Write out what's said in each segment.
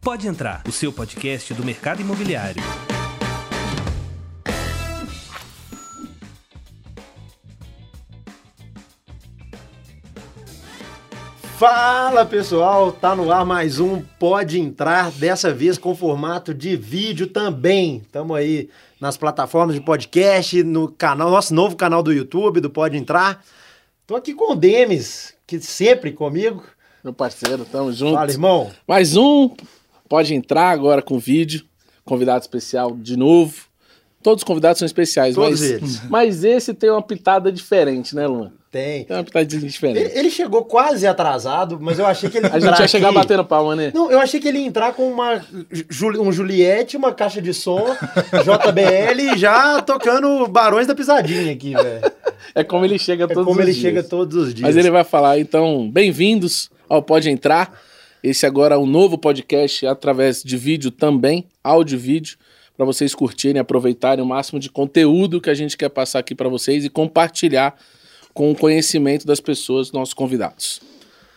Pode entrar, o seu podcast do mercado imobiliário. Fala pessoal, tá no ar mais um Pode Entrar, dessa vez com formato de vídeo também. Tamo aí nas plataformas de podcast, no canal, nosso novo canal do YouTube, do Pode Entrar. Tô aqui com o Demis, que sempre comigo. Meu parceiro, tamo junto. Fala, irmão. Mais um, pode entrar agora com vídeo. Convidado especial de novo. Todos os convidados são especiais, Todos mas, eles. mas esse tem uma pitada diferente, né, Luan? Tem. Tem uma pitadinha Ele, diferente. ele chegou quase atrasado, mas eu achei que ele ia A gente ia chegar aqui- batendo palma, né? Não, eu achei que ele ia entrar com uma, Ju- um Juliette, uma caixa de som, JBL, e já tocando Barões da Pisadinha aqui, velho. É como ele chega É todos como os ele dias. chega todos os dias. Mas ele vai falar, então, bem-vindos ao Pode Entrar. Esse agora é um novo podcast através de vídeo também, áudio e vídeo, para vocês curtirem, aproveitarem o máximo de conteúdo que a gente quer passar aqui para vocês e compartilhar com o conhecimento das pessoas, nossos convidados.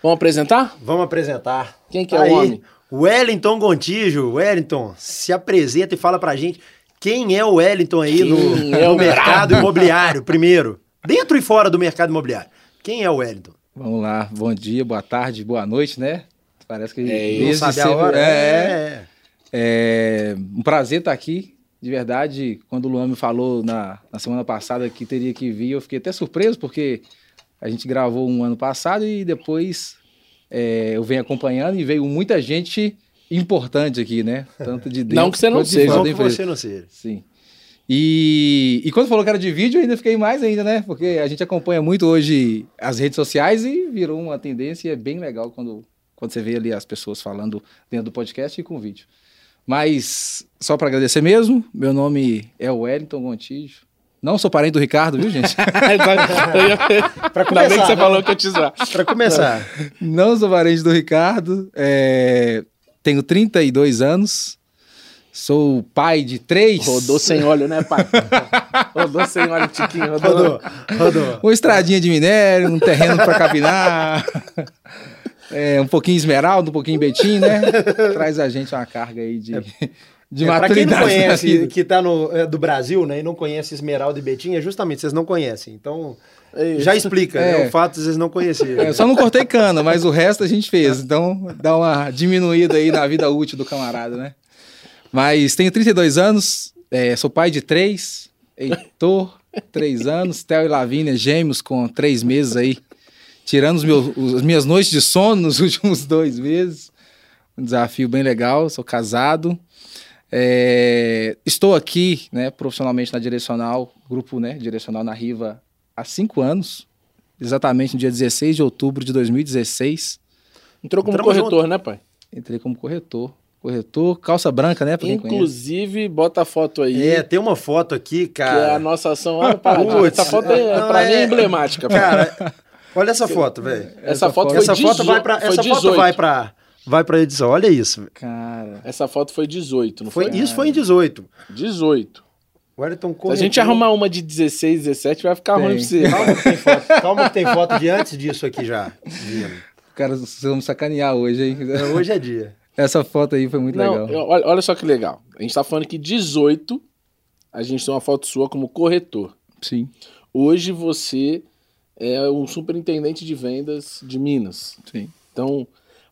Vamos apresentar? Vamos apresentar. Quem que é o homem? Wellington Gontijo. Wellington, se apresenta e fala pra gente quem é o Wellington aí no, Quem é no o mercado imobiliário, primeiro. Dentro e fora do mercado imobiliário. Quem é o Wellington? Vamos lá, bom dia, boa tarde, boa noite, né? Parece que É, desde sempre- É, é. É. É um prazer estar aqui, de verdade. Quando o Luan me falou na, na semana passada que teria que vir, eu fiquei até surpreso, porque a gente gravou um ano passado e depois é, eu venho acompanhando e veio muita gente importante aqui, né? Tanto de dentro Não que você não quanto de seja. fora Não da que empresa. você não seja. Sim. E, e quando falou que era de vídeo, eu ainda fiquei mais ainda, né? Porque a gente acompanha muito hoje as redes sociais e virou uma tendência e é bem legal quando, quando você vê ali as pessoas falando dentro do podcast e com vídeo. Mas, só para agradecer mesmo, meu nome é Wellington Gontijo. Não sou parente do Ricardo, viu, gente? Pra Ainda bem que começar, você né? falou que eu te zoar. Pra começar. Não sou parente do Ricardo. é, tenho 32 anos. Sou pai de três. Rodou sem óleo, né, pai? Rodou sem óleo, Tiquinho. Rodou. Rodou, rodou. Uma estradinha de minério, um terreno pra capinar. É, um pouquinho esmeralda, um pouquinho betim, né? Traz a gente uma carga aí de, de É, pra quem maturidade. não na conhece, vida. que tá no, é, do Brasil, né, e não conhece Esmeralda e Betinha, justamente, vocês não conhecem. Então, já explica, É. né, o fato de vocês não conhecerem. É, eu só não cortei cana, mas o resto a gente fez. Então dá uma diminuída aí na vida útil do camarada, né? Mas tenho 32 anos, é, sou pai de três, Heitor, três anos, Theo e Lavínia, gêmeos com três meses aí, tirando os meus, os- as minhas noites de sono nos últimos dois meses. Um desafio bem legal, sou casado. É, estou aqui, né, profissionalmente na Direcional, grupo, né, Direcional na Riva há cinco anos, exatamente no dia 16 de outubro de 2016. Entrou como Entramos corretor, né, pai? Entrei como corretor. Corretor, calça branca, né? Pra quem conhece. Inclusive, bota a foto aí. É, tem uma foto aqui, Que é a cara. nossa ação lá no Paraná. Putz, essa foto é, não, pra é- mim é emblemática. Cara, Cara, olha essa foto, velho. essa, foto foi Essa foto 18, vai pra foi essa foto 18. vai para vai para edição. Olha isso. velho. Cara, Essa foto foi 18, não Foi foi? isso foi em 18. 18. O Wellington Se a corretor. gente arrumar uma de 16, 17, vai ficar ruim pra Tem. você. Calma que tem foto, calma que tem foto de antes disso aqui já. Vindo. cara, vocês vão me sacanear hoje, hein? É, Hoje é dia. Essa foto aí foi muito Não, legal. eu- olha, olha só que legal. A gente tá falando que 18, a gente tem uma foto sua como corretor. Sim, Hoje você é um superintendente de vendas de Minas. sim. Então,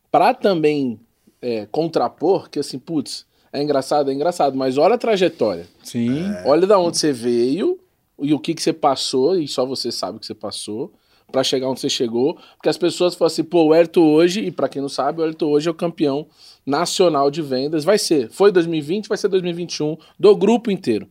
para também é, contrapor, que assim, putz, é engraçado, é engraçado, mas olha a trajetória. Sim. Olha da onde você veio e o que, que você passou, e só você sabe o que você passou, pra chegar onde você chegou. Porque as pessoas falam assim, pô, o Elton hoje, e pra quem não sabe, o Elton hoje é o campeão nacional de vendas. Vai ser, foi 2020, vai ser 2021, do grupo inteiro.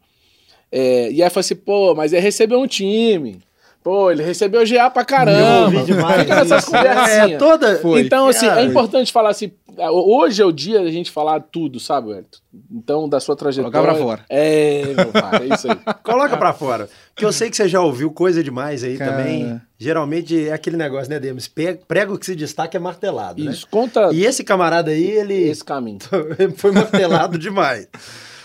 É, e aí fala assim, pô, mas ele recebeu um time. Pô, ele recebeu GA pra Eu caramba. ouvi demais. Fica nessas isso. É, conversinhas. toda Foi. Então, assim, Cara, é importante falar assim. Hoje é o dia da gente falar tudo, sabe, Wellington? Então, da sua trajetória. Colocar pra fora. É, meu pai, é isso aí. Coloca pra fora. Que eu sei que você já ouviu coisa demais aí Cara. também. Geralmente é aquele negócio, né, Demis? Pe- Prego que se destaca é martelado, né? Isso, conta E esse camarada aí, ele esse caminho. foi martelado demais.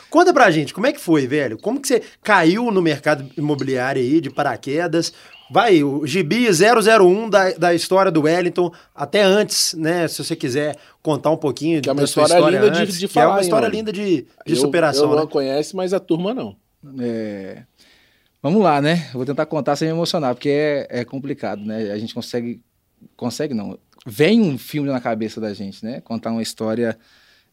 Conta pra gente, como é que foi, velho? Como que você caiu no mercado imobiliário aí de paraquedas? Vai, o Gibi 001 da, da história do Wellington, até antes, né? Se você quiser contar um pouquinho Que é uma da sua história história linda de- antes, de que é falar, uma hein, história mano? linda de, de Eu- superação, Eu, não né? conhece, mas a turma não. É, Vamos lá, né? Vou tentar contar sem me emocionar, porque é, é complicado, né? A gente consegue. Consegue não. Vem um filme na cabeça da gente, né? Contar uma história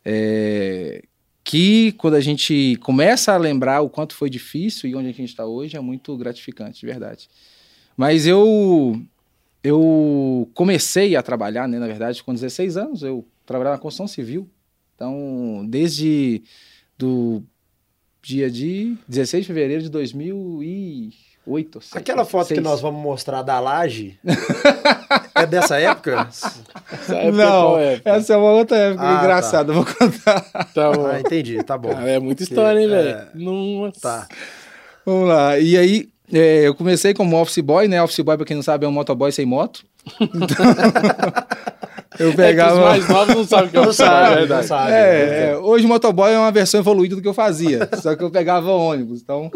é, que, quando a gente começa a lembrar o quanto foi difícil e onde a gente está hoje, é muito gratificante, de verdade. Mas eu. Eu comecei a trabalhar, né? Na verdade, com 16 anos, eu trabalhava na construção civil. Então, desde do dia de 16 de fevereiro de 2008. sei- Aquela foto seis. que nós vamos mostrar da laje é dessa época? Essa época Não, qual é? essa é uma outra época Ah, engraçada, eu vou contar. Tá bom. Ah, entendi, tá bom. Cara, é muita história, hein, Porque, velho? Nossa. Tá. Vamos lá. E aí, é, eu comecei como office boy, né? Office boy, pra quem não sabe, é um motoboy sem moto. Então, eu É que os pegava... mais novos não sabem o que é Não um sabe, salário, não né? sabe. É, é, hoje o motoboy é uma versão evoluída do que eu fazia, só que eu pegava ônibus. Então,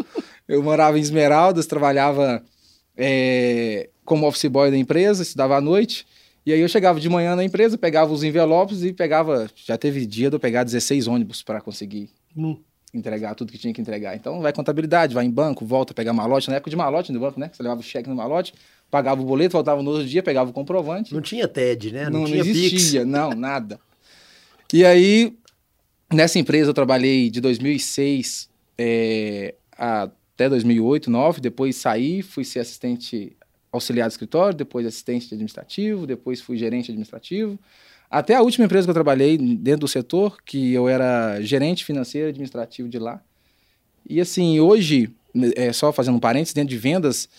eu morava em Esmeraldas, trabalhava é, como office boy da empresa, estudava à noite. E aí eu chegava de manhã na empresa, pegava os envelopes e pegava. Já teve dia de eu pegar 16 ônibus para conseguir Hum. entregar tudo que tinha que entregar. Então, vai contabilidade, vai em banco, volta, pegar malote. Na época de malote no banco, né? que Você levava o cheque no malote, pagava o boleto, voltava no outro dia, pegava o comprovante Não tinha TED, né? Não, não, não tinha Pix. existia, não, nada. E aí, nessa empresa eu trabalhei de 2006 eh, até 2008, 2009, depois saí, fui ser assistente auxiliar de escritório, depois assistente de administrativo, depois fui gerente administrativo. Até a última empresa que eu trabalhei dentro do setor, que eu era gerente financeiro e administrativo de lá. E assim, hoje, né, é, só fazendo um parênteses, dentro de vendas,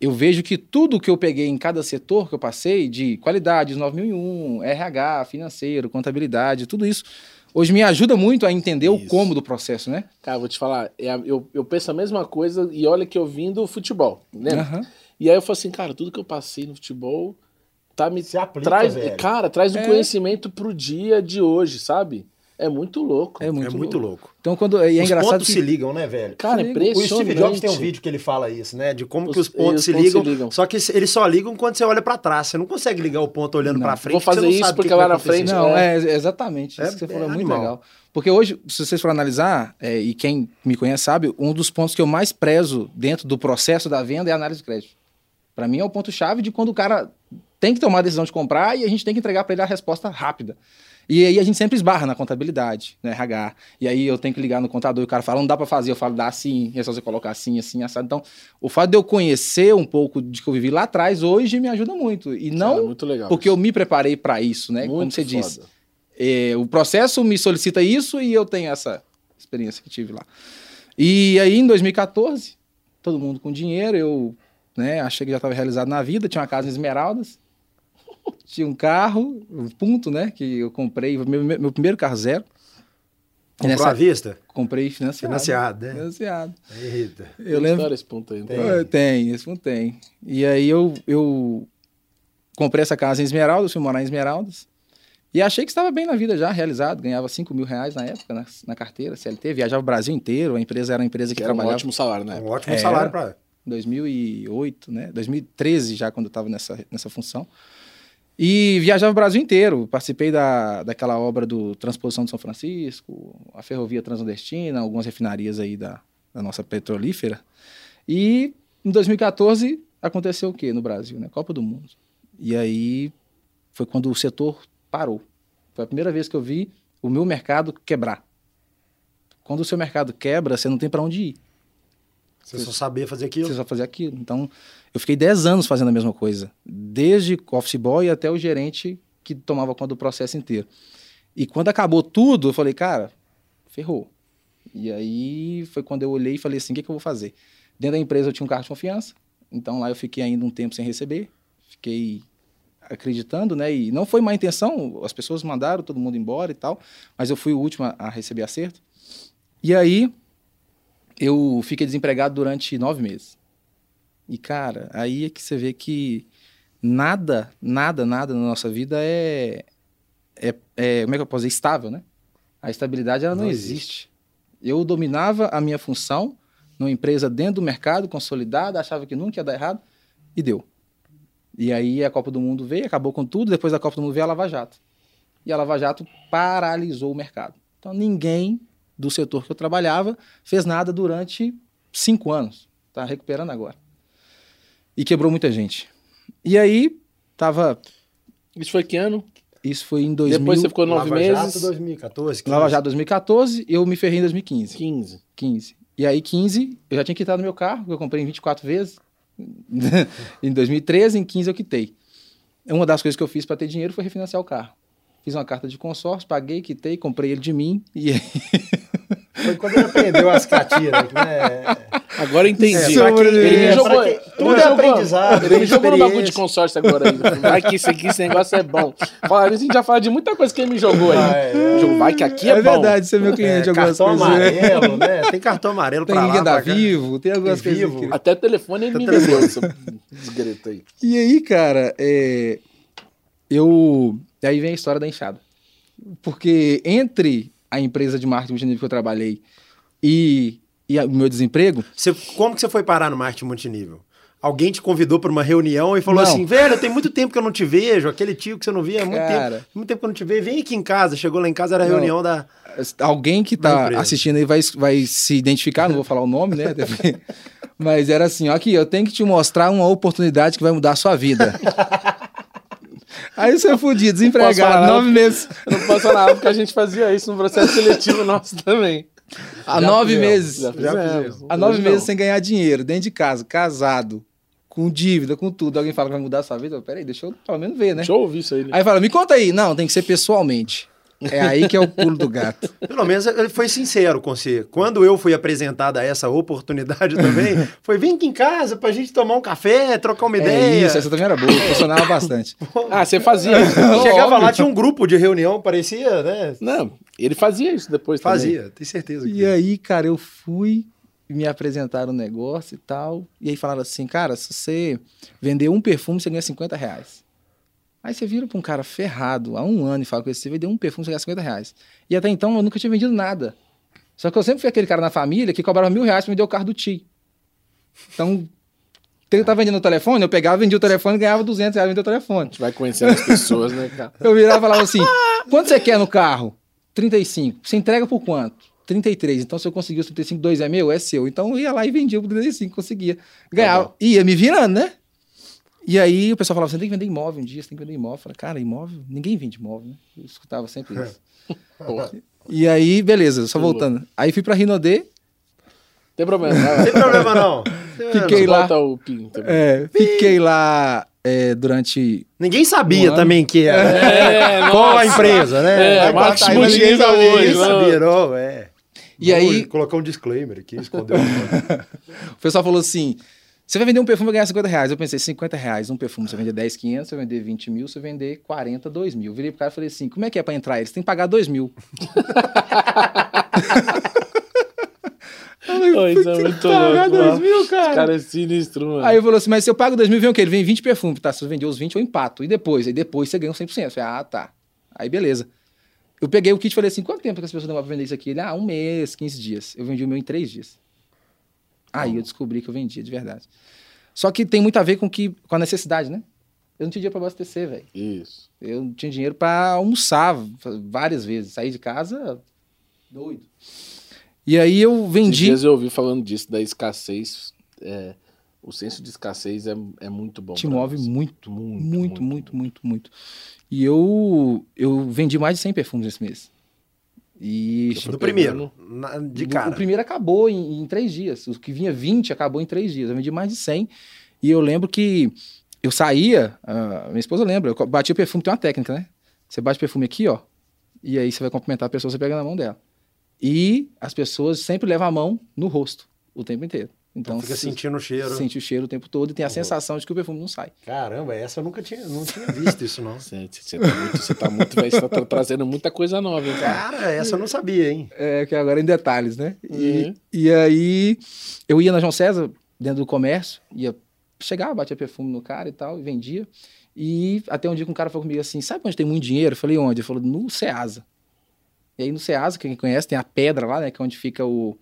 eu vejo que tudo que eu peguei em cada setor que eu passei, de qualidades 9001, RH, um, financeiro, contabilidade, tudo isso, hoje me ajuda muito a entender o Isso. como do processo, né? Cara, vou te falar, é a- eu, eu penso a mesma coisa e olha que eu vim do futebol, né? Aham. E aí eu falo assim, cara, tudo que eu passei no futebol tá me Se aplica, traz, velho. cara, traz um É. conhecimento pro dia de hoje, sabe? É muito louco. É muito, é muito louco. louco. Então, quando. E é os engraçado pontos que se ligam, né, velho? Cara, O O impressionante. Steve Jobs tem um vídeo que ele fala isso, né? De como que os Os- e os pontos, se, pontos se ligam, ligam. Só que se- eles só ligam quando você olha pra trás. Você não consegue ligar o ponto olhando pra frente. Vou porque você fazer não isso sabe o que porque que lá vai na frente- acontecer. Não, né? é, exatamente. É- isso que você falou é é muito animal. legal. Porque hoje, se vocês forem analisar, é, e quem me conhece sabe, um dos pontos que eu mais prezo dentro do processo da venda é a análise de crédito. Para mim é o ponto-chave de quando o cara tem que tomar a decisão de comprar e a gente tem que entregar para ele a resposta rápida. E aí a gente sempre esbarra na contabilidade, no RH. E aí eu tenho que ligar no contador e o cara fala, não dá para fazer. Eu falo, dá sim. E é só você colocar assim, assim, assado. Então, o fato de eu conhecer um pouco de que eu vivi lá atrás, hoje me ajuda muito. E Cara, é não muito legal. porque eu me preparei para isso, né? Como Tá Muito você foda. disse, é, o processo me solicita isso e eu tenho essa experiência que tive lá. E aí, em 2014, todo mundo com dinheiro, eu né, achei que já estava realizado na vida, tinha uma casa em Esmeraldas, tinha um carro, um ponto, né? Que eu comprei, meu, meu- meu primeiro carro zero. E Comprou à nessa, vista? comprei financiado. Financiado, né? Financiado. Eita. Eu Tem lembro, história esse ponto aí, não Tem. tem? ah, Tem, esse não tem. E aí eu, eu comprei essa casa em Esmeraldas, fui morar em Esmeraldas. E achei que estava bem na vida já, realizado. Ganhava 5 mil reais na época, na, na carteira, CLT. Viajava o Brasil inteiro, a empresa era uma empresa que, Que era um trabalhava ótimo salário, né? Um ótimo É. salário pra. em 2008, né? 2013 já, quando eu estava nessa, nessa função. E viajava o Brasil inteiro. Participei da, daquela obra do Transposição de São Francisco, a Ferrovia Transnordestina, algumas refinarias aí da, da nossa petrolífera. E em 2014 aconteceu o quê no Brasil? Né? Copa do Mundo. E aí foi quando o setor parou. Foi a primeira vez que eu vi o meu mercado quebrar. Quando o seu mercado quebra, você não tem para onde ir Você só sabia fazer aquilo. você só fazer aquilo. Então, eu fiquei 10 anos fazendo a mesma coisa, desde office boy até o gerente que tomava conta do processo inteiro. E quando acabou tudo, eu falei, cara, ferrou. E aí foi quando eu olhei e falei assim, o que, que eu vou fazer? Dentro da empresa eu tinha um carro de confiança, então lá eu fiquei ainda um tempo sem receber, fiquei acreditando, né? E não foi má intenção, as pessoas mandaram todo mundo embora e tal, mas eu fui o último a- a receber acerto. E aí eu fiquei desempregado durante nove meses. E, cara, aí é que você vê que nada, nada, nada na nossa vida é. é, é- como é que eu posso dizer? Estável, né? A estabilidade, ela não, Não existe. Eu dominava a minha função numa empresa dentro do mercado, consolidada, achava que nunca ia dar errado. e deu. E aí a Copa do Mundo veio, acabou com tudo, depois da Copa do Mundo veio a Lava Jato. E a Lava Jato paralisou o mercado. Então ninguém do setor que eu trabalhava fez nada durante cinco anos. Está recuperando agora. E quebrou muita gente. E aí, tava. Isso foi que ano? Isso foi em 2000, Depois você ficou nove Lava Jato meses? 2014. 15. Lava Jato 2014, eu me ferrei em 2015. 15. 15. E aí, 15, eu já tinha quitado meu carro, que eu comprei em 24 vezes. em 2013, em 15 eu quitei. Uma das coisas que eu fiz para ter dinheiro foi refinanciar o carro. Fiz uma carta de consórcio, paguei, quitei, comprei ele de mim e Foi quando ele aprendeu as catiras, né? Agora eu entendi. É, pra quem- ele é, jogou, pra quem- ele tudo é jogou- aprendizado, Ele é jogou no bagulho de experiência. consórcio agora. aí. Vai que isso aqui, esse negócio é bom. Falar isso, a gente já fala de muita coisa que ele me jogou aí. Vai. Jogo, Vai que aqui é, bom. verdade, você é meu É, cliente algumas cartão coisas. né? amarelo, né? Tem cartão amarelo Tem pra lá. ninguém da pra cá. vivo, tem algumas Tem coisas. Vivo. que- Até o telefone ele me vendeu, esse desgreto aí. E aí, cara, é, eu. Aí vem a história da enxada. Porque entre a empresa de marketing multinível que eu trabalhei e, e a- o meu desemprego, Você, como que você foi parar no marketing multinível? Alguém te convidou para uma reunião e falou Não. assim, velho, tem muito tempo que eu não te vejo, aquele tio que você não via há É muito Cara. tempo, muito tempo que eu não te vejo, vem aqui em casa. Chegou lá em casa, era a Não. reunião da... alguém que Da tá empresa. assistindo aí vai, vai se identificar, não vou falar o nome, né? até porque- Mas era assim, ó, aqui, eu tenho que te mostrar uma oportunidade que vai mudar a sua vida. aí você é fudido, Posso falar, desempregado, não? nove meses. Eu não posso falar porque a gente fazia isso no processo seletivo nosso também. Há nove fizemos, meses. Já fizemos. Há nove Hoje meses não. sem ganhar dinheiro, dentro de casa, casado, com dívida, com tudo. Alguém fala que vai mudar a sua vida? Peraí, deixa eu pelo menos ver, né? Deixa eu ouvir isso aí. Né? Aí fala, me conta aí. Não, tem que ser pessoalmente. É aí que é o pulo do gato. Pelo menos ele foi sincero com você. Quando eu fui apresentada a essa oportunidade também, foi vem aqui em casa pra gente tomar um café, trocar uma É ideia. isso, essa também era boa, funcionava bastante. Ah, você fazia isso. Chegava Óbvio. lá, tinha um grupo de reunião, parecia, né? Não, ele fazia isso depois também. Fazia, tenho certeza. E Que... aí, cara, eu fui, me apresentaram o negócio e tal. E aí falaram assim, cara, se você vender um perfume, você ganha 50 reais. Aí você vira pra um cara ferrado há um ano e fala com ele, se você vender um perfume, você ganha 50 reais. E até então eu nunca tinha vendido nada. Só que eu sempre fui aquele cara na família que cobrava mil reais pra me dar o carro do tio. Então, ele tava vendendo o telefone, eu pegava, vendia o telefone e ganhava 200 reais vendendo o telefone. Vai conhecendo as pessoas, né, cara? Eu virava e falava assim: quanto você quer no carro? 35. Você entrega por quanto? 33. Então, se eu conseguir os 35, 2 é meu, é seu. Então, eu ia lá e vendia por 35, conseguia. Ganhava. Ia me virando, né? E aí o pessoal falava: você tem que vender imóvel um dia, você tem que vender imóvel. Eu falava, cara, imóvel? Ninguém vende imóvel, né? Eu escutava sempre isso. Porra. E aí, beleza, só Que louco. voltando. Aí fui pra Rinodê, Tem problema, vai, Tem vai. problema não. Fiquei- lá. Bota o pin também. é, fiquei lá é, durante. Ninguém Um sabia ano. também que era. É, Qual a nossa. empresa, né? É, Vai Marcos botar aí, mas Multinível ninguém sabia, hoje, ninguém né? sabia, não, é. E Vamos aí- Colocar um disclaimer aqui, esconder um o nome. O pessoal falou assim: você vai vender um perfume e ganhar 50 reais. Eu pensei, 50 reais, um perfume, você vender 10, 500, você vender 20 mil, você vender 40, 2 mil. Virei pro cara e falei assim: como é que é pra entrar? Eles têm que pagar 2 mil. Pô, isso é muito louco, mano. mil, Esse cara é sinistro, mano. Aí ele falou assim: mas se eu pago 2 mil, vem o quê? Ele vem 20 perfumes, tá? Se eu vender os 20, eu empato. E depois? Aí depois você ganha uns 100%. Eu falei, ah, tá. Aí beleza. Eu peguei o kit e falei assim: quanto tempo que as pessoas demoram pra vender isso aqui? Ele, ah, um mês, 15 dias. Eu vendi o meu em 3 dias. Aí eu descobri que eu vendia de verdade. Só que tem muito a ver com, que, com a necessidade, né? Eu não tinha dinheiro pra abastecer, velho. Isso. Eu não tinha dinheiro pra almoçar v- várias vezes. Saí de casa doido. E aí eu Esses vendi. dias eu ouvi falando disso, da escassez. é, o senso de escassez é, é muito bom. Te pra move nós. muito, muito, muito, muito, muito, muito. E eu, eu vendi mais de 100 perfumes esse mês. E Eu fui Do primeiro, na- de o- cara. o primeiro acabou em, em três dias. O que vinha 20 acabou em três dias. Eu vendi mais de 100. E eu lembro que eu saía, ah, minha esposa lembra, eu co- batia o perfume, tem uma técnica, né? Você bate o perfume aqui, ó, e aí você vai cumprimentar a pessoa, você pega na mão dela. E as pessoas sempre levam a mão no rosto o tempo inteiro. Então, Então fica se- sentindo o cheiro. sente o cheiro o tempo todo e tem a No sensação de que o perfume não sai. Caramba, essa eu nunca tinha, não tinha visto isso, não. Você, você tá muito, você tá muito, velho, você tá trazendo muita coisa nova, hein, cara. Cara, essa eu não sabia, hein? É, que agora em detalhes, né? E, Uhum. e aí eu ia na João César, dentro do comércio, ia chegar, batia perfume no cara e tal, e vendia. E até um dia que um cara falou comigo assim: sabe onde tem muito dinheiro? Eu falei, onde? Ele falou, no Ceasa. E aí no Ceasa, quem conhece, tem a pedra lá, né? Que é onde fica o,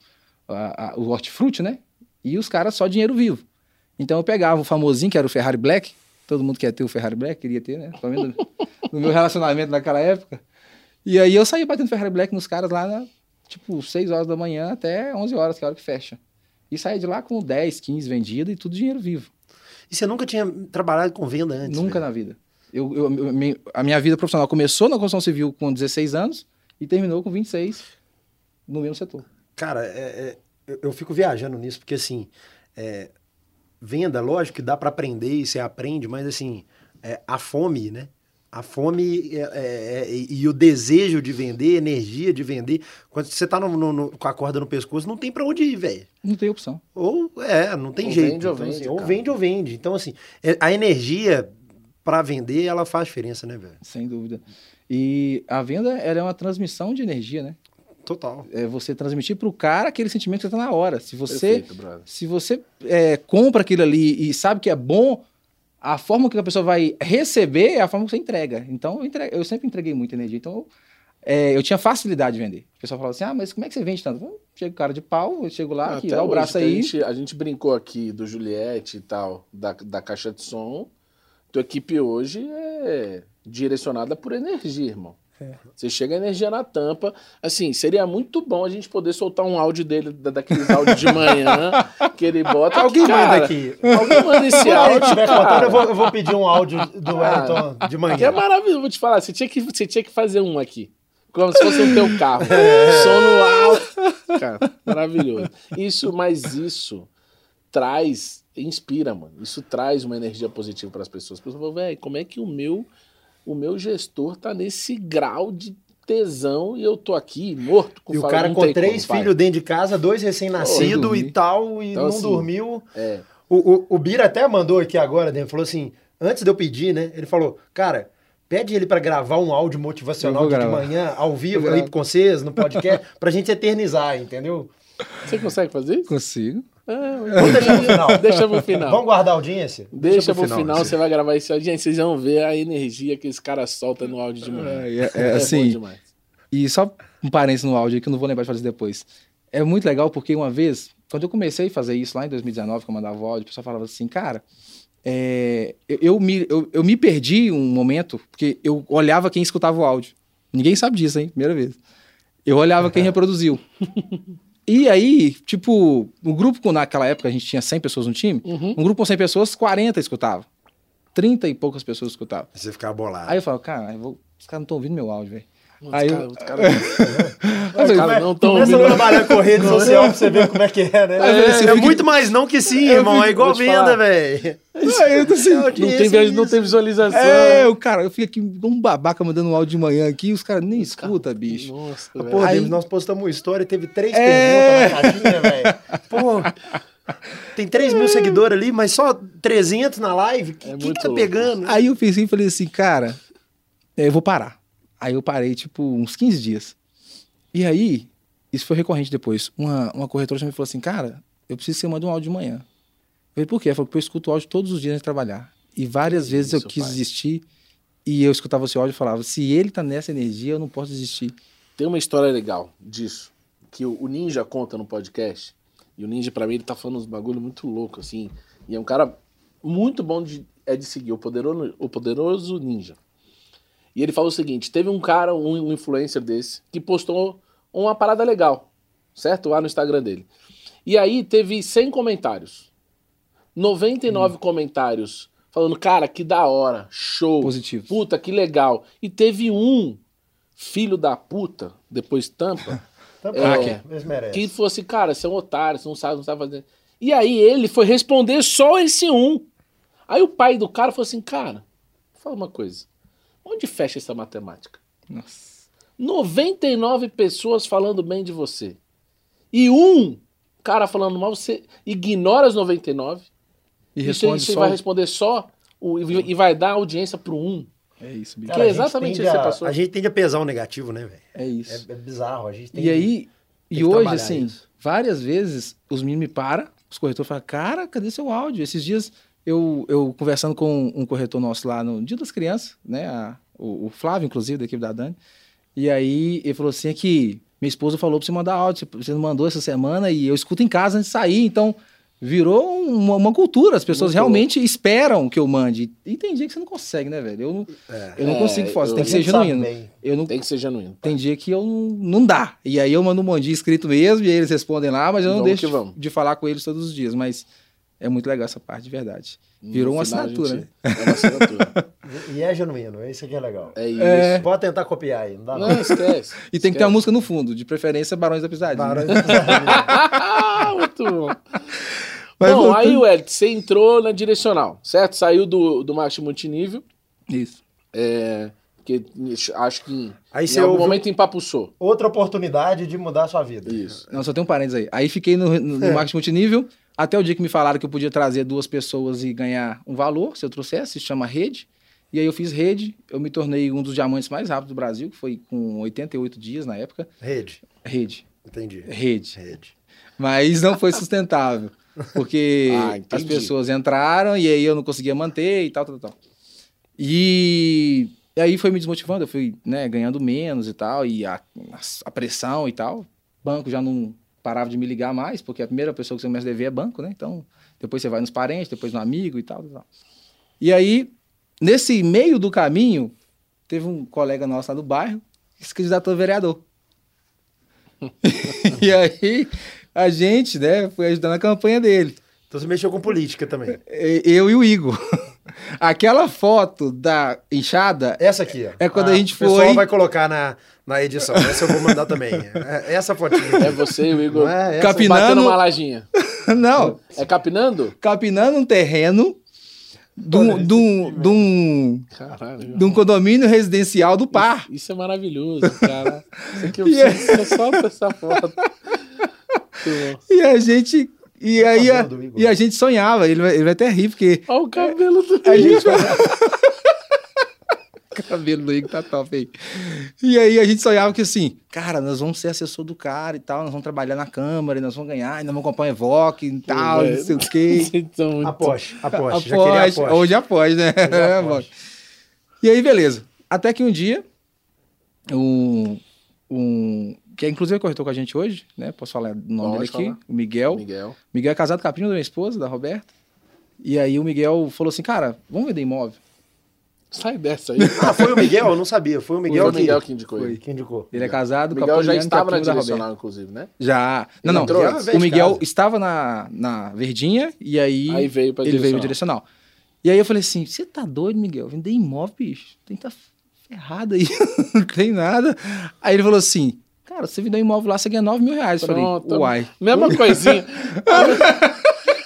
a- a- o hortifruti, né? E os caras só dinheiro vivo. Então eu pegava o famosinho, que era o Ferrari Black. Todo mundo quer ter o Ferrari Black, queria ter, né? Pelo menos no meu relacionamento naquela época. E aí eu saía batendo Ferrari Black nos caras lá, na, tipo, 6 horas da manhã até 11 horas, que é a hora que fecha. E saía de lá com 10, 15 vendido e tudo dinheiro vivo. E você nunca tinha trabalhado com venda antes? Nunca velho? na vida. Eu, eu- eu- mi- a minha vida profissional começou na construção civil com 16 anos e terminou com 26 no mesmo setor. Cara, é- é- eu, eu fico viajando nisso, porque assim, é, venda, lógico que dá para aprender e você aprende, mas assim, é, a fome, né? A fome é- é- é- e e o desejo de vender, energia de vender. Quando você tá no- no- no- com a corda no pescoço, não tem para onde ir, velho. Não tem opção. Ou é, não tem Ou jeito. vende ou Então, vende, assim, ou cara. vende ou vende. Então, assim, é- a energia para vender, ela faz diferença, né, velho? Sem dúvida. E a venda ela é uma transmissão de energia, né? Total. É você transmitir para o cara aquele sentimento que você tá na hora. Se você, Perfeito, brother. se você é, compra aquilo ali e sabe que é bom, a forma que a pessoa vai receber é a forma que você entrega. Então, eu, entre- eu sempre entreguei muita energia. Então, é, eu tinha facilidade de vender. O pessoal falava assim, ah, mas como é que você vende tanto? Eu chego cara de pau, eu chego lá, tá aqui, Ah, Até dá o hoje, braço que A aí. gente, a gente brincou aqui do Juliette e tal, da, da caixa de som. Tua equipe hoje é direcionada por energia, irmão. É. Você chega a energia na tampa. Assim, seria muito bom a gente poder soltar um áudio dele, da- daqueles áudios de manhã, que ele bota. Alguém Cara, manda aqui. Alguém manda esse Se alguém áudio, estiver cara. contando, eu vou, eu vou pedir um áudio do Ah. Wellington de Que é manhã. maravilhoso, vou te falar. Você tinha que, você tinha que fazer um aqui. Como se fosse o teu carro. É. Sono alto. Cara, maravilhoso. Isso, mas isso traz, inspira, mano. Isso traz uma energia positiva para as pessoas. As pessoas falam, velho, como é que o meu, o meu gestor tá nesse grau de tesão e eu tô aqui morto com E o fala, cara não com tem três como, pai." filhos dentro de casa, dois Sem recém-nascidos dormir. e tal, e Então, não assim, dormiu. É, O, o, o Bira até mandou aqui agora, né? Falou assim, antes de eu pedir, né? Ele falou, cara, pede ele pra gravar um áudio motivacional Eu vou de gravar. manhã, ao vivo, Vou aí gravar. com vocês, no podcast, pra gente eternizar, entendeu? você consegue fazer isso? É, Consigo. Vamos deixar pro final. Deixa pro final. Vamos guardar a audiência? Deixa pro final, isso você vai gravar esse áudio. Gente, vocês vão ver a energia que esse cara solta no áudio de manhã. É, é, assim, bom demais. E só um parênteses no áudio que eu não vou lembrar de fazer depois. É muito legal porque uma vez, quando eu comecei a fazer isso lá em 2019, que eu mandava o áudio, o pessoal falava assim, cara, é, eu, eu me, eu, eu me perdi um momento, porque eu olhava quem escutava o áudio. Ninguém sabe disso, hein? Primeira vez. Eu olhava quem reproduziu. E aí, tipo, o grupo, com- naquela época a gente tinha 100 pessoas no time, Uhum. um grupo com 100 pessoas, 40 escutavam. 30 e poucas pessoas escutavam. Você ficar bolado. Aí eu falava, cara, eu vou- os caras não estão ouvindo meu áudio, velho. Os Aí caras- eu- os caras- Aí eu falei, cara, não tão Começa a ouvindo. trabalhar com rede social pra você ver como é que é, né? É, É, você fica- muito mais não que sim, Eu irmão. fico- É igual vou te falar. É, venda, velho. Aí né? eu tô assim, Não Não tem, vi- não tem visualização. É, o cara, eu fico aqui igual um babaca mandando um áudio de manhã aqui, os caras nem escuta, bicho. Nossa, Ah, velho. Pô, Aí- Davis, nós postamos uma história e teve três É. perguntas na caixinha, velho. Pô, tem 3 mil seguidores ali, mas só 300 na live? O que, É que, muito tá louco. Ah, pegando? Aí eu pensei e falei assim, cara, é, eu vou parar. Aí eu parei, tipo, uns 15 dias. E aí, isso foi recorrente depois. Uma, uma corretora já me falou assim, cara, eu preciso que você mande um áudio de manhã. Eu falei, por quê? Ela falou, porque eu escuto áudio todos os dias antes de trabalhar. E várias vezes eu Isso, quis pai. desistir e eu escutava esse áudio e falava, se ele tá nessa energia, eu não posso desistir. Tem uma história legal disso, que o o Ninja conta no podcast. E o Ninja, pra mim, ele tá falando uns bagulho muito louco, assim. E é um cara muito bom de, é de seguir, o poderoso, o poderoso Ninja. E ele fala o seguinte: teve um cara, um, um influencer desse, que postou uma parada legal, certo? Lá no Instagram dele. E aí teve 100 comentários. 99 comentários falando, cara, que da hora, show. Positivos. Puta, que legal. E teve um filho da puta, depois tampa, Tá bom, É. eles merecem. que fosse, cara, você é um otário, você não sabe, não sabe fazer. E aí ele foi responder só esse um. Aí o pai do cara falou assim, cara, fala uma coisa. Onde fecha essa matemática? Nossa. 99 pessoas falando bem de você. E um cara falando mal, você ignora as 99 E e você, responde você só... vai responder só o- e, e vai dar audiência pro um. É isso, bicho. Cara, que a gente exatamente tende isso que você a- passou. A gente tende a pesar o negativo, né, velho? É isso. É, é bizarro, a gente tem E aí, tem e que hoje, trabalhar assim, isso. várias vezes os meninos me param, os corretores falam, cara, cadê seu áudio? Esses dias eu, eu conversando com um corretor nosso lá no Dia das Crianças, né? a- o, o Flávio, inclusive, da equipe da Dani. E aí ele falou assim: é que minha esposa falou pra você mandar áudio, você- você não mandou essa semana e eu escuto em casa antes de sair, então virou uma, uma cultura. As pessoas Mudou. realmente esperam que eu mande. E tem dia que você não consegue, né, velho? Eu não, eu não É, consigo fazer. eu- Tem que ser Ele sabe genuíno. bem. Eu não, Tem que ser genuíno. tem dia que eu não, não dá. E aí eu mando um bom dia escrito mesmo, e eles respondem lá, mas eu não Vamos deixo que vamos. de, de falar com eles todos os dias. Mas é muito legal essa parte, de verdade. Virou No uma final, a assinatura, né? gente- É uma assinatura. E é genuíno, é isso que é legal. É isso. Pode tentar copiar aí, não dá Não, não. esquece. E tem que ter Esquece. uma música no fundo, de preferência Barões da né? Pisadinha. Barões do Pisadinha. Ah, muito bom. Mas bom, voltando- aí, Wellington, você entrou na direcional, certo? Saiu do, do marketing multinível, Isso. é, que acho que em, Aí em você algum ouve momento empapuçou. outra oportunidade de mudar a sua vida. Isso. Não, só tem um parênteses aí. Aí fiquei no, no, É. no marketing multinível, até o dia que me falaram que eu podia trazer duas pessoas e ganhar um valor, se eu trouxesse, se chama rede. E aí eu fiz rede, eu me tornei um dos diamantes mais rápidos do Brasil, que foi com 88 dias na época. Rede, Rede, entendi. rede. Rede. Mas não foi sustentável. Porque Ah, entendi. as pessoas entraram e aí eu não conseguia manter e tal, tal, tal. E, e aí foi me desmotivando, eu fui né, ganhando menos e tal, e a, a- a pressão e tal. O banco já não parava de me ligar mais, porque a primeira pessoa que você começa a dever é banco, né? Então, depois você vai nos parentes, depois no amigo e tal, tal, tal. E aí, nesse meio do caminho, teve um colega nosso lá do bairro que se candidatou a vereador. e aí, a gente, né, foi ajudando a campanha dele. Então você mexeu com política também. E- Eu e o Igor. Aquela foto da enxada, Essa aqui, ó. Ah, É quando a gente O pessoal foi- vai colocar na, na edição. Essa eu vou mandar também. É- Essa fotinha. É você e o Igor Não é? Essa- Capinando. batendo uma lajinha. não, É capinando? capinando um terreno de um, de um, de um- Caralho. de um condomínio residencial do par. Isso é maravilhoso, cara. Isso aqui eu E é- preciso eu solto essa foto. Muito bom. E a gente. E aí a, cabelo é do Igor. e a gente sonhava, ele vai, ele vai até rir, porque Olha o cabelo do a gente. O cabelo do Igor tá top aí. E aí a gente sonhava que assim, cara, nós vamos ser assessor do cara e tal, nós vamos trabalhar na Câmara, e nós vamos ganhar, e nós vamos comprar um Evoque e tal, não sei o quê. Então, muito... Aposte, aposte. Já queria Após, aposte. hoje após, né? Hoje após. e aí, beleza. Até que um dia, um, um que inclusive corretor com a gente hoje, né? Posso falar o nome Pode dele aqui, falar. o Miguel. Miguel. Miguel é casado com a prima da minha esposa, da Roberta. E aí o Miguel falou assim, cara, vamos vender imóvel? Sai dessa aí. Ah, foi o Miguel? Eu não sabia. Foi o Miguel, Foi o que, Miguel que indicou ele. que... indicou. Ele é casado O com a Miguel já Poliana, que é a estava na prima da Roberta. direcional, inclusive, né? Já. Não, Ele não. entrou antes? o Miguel Casa. estava na, na Verdinha e aí, Aí veio pra ele veio direcional. direcional. E aí eu falei assim: você tá doido, Miguel? Vender imóvel, bicho. Tem que tá ferrado aí. Não tem nada. Aí ele falou assim: cara, você vender um imóvel lá, você ganha 9 mil reais. Eu Pronto. falei: uai. Mesma coisinha.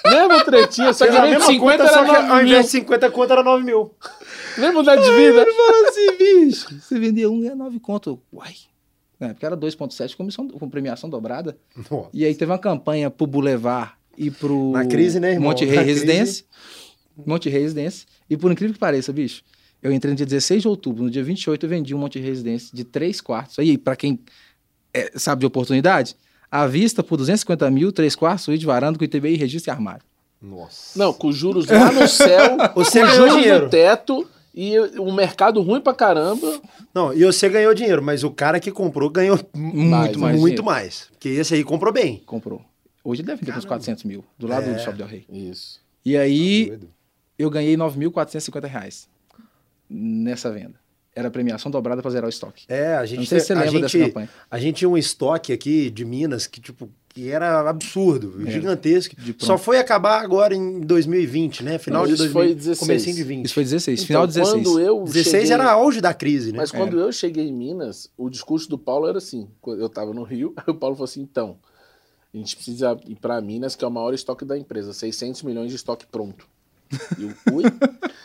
Mesma tretinha, tá só que Fez a em vez de mesma 50 conta, era só que 9 ao mil. invés de 50 conto era 9 mil. Nem mudar de vida. Ele falou assim: bicho, você vender um, ganha 9 conto. Uai. Na época era 2,7 comissão com premiação dobrada. Nossa. E aí teve uma campanha pro Boulevard e pro Na crise, né, irmão? Monte Na Rei crise. Residência. Monte Rei Residência. E por incrível que pareça, bicho, eu entrei no dia 16 de outubro, no dia 28 eu vendi um Monte Rei Residência de 3 quartos. Aí, pra quem é, sabe de oportunidade, à vista por 250 mil, 3 quartos, suíte, varanda, com ITBI, registro e armário. Nossa. Não, com juros lá no céu, Você com ganhou juros dinheiro. no teto e um mercado ruim pra caramba. Não, e você ganhou dinheiro, mas o cara que comprou ganhou Muito mais. muito dinheiro. mais. Porque esse aí comprou bem. Comprou. Hoje ele deve ter uns 400 mil, do lado do Shopping Del Rey. Isso. E aí É. Tá Doido. eu ganhei 9.450 reais nessa venda. Era premiação dobrada pra zerar o estoque. É, a gente, Não sei se você a lembra dessa gente, campanha. a gente tinha um estoque aqui de Minas que, tipo, que era absurdo, Era. gigantesco. É, De pronto. Só foi acabar agora em 2020, né? Final Não, de isso 2020. foi 16. Comecinho de 20. Isso foi 16, final Então, 16. Quando eu 16 cheguei- era auge da crise, né? Mas quando eu cheguei em Minas, o discurso do Paulo era assim. quando Eu estava no Rio, aí o Paulo falou assim: então, a gente precisa ir para Minas, que é o maior estoque da empresa, 600 milhões de estoque pronto. E eu, ui?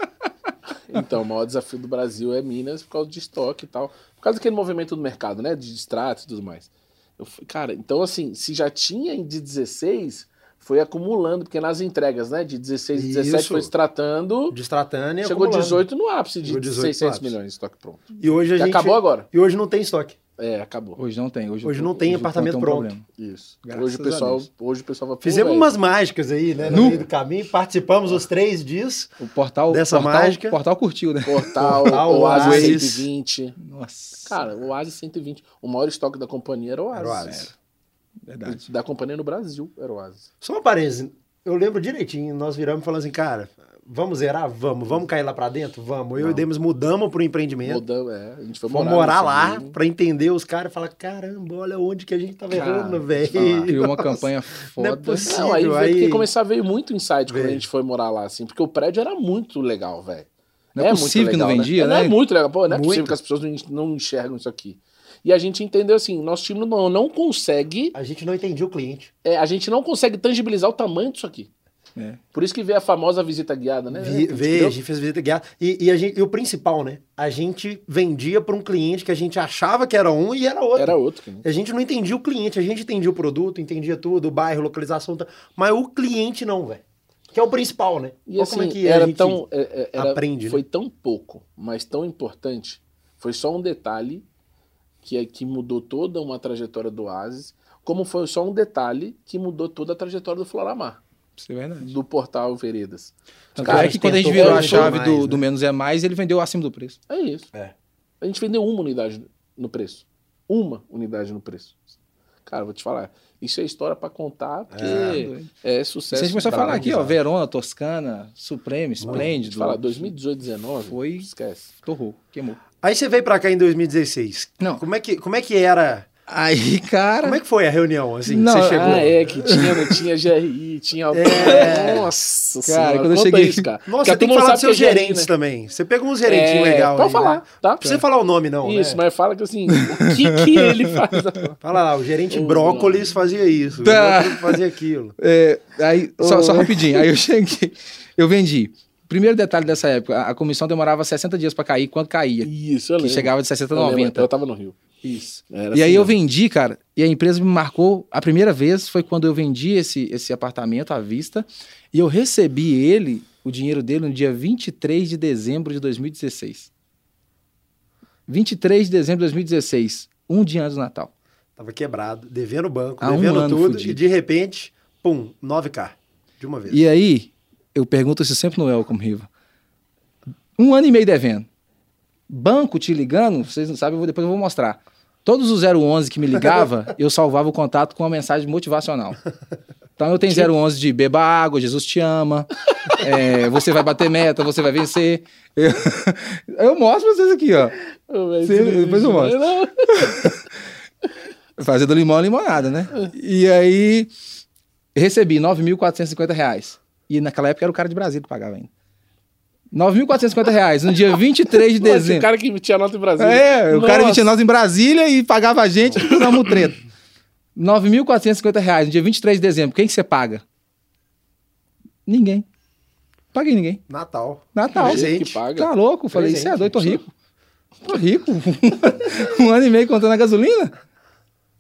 Então, o maior desafio do Brasil é Minas por causa de estoque e tal. Por causa daquele movimento do mercado, né? De distratos e tudo mais. Eu fui, cara, então assim, se já tinha de 16, foi acumulando, porque nas entregas, né? De 16 e 17 Isso. foi se tratando. Destratânia. Chegou acumulando. 18 no ápice de Chegou 18 no 600 ápice. milhões de estoque pronto. E hoje a Que gente. acabou agora. E hoje não tem estoque. É, acabou. Hoje não tem. Hoje, Hoje não tem o ponto apartamento é um pronto. problema. Isso. Graças hoje, o a pessoal, Deus. hoje o pessoal vai pô, Fizemos velho, umas mágicas aí, né? No, Nu. meio do caminho, participamos os três dias. O portal, Dessa portal, mágica. O portal curtiu, né? Portal, Portal, Oasis Oasis. 120. Nossa. Cara, o Oasis 120. O maior estoque da companhia era o É. Oasis. Era o Oasis. Verdade. Da companhia no Brasil era o Oasis. Só um parênteses. eu lembro direitinho, nós viramos falando assim, cara, vamos zerar? Vamos. Vamos cair lá pra dentro? Vamos. Eu e o Demis mudamos pro empreendimento. Mudamos, é. A gente foi Vamos morar, morar nessa lá vida. pra entender os caras e falar: caramba, olha onde que a gente tava Cara, errando, Falar. velho. Criou uma Nossa. campanha Não é foda. possível. Não, aí, Sírio, veio- aí- porque começar a veio muito insight quando a Veio. gente foi morar lá, assim, porque o prédio era muito legal, velho. Não é possível que não vendia, Não é né? muito legal, pô, não é possível Muito. que as pessoas não en- não enxergam isso aqui. E a gente entendeu assim, nosso time não, não consegue, A gente não entendia o cliente. é, a gente não consegue tangibilizar o tamanho disso aqui. É. Por isso que veio a famosa visita guiada, né? Vi- Entendeu? Veio, a gente fez visita guiada. E, e a gente, e o principal, né? A gente vendia pra um cliente que a gente achava que era um e era outro. Era outro. Né? A gente não entendia o cliente, a gente entendia o produto, entendia tudo, o bairro, localização, tá- mas o cliente não, velho. Que é o principal, né? E Olha assim, como é que era a gente tão. é, é, era- aprende, né? Foi tão pouco, mas tão importante. Foi só um detalhe que, é- que mudou toda uma trajetória do Oasis, como foi só um detalhe que mudou toda a trajetória do Floramar, Isso é verdade. do portal Veredas. Tanto Cara, é que quando a gente tentou virou a muito chave mais, do, né? do menos é mais, ele vendeu acima do preço. É isso. É. A gente vendeu uma unidade no preço. Uma unidade no preço. Cara, vou te falar. Isso é história pra contar, porque doido. é, Se a sucesso. gente começar a falar aqui, ó, velho. Verona, Toscana, Supremo, Splendid, Falar 2018, 19, Foi- esquece. torrou, queimou. Aí você veio pra cá em 2016. Não. Como é que, como é que era? Aí, cara, Como é que foi a reunião, assim? Não, você chegou. Ah, é, que tinha, não tinha GRI, tinha. É. Nossa, Cara, senhora, quando eu conta cheguei- Isso, cara. Porque Nossa, a tem que turma falar não dos sabe seus que é GRI, gerentes né? É, também. Você pegou uns gerentes legais. legal. Pode aí, falar, né? tá? Não precisa falar o nome, não. Isso, né? mas fala que assim, o que, que ele faz? Fala lá, o gerente Ô, brócolis fazia isso, Tá. o outro fazia aquilo. É, aí, só, Ô. só rapidinho, aí eu cheguei, eu vendi. Primeiro detalhe dessa época, a a comissão demorava 60 dias pra cair, quando caía, Isso, eu que lembro. chegava de 60 a eu, lembro, 90. eu tava no Rio. Isso. Era E aí assim, eu vendi, cara, e a empresa me marcou, a primeira vez foi quando eu vendi esse, esse apartamento à vista, e eu recebi ele, o dinheiro dele, no dia 23 de dezembro de 2016. 23 de dezembro de 2016, um dia antes do Natal. Tava quebrado, devendo banco, Há um devendo ano tudo, fudido. e de repente, pum, 9K. De uma vez. E aí, eu pergunto isso sempre no Welcome Riva. Um ano e meio devendo. Banco te ligando, vocês não sabem, eu vou- depois eu vou mostrar. Todos os 011 que me ligava, eu salvava o contato com uma mensagem motivacional. Então eu tenho 011 de beba água, Jesus te ama, é, você vai bater meta, você vai vencer. Eu, eu mostro pra vocês aqui, ó. Ô, velho, Sim, isso depois não- eu mostro. não. Fazer do limão a limonada, né? E aí, recebi 9.450 reais. E naquela época era o cara de Brasília que pagava ainda. 9.450 reais no dia 23 de Nossa, O dezembro. cara que tinha nota em Brasília. É, o cara Nossa. emitia nós em Brasília e pagava a gente, fizemos treta. 9.450 reais no dia 23 de dezembro. Quem que você paga? Ninguém. Paguei ninguém. Natal. Natal. Do jeito gente. que paga. Tá louco? Eu Falei, Presente. você é doido, tô rico. Tô rico. um ano e meio contando a gasolina?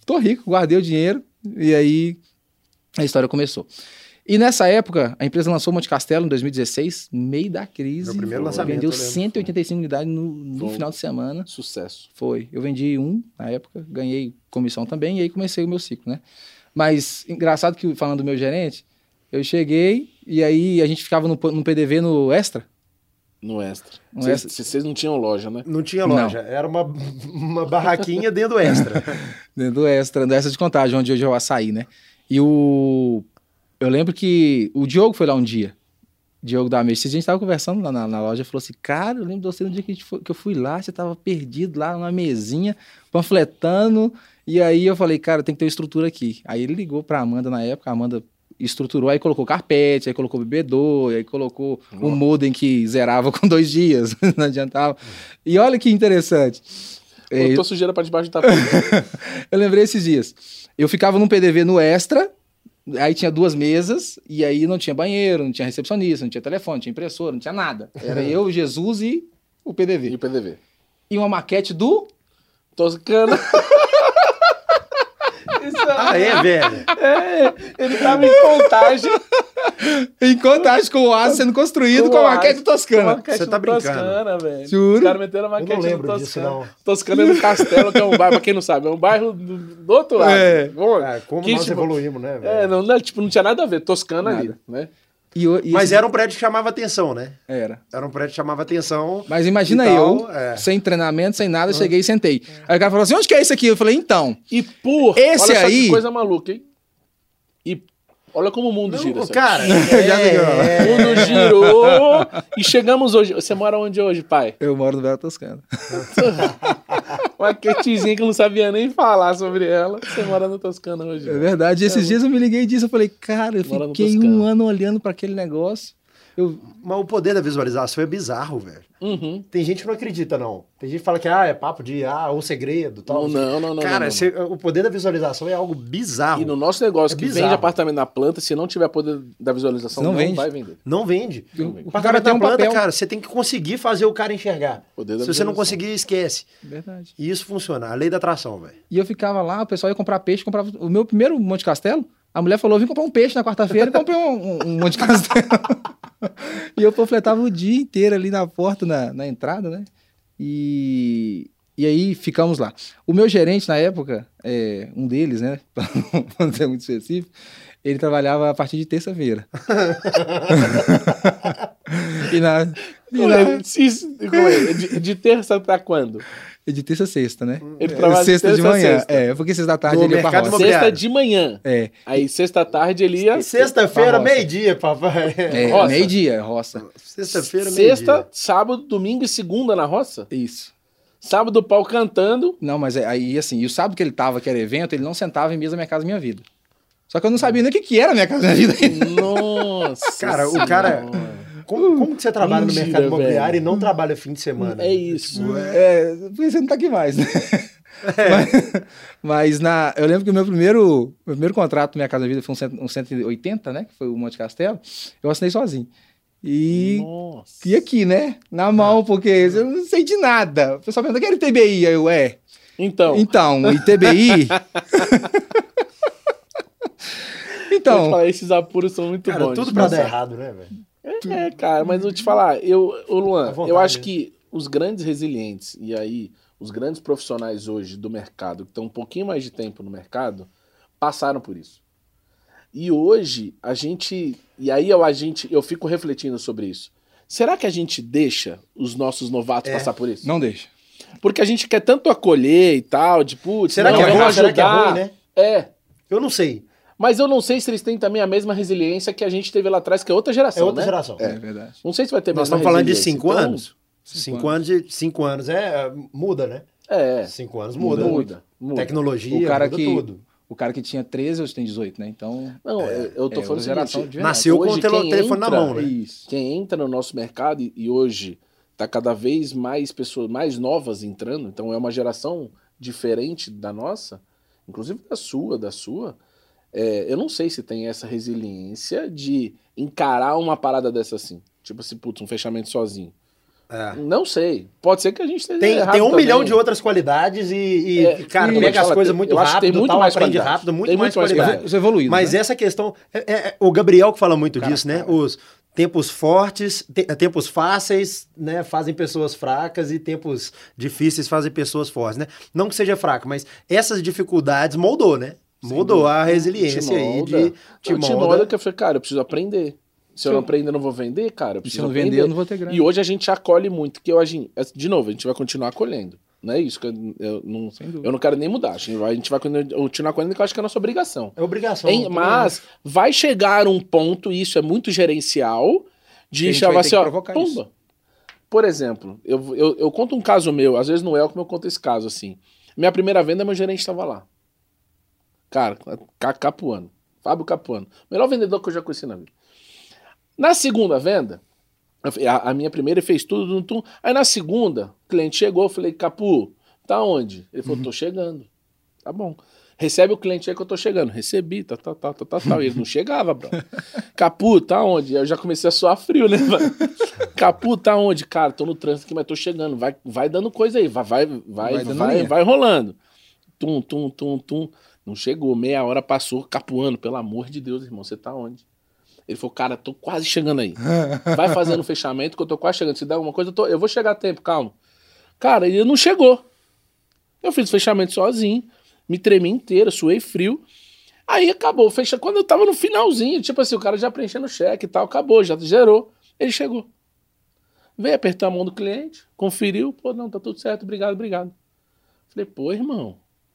Tô rico, guardei o dinheiro e aí a história começou. E nessa época, a empresa lançou Monte Castelo em 2016, meio da crise. Meu primeiro lançamento, eu Vendeu lembro. 185 unidades no, no Foi. final de semana. Sucesso. Foi. Eu vendi um na época, ganhei comissão também, e aí comecei o meu ciclo, né? Mas, engraçado que, falando do meu gerente, eu cheguei e aí a gente ficava no, no PDV no Extra. No extra. No Vocês- Extra. Vocês não tinham loja, né? Não tinha Não. loja, era uma, uma barraquinha dentro do extra. Dentro do extra, do extra de contagem, onde hoje é o açaí, né? E o. Eu lembro que o Diogo foi lá um dia. Diogo da Mesa. A gente tava conversando lá na, na loja, falou assim: Cara, eu lembro de você no dia que, a gente foi- que eu fui lá, você tava perdido lá numa mesinha, panfletando. E aí eu falei: Cara, tem que ter uma estrutura aqui. Aí ele ligou pra Amanda na época, a Amanda estruturou, aí colocou carpete, aí colocou bebedor, aí colocou um modem que zerava com dois dias, não adiantava. E olha que interessante. É, Eu tô sujeira pra debaixo do tapete. eu lembrei esses dias. Eu ficava num PDV no extra, aí tinha duas mesas, e aí não tinha banheiro, não tinha recepcionista, não tinha telefone, não tinha impressora, não tinha nada. Era eu, Jesus e o e PDV. o PDV. E uma maquete do. Toscana. ah, é, velho? Ele tava em contagem. Enquanto acho que o aço sendo construído com a maquete do Uma Toscana. maquete Você tá do brincando. Toscana, velho. Juro. Os caras meteram a tá Eu maquete não do lembro disso, Toscana. não. Toscana é do Castelo, que é um bairro, pra quem não sabe, é um bairro do, do outro lado. É. Bom, Ah, como que, nós tipo, evoluímos, né, velho? É, não, não, tipo, não tinha nada a ver. Toscana Nada. ali, né? E o- e Mas esse- era um prédio que chamava atenção, né? era. Então, Era um prédio que chamava atenção. Mas imagina E tal, eu, é. sem treinamento, sem nada, cheguei e sentei. Aí o cara falou assim: onde que é isso aqui? Eu falei, então. E por... Esse olha só aí- que coisa maluca, hein? E Olha como o mundo gira. Não, Sérgio. cara, Já pegou. é, O mundo girou e chegamos hoje. Você mora onde hoje, pai? Eu moro no Belo Toscana. Uma quietezinha que eu não sabia nem falar sobre ela. Você mora no Toscana hoje. É verdade. Esses dias eu me liguei disso. Eu falei, cara, eu Mora no fiquei um Toscana. ano olhando pra aquele negócio. Eu, mas o poder da visualização é bizarro, velho. Uhum. Tem gente que não acredita, não. Tem gente que fala que ah, é papo de ah, ou segredo tal. Não, não, não, não. Cara, não, não. cê- o poder da visualização é algo bizarro. E no nosso negócio, É que bizarro. vende apartamento na planta, se não tiver poder da visualização, Não não, vende. vai vender. Não vende. O- o O cara cara tem tem um planta, papel. cara, você tem que conseguir fazer o cara enxergar. Poder Se da você não visualização. conseguir, esquece. verdade. E isso funciona, a lei da atração, velho. E eu ficava lá, o pessoal ia comprar peixe, comprava. O meu primeiro Monte Castelo, a mulher falou: vim comprar um peixe na quarta-feira e comprei um, um, um Monte Castelo. e eu panfletava o dia inteiro ali na porta, na, na entrada, né? E, e aí ficamos lá. O meu gerente, na época, é, um deles, né? Pra não ser muito específico, ele trabalhava a partir de terça-feira. e na, e na- Ué, se isso- ué, é? de, de terça pra quando? de terça a sexta, né? Ele trabalha é? de sexta de terça a manhã. sexta. É, porque sexta da tarde No ele ia pra mercado roça. imobiliário. Sexta de manhã. É. Aí sexta-tarde ele ia. Sexta-feira, Famosa. meio-dia, papai. É, Roça. meio-dia, roça. Sexta-feira, meio-dia. Sexta, sábado, domingo e segunda na roça? Isso. Sábado o pau cantando. Não, mas é- aí assim, e o sábado que ele tava, que era evento, ele não sentava em mesa Minha Casa Minha Vida. Só que eu não sabia nem o que, que era Minha Casa Minha Vida. É. Nossa. Cara, o cara- Senhora. Como, como que você trabalha Mentira, no mercado imobiliário velho. e não trabalha fim de semana? É isso. É, porque você não tá aqui mais, né? É. Mas, mas na, eu lembro que o meu primeiro, meu primeiro contrato Minha Casa Minha Vida foi um, cento- um 180, né? Que foi o Monte Castelo. Eu assinei sozinho. E Nossa. E aqui, né? Na mão, porque eu não sei de nada. O pessoal pergunta, que era ITBI? Aí eu, é. Então, Então, ITBI... então vou te então, falar, esses apuros são muito Cara, bons. tudo de pra passar. dar errado, né, velho? É, cara, mas eu te falar, eu, ô Luan, À vontade, eu acho né? que os grandes resilientes, e aí os grandes profissionais hoje do mercado, que estão um pouquinho mais de tempo no mercado, passaram por isso. E hoje, a gente. E aí eu, a gente, eu fico refletindo sobre isso. Será que a gente deixa os nossos novatos É. passar por isso? não deixa. Porque a gente quer tanto acolher e tal, de putz, Será não, que é vamos bom? Será que é ajudar. ruim, né? É, Eu não sei. É mas eu não sei se eles têm também a mesma resiliência que a gente teve lá atrás, que é outra É geração, outra né? geração. É, verdade. Não sei se vai ter Nós mesma estamos falando de resiliência. cinco Então, anos? Cinco, anos. de cinco anos é muda, né? É, Cinco anos muda. muda, muda. muda. Tecnologia, O cara muda que- tudo. O cara que tinha 13, hoje tem 18, né? Então, Não, eu- eu tô é, falando outra geração o seguinte, de verdade. Nasceu com Hoje, o tele- quem telefone na entra- mão, né? é isso. quem entra no nosso mercado e, e hoje tá cada vez mais pessoas mais novas entrando, então é uma geração diferente da nossa, inclusive da sua, da sua. É, eu não sei se tem essa resiliência de encarar uma parada dessa assim. Tipo assim, putz, um fechamento sozinho. É. Não sei. Pode ser que a gente esteja Tem, É errado tem um também. milhão de outras qualidades e, e, É, cara, como eu te pega as falo, coisas tem- muito eu acho que tem rápido, muito tal, mais aprende qualidade. rápido, muito Tem mais muito mais qualidade. qualidade. Isso é evoluído, Mas né? essa questão. é- é- é- o Gabriel que fala muito Cara, disso, né? cara. Os tempos fortes, te- é, tempos fáceis, né? Fazem pessoas fracas e tempos difíceis fazem pessoas fortes, né? Não que seja fraco, mas essas dificuldades moldou, né? Mudou a resiliência aí molda. de te Não, Te molda. molda que eu falei, cara, eu preciso aprender. Se, eu não Se eu- aprender, eu não vou vender, cara. Eu Se é preciso eu não aprender. vender, eu não vou ter grana. E hoje a gente acolhe muito, que eu, a gente, de novo, a gente vai continuar acolhendo. Não é isso que eu, eu não, Sem dúvida. eu não quero nem mudar. A gente vai, a gente vai continuar acolhendo, porque eu acho que é a nossa obrigação. É obrigação. Em- mas vai chegar um ponto, e isso é muito gerencial, Que a de gente chamar vai ter assim, que ó, provocar pumba. isso. Por exemplo, eu, eu, eu conto um caso meu, às vezes não é como eu conto esse caso, assim. Minha primeira venda, meu gerente estava lá. Cara, Ca- Capuano. Fábio Capuano. Melhor vendedor que eu já conheci na vida. Na segunda venda, eu fe- a, a minha primeira ele fez tudo, tum, tum. aí na segunda, o cliente chegou, eu falei, Capu, tá onde? Ele Uhum. falou, tô chegando. Tá bom. Recebe o cliente aí que eu tô chegando. Recebi, tá, tá, tá, tá, tá, tá. E ele não chegava, bro. Capu, tá onde? Eu já comecei a suar frio, né, mano? Capu, tá onde? Cara, tô no trânsito aqui, mas tô chegando. Vai, vai dando coisa aí, vai, vai, vai, Vai dando vai, linha. vai rolando. Tum, tum, tum, tum. Não chegou, meia hora passou, capuando. Pelo amor de Deus, irmão, você tá onde? Ele falou, cara, tô quase chegando aí. Vai fazendo o fechamento, que eu tô quase chegando. Se der alguma coisa, eu, tô- eu vou chegar a tempo, calma. Cara, ele não chegou. Eu fiz o fechamento sozinho, me tremi inteiro, suei frio. Aí acabou, fecha. Quando eu tava no finalzinho, tipo assim, o cara já preenchendo o cheque e tal, acabou, já gerou. Ele chegou. Veio apertar a mão do cliente, conferiu, pô, não, tá tudo certo, obrigado, obrigado. Falei, pô, irmão,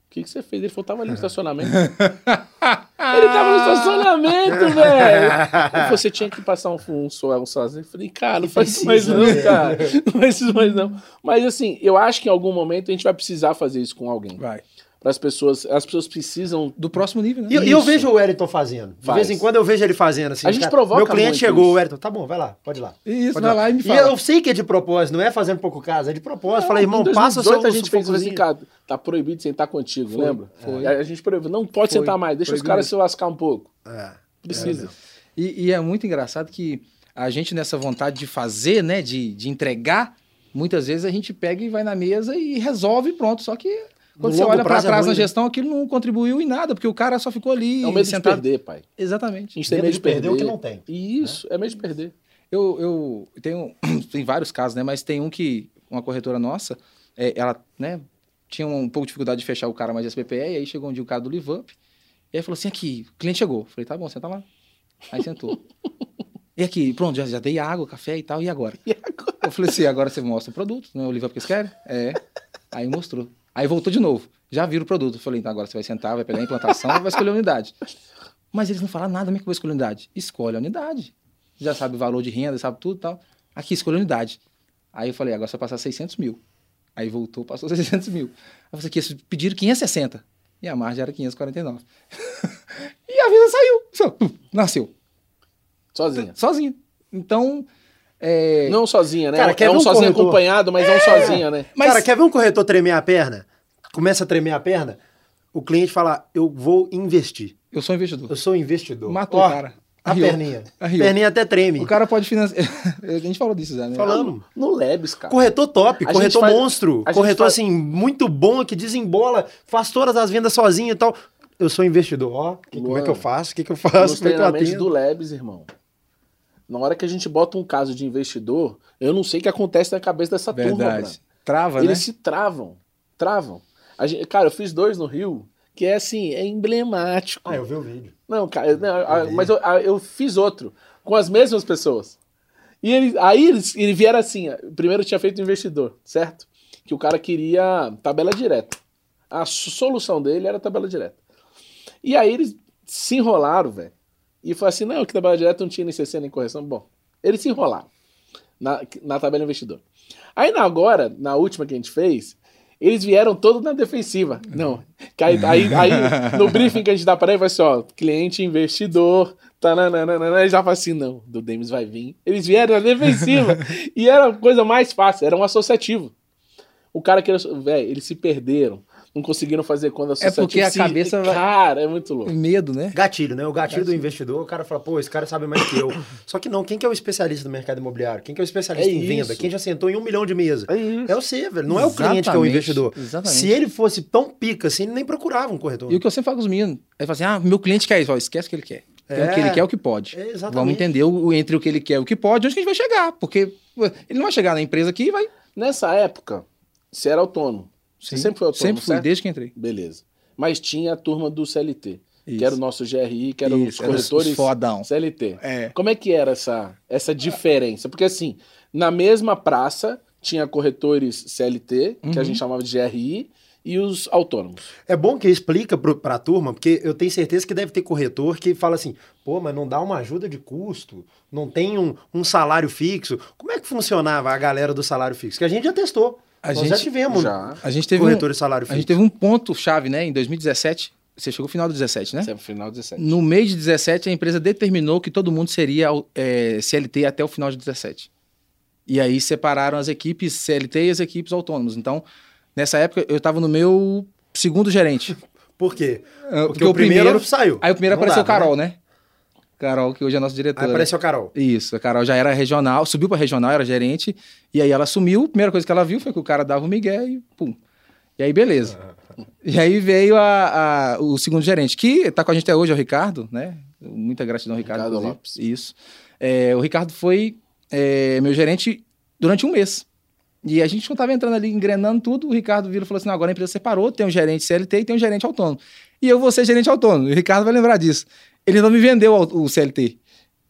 o que, que você fez? Ele falou, tava ali no estacionamento. Ele ele tava no estacionamento, velho. Você tinha que passar um, um suave, um sozinho. Eu falei, cara, não faz isso mais Precisa, não, né? cara. Não faz isso mais não. Mas assim, eu acho que em algum momento a gente vai precisar fazer isso com alguém. Vai. Para as pessoas, as pessoas precisam Do próximo nível, né? E eu- e eu vejo o Wellington fazendo. De Faz. vez em quando eu vejo ele fazendo assim. A gente cara, provoca Meu cliente muito chegou, isso. o Wellington. Tá bom, vai lá, pode ir lá. Isso, Pode vai lá e me E fala. eu sei que é de propósito, não é fazendo pouco caso, é de propósito. Falei, irmão, Em passa o seu 2018 a gente fez assim, sufocozinho. cara, tá proibido sentar contigo, Foi, lembra? foi. E aí A gente proibiu, não pode Foi, sentar mais, deixa os proibido caras mesmo. se lascar um pouco. É. Precisa. E, e é muito engraçado que a gente, nessa vontade de fazer, né? De, de entregar, muitas vezes a gente pega e vai na mesa e resolve e pronto. Só que No quando você longo olha pra prazo é trás ruim, na né? um gestão, aquilo não contribuiu em nada, porque o cara só ficou ali é o medo sentado. de perder, pai. A Exatamente. gente tem Medo medo de de perder perder. o que não tem, Isso, é medo de perder. Eu, eu tenho tem vários casos, né? Mas tem um que uma corretora nossa, é, ela, né, tinha um pouco de dificuldade de fechar o cara mais de SPPE, e aí chegou um dia o cara do Livup, e aí falou assim: aqui, o cliente chegou. Eu Falei, tá bom, senta lá. Aí sentou. E aqui, pronto, já, já dei água, café e tal, e agora? E agora? Eu falei assim, agora você mostra o produto, né? O livro é porque eles querem? É. Aí mostrou. Aí voltou de novo. Já viram o produto. Eu falei, então agora você vai sentar, vai pegar a implantação vai escolher a unidade. Mas eles não falaram nada, como é que eu vou escolher a unidade? Escolhe a unidade. Já sabe o valor de renda, sabe tudo e tal. Aqui, escolhe a unidade. Aí eu falei, "Ah, agora você vai passar 600 mil. Aí voltou, passou 600 mil. Aí eu falei, aqui, eles pediram 560. E a margem era 549. e a vida saiu. Só, pum, Nasceu. Sozinha. Sozinha. Então, é... Não sozinha, né? Cara, É. É um- quer é ver um um sozinho corretor? acompanhado, mas não sozinha, né? Mas- Cara, quer ver um corretor tremer a perna? Começa a tremer a perna, o cliente fala, eu vou investir. eu sou um investidor. Eu sou um investidor. Matou Ó, o cara. A Arriou. perninha. A Arriou. perninha até treme. O cara pode financiar. a gente falou disso já, né? Falou. Não, não lebes, cara. Corretor top, A corretor gente faz- monstro, a gente corretor faz- assim, muito bom, que desembola, faz todas as vendas sozinho e tal. Eu sou investidor, ó, que- como é que eu Luan, faço, o que, que eu Nos faço, como é que eu treinamentos atendo? do Lebes, irmão. Na hora que a gente bota um caso de investidor, eu não sei o que acontece na cabeça dessa turma, mano. Verdade. Trava, Eles né? se travam. Travam. A gente- cara, eu fiz dois no Rio, que é assim, é emblemático. Ah, eu vi o vídeo. Não, cara, não, a- vi. mas eu, a- eu fiz outro com as mesmas pessoas. E eles, aí eles, eles vieram assim: ó, primeiro eu tinha feito investidor, certo? Que o cara queria tabela direta. A so- solução dele era tabela direta. E aí eles se enrolaram, velho. E foi assim: não, que tabela direta não tinha NCC nem correção. Bom, eles se enrolaram na, na tabela investidor. Aí na agora, na última que a gente fez, eles vieram todos na defensiva. Não. que Aí, aí- aí, no briefing que a gente dá para ele, vai assim, ó, cliente investidor, tananana, eles já falam assim, não, do Demis vai vir. Eles vieram na defensiva. e era a coisa mais fácil, era um associativo. O cara que era, velho, eles se perderam, não conseguiram fazer quando associativo. É porque a se- cabeça vai- Cara, é muito louco. Medo, né? Gatilho, né? O gatilho, do investidor, o cara fala, pô, esse cara sabe mais que eu. Só que não, quem que é o especialista do mercado imobiliário? Quem que é o especialista É em venda? isso. Quem já sentou em um milhão de mesa? É isso. É você, velho. Não é o cliente que é o Exatamente, investidor. exatamente. Se é ele fosse tão pica assim, ele nem procurava um corretor. E o que eu sempre falo com os meninos, aí fala assim: ah, meu cliente quer isso. Ó, esquece o que ele quer. Porque É. O que ele quer é o que pode. É, exatamente. Vamos entender o, entre o que ele quer e o que pode, onde que a gente vai chegar. Porque ué, ele não vai chegar na empresa aqui e vai. Nessa época, você era autônomo. Você Sim. sempre foi autônomo, Sempre fui, certo? desde que entrei. Beleza. Mas tinha a turma do CLT, Isso. que era o nosso GRI, que eram os Isso, era os- os corretores fodão. CLT. É. Como é que era essa, essa diferença? Porque assim, na mesma praça tinha corretores CLT, que a Uhum. gente chamava de GRI, e os autônomos. É bom que explica pro, pra turma, porque eu tenho certeza que deve ter corretor que fala assim, pô, mas não dá uma ajuda de custo, não tem um, um salário fixo. Como é que funcionava a galera do salário fixo? Que a gente já testou. A Nós gente já tivemos já. A gente teve, um, corretor de salário a fixo. gente teve um ponto-chave, né? Em 2017. Você chegou no final do 17, né? Isso é no final 17. No mês de 17, a empresa determinou que todo mundo seria eh, CLT até o final de 17. E aí separaram as equipes CLT e as equipes autônomas. Então, nessa época, eu estava no meu segundo gerente. Por quê? Ah, Porque o primeiro. saiu. Aí o primeiro Não apareceu dá, né? Carol, né? Carol, que hoje é nossa diretora. Aí apareceu a Carol. Isso, a Carol já era regional, subiu para regional, era gerente, e aí ela sumiu. A primeira coisa que ela viu foi que o cara dava o Miguel e pum. E aí, beleza. E aí veio a- a- o segundo gerente, que tá com a gente até hoje, é o Ricardo, né? Muita gratidão, Ricardo. Ricardo inclusive. Lopes. Isso. É, o Ricardo foi é, meu gerente durante um mês. E a gente não tava entrando ali, engrenando tudo. O Ricardo vira e falou assim: não, agora a empresa separou, tem um gerente CLT e tem um gerente autônomo. E eu vou ser gerente autônomo. E o Ricardo vai lembrar disso. Ele não me vendeu o o CLT.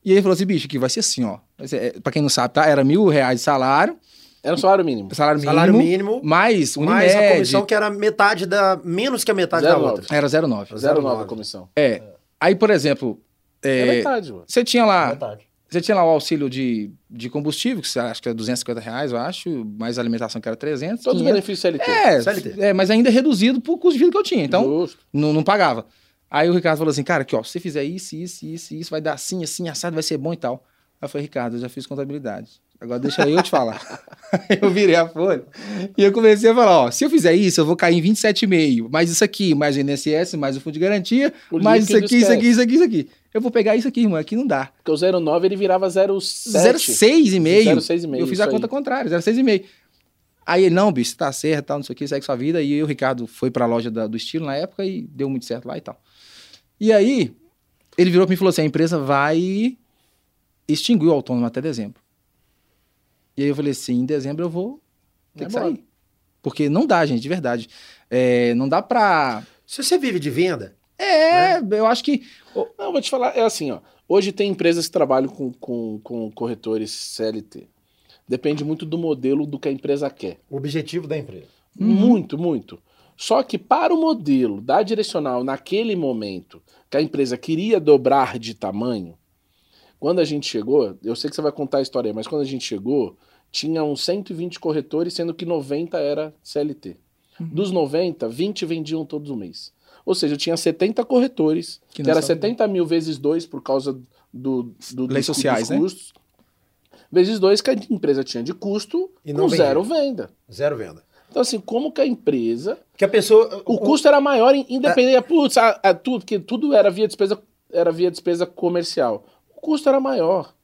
E ele falou assim: bicho, que vai ser assim, ó. Vai ser- é, Pra quem não sabe, tá? Era mil reais de salário, Era um salário mínimo. salário mínimo, Salário mínimo, mais Unimed. mais a comissão que era metade da... Menos que a metade da Zero outra. Era 0,9. 0,9 a 0,9. comissão. É. Aí, por exemplo, É, é, verdade, mano. você tinha lá Verdade. Você tinha lá o auxílio de, de combustível, que você acha que é era 250 reais, eu acho, mais alimentação que era 300. Todos os 500. benefícios CLT. CLT. É, é, mas ainda reduzido pro custo de vida que eu tinha, então Justo. não, não pagava. Aí o Ricardo falou assim, cara, aqui ó, se você fizer isso, isso, isso, isso, vai dar assim, assim, assado, vai ser bom e tal. Aí eu falei, Ricardo, eu já fiz contabilidade, agora deixa eu te falar. Aí eu virei a folha e eu comecei a falar, ó, se eu fizer isso, eu vou cair em 27,5, mais isso aqui, mais o INSS, mais o Fundo de Garantia, O mais isso líquido aqui, isso esquece. aqui, isso aqui, isso aqui. Eu vou pegar isso aqui, irmão, aqui não dá. Porque o 09 ele virava 07. 0,6,5. 06,5, Eu fiz É isso a conta aí. contrária, 0,6,5. Aí ele, não, bicho, tá certo, tal, não sei o que, segue sua vida. E eu, o Ricardo foi pra loja da- do estilo na época e deu muito certo lá e tal. E aí, ele virou pra mim e falou assim: a empresa vai extinguir o autônomo até dezembro. E aí eu falei assim: em dezembro eu vou ter Vai que embora. sair. Porque não dá, gente, de verdade. É, não dá pra. Se você vive de venda, É, eu acho que. Não, vou te falar, é assim, ó. Hoje tem empresas que trabalham com, com, com corretores CLT. Depende muito do modelo do que a empresa quer. o objetivo da empresa. Uhum. Muito, muito. Só que para o modelo da direcional, naquele momento que a empresa queria dobrar de tamanho, quando a gente chegou, eu sei que você vai contar a história, aí, mas quando a gente chegou, tinha uns 120 corretores, sendo que 90 era CLT. Uhum. Dos 90, 20 vendiam todos o mês. Ou seja, eu tinha 70 corretores, Que que, não era sabe. né? 70 mil vezes 2 por causa do, do, Leis dos, sociais, dos né? custos. Vezes 2 que a empresa tinha de custo E não com vendia. zero venda. Zero venda. Então, assim, como que a empresa Que a pessoa. o custo era maior, in- É. independente. é, Putz, a, a, tudo, porque tudo era via despesa, era via despesa comercial. O custo era maior.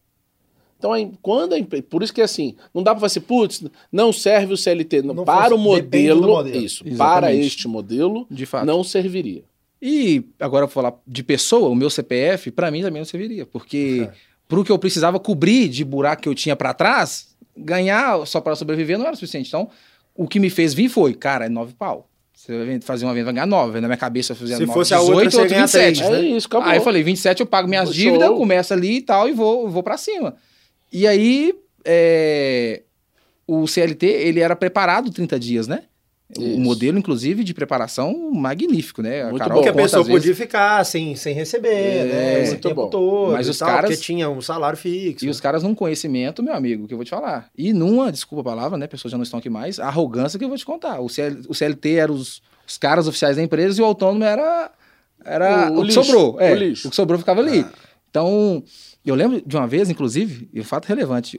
Então, aí, quando a empre- por isso que é assim, não dá para falar assim, putz, não serve o CLT. Não, Não para fun- o depende do modelo, modelo. isso, para Exatamente. este modelo, De fato. não serviria. E agora eu vou falar de pessoa, o meu CPF, pra mim também não serviria, porque É. pro que eu precisava cobrir de buraco que eu tinha pra trás, ganhar só pra sobreviver não era suficiente. Então, o que me fez vir foi, cara, é nove pau. Você vai fazer uma venda, vai ganhar nove. Na minha cabeça eu fazia Se nove, fosse a outra, você ia ganhar três, É né? isso, acabou. Aí Ah, eu falei, 27 eu pago minhas Show. dívidas, eu começo ali e tal, e vou, vou para cima. E aí, é, o CLT, ele era preparado 30 dias, né? O Isso. modelo, inclusive, de preparação magnífico, né? A Muito Carol bom. Porque a conta pessoa às vezes. podia ficar sem, sem receber, É, né? Esse muito tempo bom. todo. Mas e os tal, caras- Porque tinha um salário fixo. E né? os caras num conhecimento, meu amigo, que eu vou te falar. E numa, desculpa a palavra, né? Pessoas já não estão aqui mais, a arrogância que eu vou te contar. O, CL, o CLT era os, os caras oficiais da empresa e o autônomo era, era O o, que lixo, sobrou. É, o lixo. Ah. O que sobrou ficava ali. Então, eu lembro de uma vez, inclusive, e um fato relevante.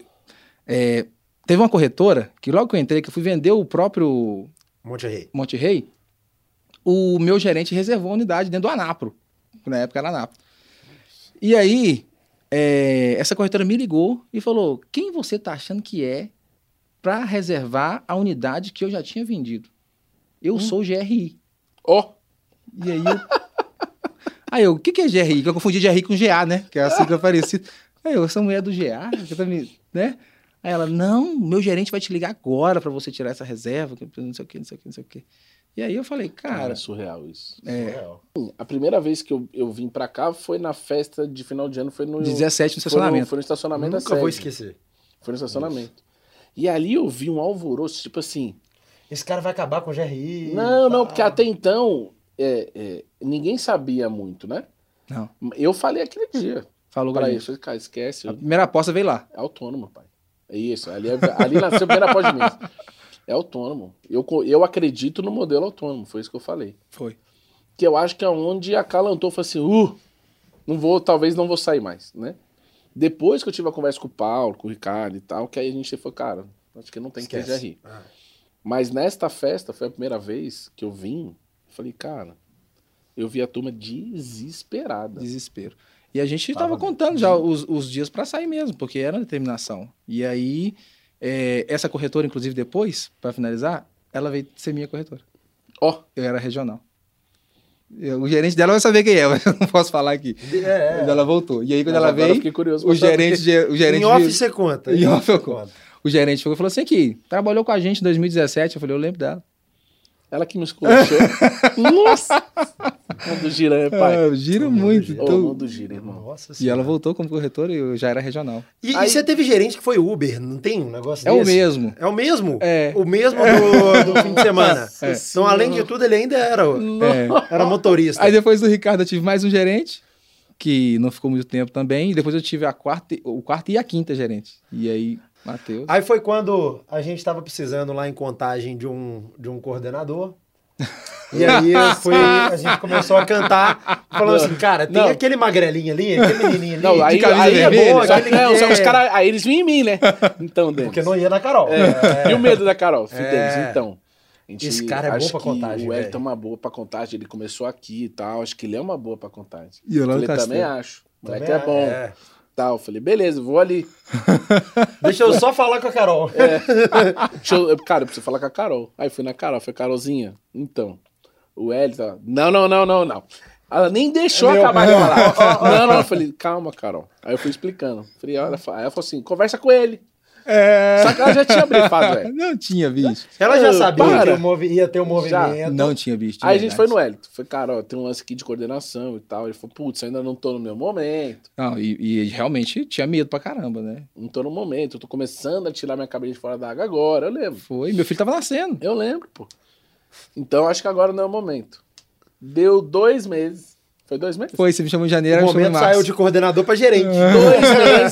é, teve uma corretora que logo que eu entrei, que eu fui vender o próprio um Monte Rei. Monte Rei, o meu gerente reservou a unidade dentro do Anapro. que Na época era Anapro. E aí, é, essa corretora me ligou e falou: quem você tá achando que é para reservar a unidade que eu já tinha vendido? Eu sou GRI. Ó, E aí eu. aí eu, o que, que é GRI? Que eu confundi GRI com GA, né? Que é a sigla parecida. Aí eu, essa mulher é do GA, que tá me- né? Aí ela, não, meu gerente vai te ligar agora pra você tirar essa reserva, que não sei o quê, não sei o quê, não sei o quê. E aí eu falei, cara, cara, é surreal isso. é, A primeira vez que eu, eu vim pra cá foi na festa de final de ano, foi no, 17 no foi no, estacionamento. foi no estacionamento da Nunca vou sede. esquecer. Foi no estacionamento. E ali eu vi um alvoroço, tipo assim. Esse cara vai acabar com o GRI. Não, não, tá? porque até então é, é, ninguém sabia muito, né? Não, Eu falei aquele dia falou pra pra ele, isso. Ah, falei, tá." cara, esquece, A eu- primeira aposta veio lá. é autônomo, pai. É isso, ali, é, ali nasceu a primeira pós mesmo. É autônomo. Eu, co- eu acredito no modelo autônomo, foi isso que eu falei. Foi. Que eu acho que é onde acalantou, falou assim, uh, não vou, talvez não vou sair mais, né? Depois que eu tive a conversa com o Paulo, com o Ricardo e tal, que aí a gente falou, cara, acho que não tem que ter Esquece. GRI. Ah. Mas nesta festa foi a primeira vez que eu vim. Falei, cara, eu vi a turma desesperada. Desespero. E a gente Tava tava contando já os, os dias pra sair mesmo, porque era determinação. E aí, é, essa corretora, inclusive, depois, pra finalizar, ela veio ser minha corretora. Ó, Eu era regional. Eu- o gerente dela vai saber quem é, mas eu não posso falar aqui. É, Mas ela voltou. E aí, quando mas ela agora eu veio, fiquei curioso. o pra saber. gerente, o é. gerente, Em off virou- você conta. Em off eu conto. o gerente chegou e falou assim: aqui, trabalhou com a gente em 2017. Eu falei, eu lembro dela. Ela que me esculachou. Nossa! Mundo gira, né, pai? Ah, eu giro Todo mundo muito. gira. Ô, então- mundo gira, irmão. Nossa E ela Senhora. voltou como corretora e eu já era regional. E, e Aí- você teve gerente que foi Uber, não tem um negócio É o desse? mesmo. É o mesmo? É. O mesmo do, do fim de semana. Nossa Então, além de tudo, ele ainda era, o- É. era motorista. Aí depois do Ricardo eu tive mais um gerente. que não ficou muito tempo também. E depois eu tive a quarta, e- o quarto e a quinta gerente. E aí, Matheus. Aí foi quando a gente estava precisando lá em contagem de um, de um coordenador. E aí eu fui- a gente começou a cantar, falando assim, cara, tem Não. aquele magrelinho ali, aquele menininho ali, Não, aí, camisa aí é vermelha? bom, aquele só que que não, só é- os caras. É. Aí eles vinham em mim, né? Então, Denis. Porque não ia na Carol. E o medo da Carol, filho É. deles, então. a gente- Esse cara é bom acho pra que contagem, O Elton é velho. uma boa pra contagem, ele começou aqui e tal. Acho que ele é uma boa pra contagem. E eu lá no falei, também é Castelo. acho. O moleque Também é bom. é. Tal. Falei, beleza, vou ali. Deixa eu só falar com a Carol. É. Deixa eu- eu- cara, eu preciso falar com a Carol. Aí fui na Carol, foi Carolzinha. Então, o Hélio tá. Não, não, não, não, não. Ela nem É deixou acabar de falar. não, não, eu falei, calma, Carol. Aí eu fui explicando. Falei, olha, fa- aí ela falou assim: conversa com ele. É. Só que ela já tinha brifado, velho. Não tinha bicho. Ela já sabia Para. que o movi- ia ter um movimento. Não tinha bicho. de Aí a gente foi verdade. no Hélito. Falei, cara, ó, tem um lance aqui de coordenação e tal. Ele falou, putz, ainda não tô no meu momento. Não, e, e realmente tinha medo pra caramba, né? Não tô no momento. Eu tô começando a tirar minha cabeça de fora da água agora. Eu lembro. Foi. Meu filho tava nascendo. Eu lembro, pô. Então acho que agora não é o momento. Deu dois meses. Foi dois meses? Foi, você me chamou em janeiro, O eu me chamou em momento março. saiu de coordenador pra gerente. Dois meses.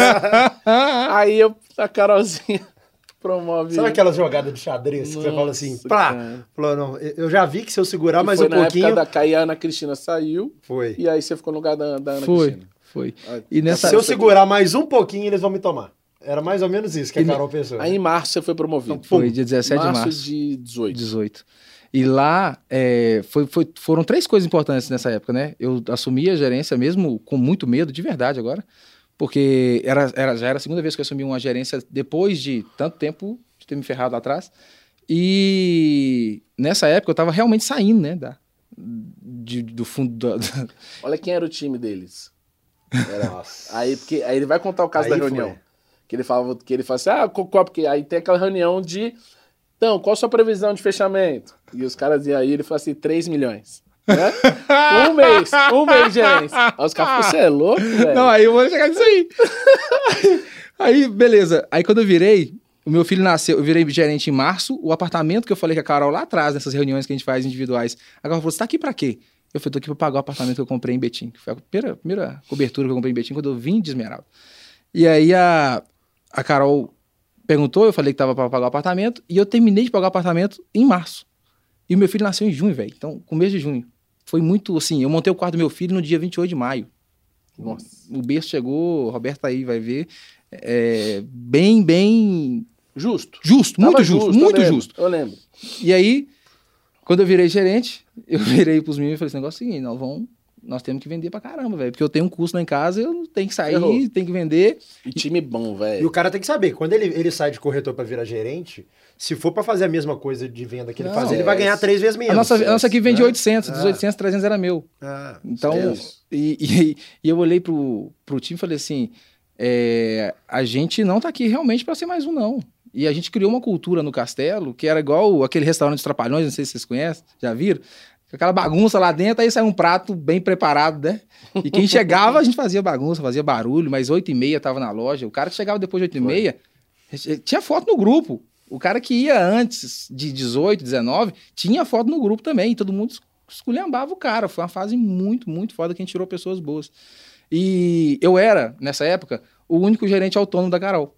Aí eu, a Carolzinha promove. Sabe aquela jogada de xadrez que você fala assim, Nossa, pá, cara. falou, não, eu já vi que se eu segurar Que mais foi um na pouquinho, época da Caia, a Ana Cristina saiu. foi. E aí você ficou no lugar da, da Ana Foi, Cristina. foi. Aí- E nessa- Se eu segurar mais um pouquinho, eles vão me tomar. Era mais ou menos isso que a Carol pensou. Aí em março você foi promovido. Foi dia 17 de março. de 18. 18. E lá é, foi, foi- foram três coisas importantes nessa época, né? Eu assumi a gerência mesmo com muito medo, de verdade agora, porque era, era- já era a segunda vez que eu assumi uma gerência depois de tanto tempo de ter me ferrado lá atrás. E nessa época eu tava realmente saindo, né? Da, de- do fundo da, da- Olha quem era o time deles. Nossa. Aí, porque, aí ele vai contar o caso Aí da foi. reunião. Que ele fala, que ele fala assim, ah, qual, qual- porque aí tem aquela reunião de. Então, qual a sua previsão de fechamento? E os caras, e aí ele fala assim, 3 milhões. Né? um mês, um mês, gerência. Aí os caras falam, você é louco, velho? Não, aí eu vou chegar nisso aí. aí, beleza. Aí quando eu virei, o meu filho nasceu, eu virei gerente em março, o apartamento que eu falei com a Carol lá atrás, nessas reuniões que a gente faz individuais. A Carol falou, você tá aqui pra quê? Eu falei, tô aqui pra pagar o apartamento que eu comprei em Betim. que Foi a primeira, primeira cobertura que eu comprei em Betim quando eu vim de Esmeralda. E aí a, a Carol perguntou, eu falei que tava pra pagar o apartamento, e eu terminei de pagar o apartamento em março. E o meu filho nasceu em junho, velho. Então, começo de junho. Foi muito assim, eu montei o quarto do meu filho no dia 28 de maio. Nossa. O berço chegou, o Roberto tá aí vai ver. É, bem, bem Justo. né? justo, Tava muito justo, eu muito lembro, justo. Eu lembro. E aí, quando eu virei gerente, eu virei pros meninos e falei: esse negócio é o seguinte, nós vamos. Nós temos que vender pra caramba, velho. Porque eu tenho um custo lá em casa, eu tenho que sair, Errou. tenho que vender. E time bom, E o velho. cara tem que saber, quando ele, ele sai de corretor pra virar gerente, se for pra fazer a mesma coisa de venda que ele Não, faz, ele é vai ganhar isso. três vezes menos. a nossa, a nossa aqui vende né? 800, dos Ah. 800, 300 era meu. Ah, Então, Deus. e, e- e eu olhei pro, pro time e falei assim: é, a gente não tá aqui realmente para ser mais um, não. E a gente criou uma cultura no castelo que era igual aquele restaurante dos Trapalhões, não sei se vocês conhecem, já viram? Aquela bagunça lá dentro, aí saiu um prato bem preparado, né? E quem chegava, a gente fazia bagunça, fazia barulho, mas 8 e meia tava na loja. O cara que chegava depois de 8 e meia, eh, tinha foto no grupo. O cara que ia antes de 18, 19, tinha foto no grupo também. E todo mundo esculhambava o cara. Foi uma fase muito, muito foda que a gente tirou pessoas boas. E eu era, nessa época, o único gerente autônomo da Carol.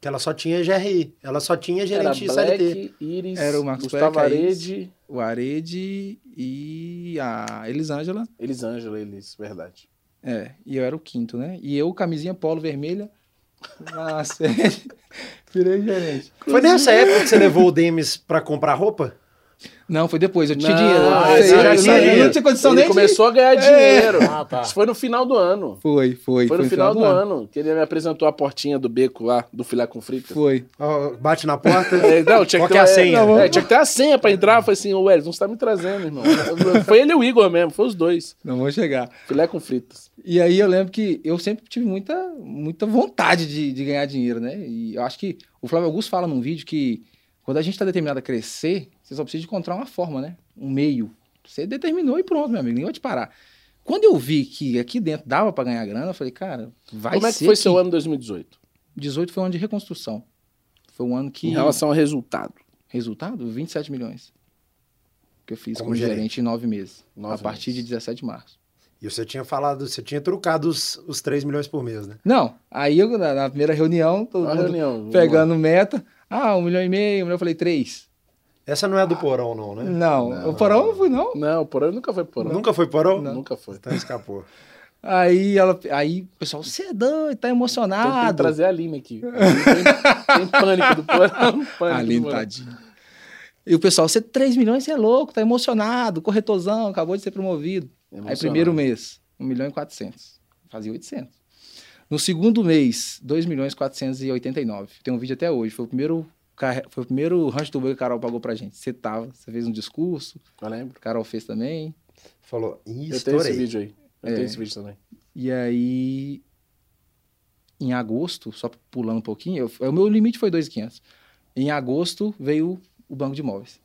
que ela só tinha GRI, ela só tinha Era gerente CLT. Black, Iris, Era o Marcos é Gustavo Black, a Iris. Arede, O Arede e a Elisângela. Elisângela, Elis, verdade. É, e eu era o quinto, né? E eu, camisinha polo vermelha, na sede, virei gerente. Foi nessa época que você levou o Demis pra comprar roupa? Não, foi depois, eu tinha Não, dinheiro. ah, Eu isso não- já eu não- tinha. eu não tinha condição Ele nem de- É. começou a ganhar dinheiro. Ah, tá. Isso foi no final do ano. Foi, foi. Foi, no final, do, ano. ano. que ele me apresentou a portinha do beco lá, do filé com frita. Foi. Ó, Bate na porta. É, não, tinha Qual que que ter é uma- a senha? é, é, tinha que ter a senha pra entrar. Eu falei assim, ô Elis, não você tá me trazendo, irmão. Foi ele e o Igor mesmo, foi os dois. Não vou chegar. Filé com fritas. E aí eu lembro que eu sempre tive muita, muita vontade de, de ganhar dinheiro, né? E eu acho que o Flávio Augusto fala num vídeo que quando a gente está determinado a crescer, você só precisa encontrar uma forma, né? Um meio. Você determinou e pronto, meu amigo, ninguém vai te parar. Quando eu vi que aqui dentro dava para ganhar grana, eu falei, cara, vai Como é ser que foi que- seu ano 2018? 18 foi um ano de reconstrução. Foi um ano que Em relação ao resultado. resultado 27 milhões. Que eu fiz Como como, gerente. gerente em nove meses, Nove a partir meses. de 17 de março. E você tinha falado, você tinha trocado os, os 3 milhões por mês, né? Não, aí eu, na, na primeira reunião, todo Uma mundo reunião, pegando meta. Ah, um milhão e meio, um milhão, eu falei três. Essa não é Ah. do porão, não, né? Não, o porão eu não fui, não. Não, porão nunca foi porão. Nunca foi porão? Nunca foi. Então escapou. Aí ela, aí o pessoal, você é doido, tá Então Tem que emocionado. trazer a Aline aqui. Tem, tem pânico do porão. Pânico A tá Aline, do porão. tadinha. Ah, E o pessoal, você 3 milhões, você é louco, tá emocionado, corretorzão, acabou de ser promovido. Aí Emocionado. primeiro mês, 1 milhão e 400. Fazia 800. No segundo mês, 2 milhões e 489. Tem um vídeo até hoje, foi o primeiro, carre- foi o primeiro rancho do boi que a Carol pagou pra gente. Você tava, você fez um discurso, Eu lembro. a Carol fez também. Falou, "Ih, Eu tenho esse estourei. vídeo aí. Eu É. tenho esse vídeo também. E aí, em agosto, só pulando um pouquinho, eu- o meu limite foi 2,500. Em agosto veio o banco de imóveis.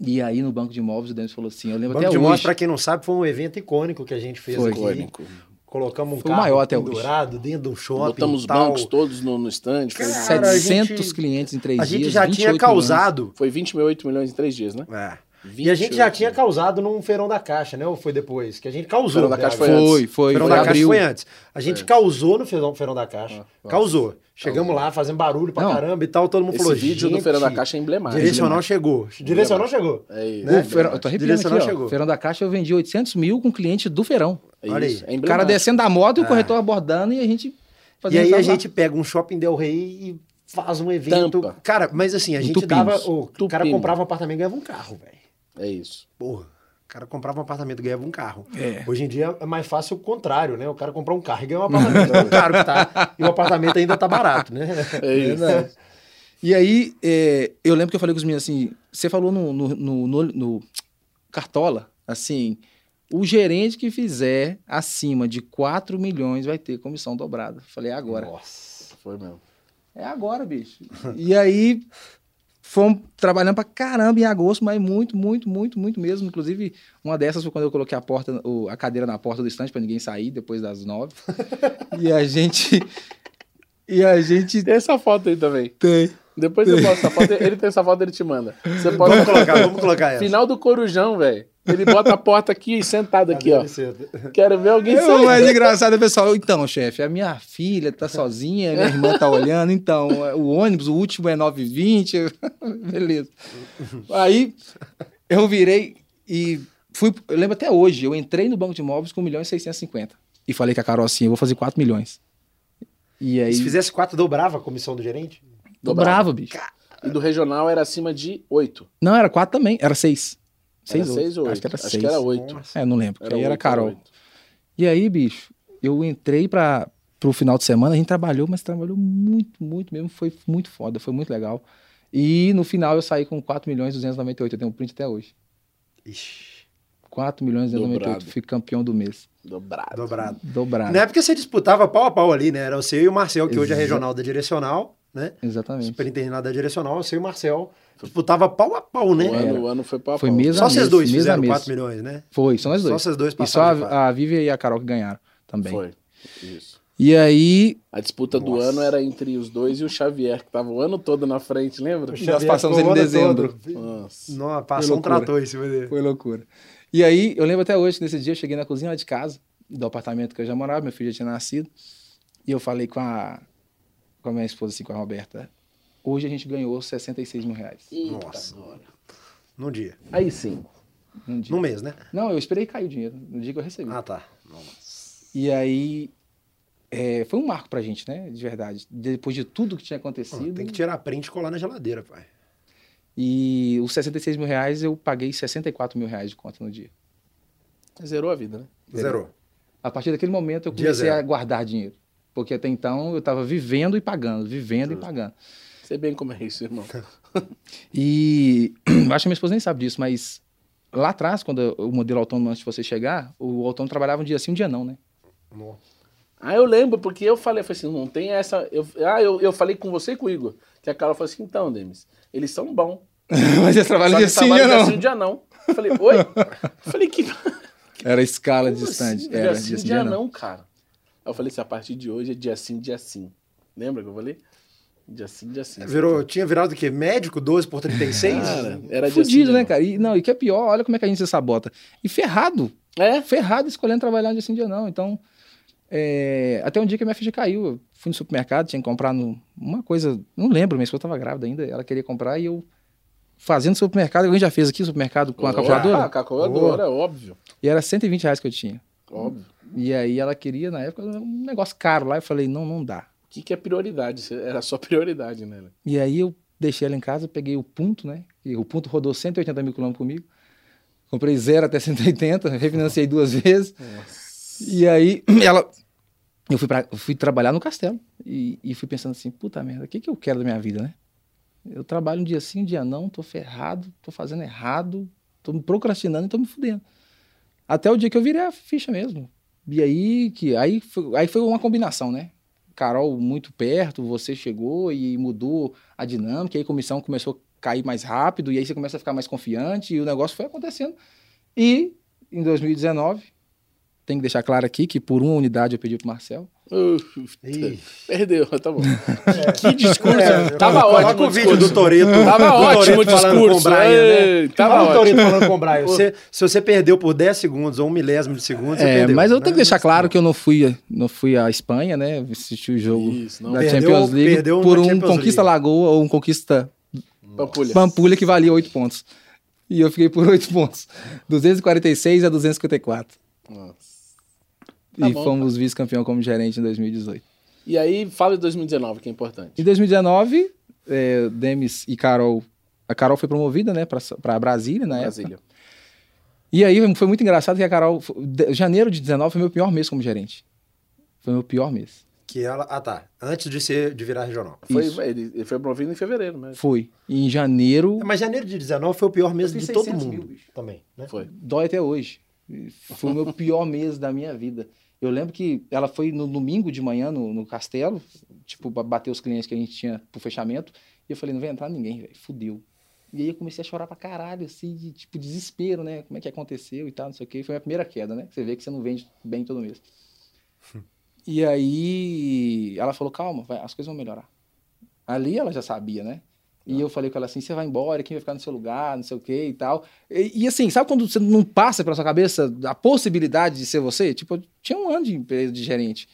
E aí, no banco de imóveis, o Denis falou assim: eu lembro Banco de até Imóveis, hoje. pra quem não sabe, foi um evento icônico que a gente fez Foi. aqui. Icônico. Colocamos um Foi o carro maior até hoje. pendurado dentro de um shopping e Botamos os tal. bancos todos no, no stand. Foi, Cara, a 700 gente- clientes em três A dias. gente já tinha 28 causado. né? foi 20 mil, 8 milhões em 3 dias, né? É. E a gente já 28 tinha causado num Feirão da Caixa, né? Ou foi depois? Que a gente causou. Feirão da né? Caixa milhões. foi antes. Foi, foi, Feirão foi, da Caixa abril. foi antes. A gente causou no Feirão, Feirão da Caixa. Ah, causou. Chegamos lá, fazendo barulho pra Não. caramba e tal. Todo mundo Esse falou, vídeo do gente, Feirão da Caixa é emblemático. Direcional chegou. Direcional chegou. É isso. O é Ferão- né? eu tô arrepiando aqui, Direcional ó. chegou. Feirão da Caixa eu vendi 800 mil com cliente do Feirão. Olha aí. isso. É O cara emblemático. descendo da moto e o corretor abordando e a gente É. E fazendo aí a essa- gente pega um shopping Del Rey e faz um evento. Tampa. Cara, mas assim, a gente Entupimos. dava. O cara Entupimos. comprava um apartamento e ganhava um carro, velho. É isso. Porra. O cara comprava um apartamento e ganhava um carro. Hoje em dia é mais fácil o contrário, né? O cara comprar um carro e ganhar um apartamento. é caro que tá. E o apartamento ainda tá barato, né? É isso. E aí, é, eu lembro que eu falei com os meninos assim: você falou no, no- no- no- no Cartola, assim, o gerente que fizer acima de 4 milhões vai ter comissão dobrada. Eu Falei, é agora. Nossa. Foi mesmo. É agora, bicho. E aí, fomos trabalhando pra caramba em agosto, mas muito, muito, muito, muito mesmo. Inclusive, uma dessas foi quando eu coloquei a porta, o- a cadeira na porta do estante pra ninguém sair depois das nove. e a gente. E a gente Tem essa foto aí também. tem. Depois você posta essa foto, ele tem essa foto, ele te manda. Você pode Vamos colocar, vamos colocar essa. Final do Corujão, velho. Ele bota a porta aqui, Tá sentado aqui, ó. Quero ver alguém É, sair. mas engraçado, pessoal. Então, chefe, a minha filha tá sozinha, minha irmã tá olhando. Então, o ônibus, o último é 9h20. Beleza. Aí, eu virei e fui. Eu lembro até hoje, eu entrei no banco de imóveis com 1 milhão e 650. E falei com a Carol assim: eu vou fazer 4 milhões. E aí. Se fizesse quatro, dobrava a comissão do gerente? Tô bravo, bicho. E do regional era acima de 8. Não, era 4 também, era 6. Era 6 ou 6 ou 8. 8. Acho que era 6. Acho que era 8. Nossa. É, não lembro. porque aí era oito, Carol. oito. E aí, bicho, eu entrei para pro final de semana, a gente trabalhou, mas trabalhou muito, muito mesmo, foi muito foda, foi muito legal. E no final eu saí com 4 milhões 298, eu tenho um print até hoje. Ixi, 4 milhões Dobrado. 298, fui campeão do mês, Dobrado. dobrado. dobrado. Na época você disputava pau a pau ali, né? Era você e o Marcel, que hoje é Exa- regional da Direcional, né? Exatamente. Superintendente da Direcional, você e o Marcel. Disputava pau a pau, né? O ano, o ano foi pra Foi pau. mesmo. Só vocês dois Mês a fizeram mês. 4 milhões, né? Foi, são as Só duas. vocês dois e só passaram. de fase. a, a Vivi e a Carol que ganharam também. Foi. Isso. E aí, A disputa do Nossa. ano era entre os dois e o Xavier, que tava o ano todo na frente, lembra? O Xavier passamos ficou ele em o ano todo. Nossa. Não, passou um loucura. trator em cima dele. Foi loucura. E aí, eu lembro até hoje, que nesse dia eu cheguei na cozinha lá de casa, do apartamento que eu já morava, meu filho já tinha nascido, e eu falei com a, com a minha esposa, assim, com a Roberta, hoje a gente ganhou 66 mil reais Nossa. Num dia. Aí sim. num um dia. Num mês, né? Não, eu esperei cair o dinheiro, no dia que eu recebi. Ah, tá. E aí, é, foi um marco pra gente, né, de verdade. Depois de tudo que tinha acontecido, Ah, Tem que tirar a print e colar na geladeira, pai. e os 66 mil reais, eu paguei 64 mil reais de conta no dia. Zerou a vida, né? Zerou. A partir daquele momento eu Dia comecei zero. a guardar dinheiro. Porque até então eu estava vivendo e pagando, vivendo e pagando. Sei bem como é isso, irmão. E acho que minha esposa nem sabe disso, mas lá atrás, quando o modelo autônomo, antes de você chegar, o autônomo trabalhava um dia sim, um dia não, né? Nossa. Ah, eu lembro, porque eu falei, eu falei assim, não tem essa. Eu, ah, eu, eu falei com você e com o Igor. Que a Carol falou assim, então, Demis, eles são bons. mas eles trabalham Só que um dia sim, um dia trabalham não. dia sim, dia não. Eu falei, oi? Eu falei que. Era escala Como distante. assim? Era Dia sim, dia não, cara. Aí eu falei assim, a partir de hoje é dia sim, dia sim. Lembra que eu falei? Dia sim, dia sim. Virou, tinha virado o quê? Médico 12 por 36? Cara, era assim, dia sim, Fudido, dia né, não. cara? E, não, e que é pior, olha como é que a gente se sabota. E ferrado. É? ferrado escolhendo trabalhar um dia sim, dia não. Então, é, até um dia que a minha ficha caiu. Eu fui no supermercado, tinha que comprar no- uma coisa, não lembro, minha esposa estava grávida ainda, ela queria comprar e eu fazendo supermercado, alguém já fez aqui o supermercado com Boa. a Ah, calculadora, calculadora, óbvio. e era 120 reais que eu tinha. Óbvio. E aí ela queria, na época, um negócio caro lá, eu falei, não, não dá. O que, que é prioridade? Cê- Era só prioridade, né? Léo? E aí eu deixei ela em casa, peguei o ponto, né? E o ponto rodou 180 mil quilômetros comigo. Comprei zero até 180, refinanciei duas vezes. E aí ela. Eu fui, pra, eu fui trabalhar no castelo. E, e fui pensando assim: puta merda, o que, que eu quero da minha vida, né? Eu trabalho um dia sim, um dia não, tô ferrado, tô fazendo errado, tô me procrastinando e tô me fudendo. Até o dia que eu virei a ficha mesmo. E aí que aí foi, aí foi uma combinação, né? Carol muito perto, você chegou e mudou a dinâmica, e aí a comissão começou a cair mais rápido, e aí você começa a ficar mais confiante, e o negócio foi acontecendo. E em 2019, tem que deixar claro aqui que por uma unidade eu pedi pro Marcel. Uf, Ih. Perdeu, tá bom. que discurso. É, eu- tava coloca ótimo. o vídeo discurso. do Toreto. Tava do ótimo o Toretto falando discurso. Com o Brian, né? Ei, Tava Olha o ótimo. Toreto falando com o Brian. Você- se você perdeu por 10 segundos ou um milésimo de segundo, você É, perdeu. mas eu né? tenho que deixar claro que eu não fui, não fui à Espanha, né? Assisti o jogo Isso, não. da Perdeu- Champions League perdeu por na um Champions Conquista League. Lagoa ou um Conquista Pampulha. Pampulha que valia 8 pontos. E eu fiquei por 8 pontos. 246 a 254. Nossa. Tá e bom, fomos vice-campeão como gerente em 2018. E aí, fala de 2019, que é importante. Em 2019, é, Demis e Carol. A Carol foi promovida, né, pra, pra Brasília na época. Brasília. E aí foi muito engraçado que a Carol. de- janeiro de 19 foi meu pior mês como gerente. Foi meu pior mês. Que ela. Ah, tá. Antes de, ser, de virar regional. Isso. Foi, ele, ele foi promovido em fevereiro, né? Foi. E em janeiro. Mas janeiro de 19 foi o pior mês Eu fiz de todo 600 mil, mundo. bicho. também, né? Foi. Dói até hoje. E Foi o meu pior mês da minha vida. Eu lembro que ela foi no domingo de manhã no, no castelo, tipo, ba- bater os clientes que a gente tinha pro fechamento. E eu falei, não vai entrar ninguém, velho. Fudeu. E aí eu comecei a chorar pra caralho, assim, de, tipo, desespero, né? Como é que aconteceu e tal, não sei o quê. Foi a minha primeira queda, né? Você vê que você não vende bem todo mês. E aí ela falou, calma, vai, as coisas vão melhorar. Ali ela já sabia, né? E eu falei com ela assim, você vai embora, quem vai ficar no seu lugar, não sei o quê e tal. E, e assim, sabe quando você não passa pela sua cabeça a possibilidade de ser você? Tipo, eu tinha um ano de empresa de gerente.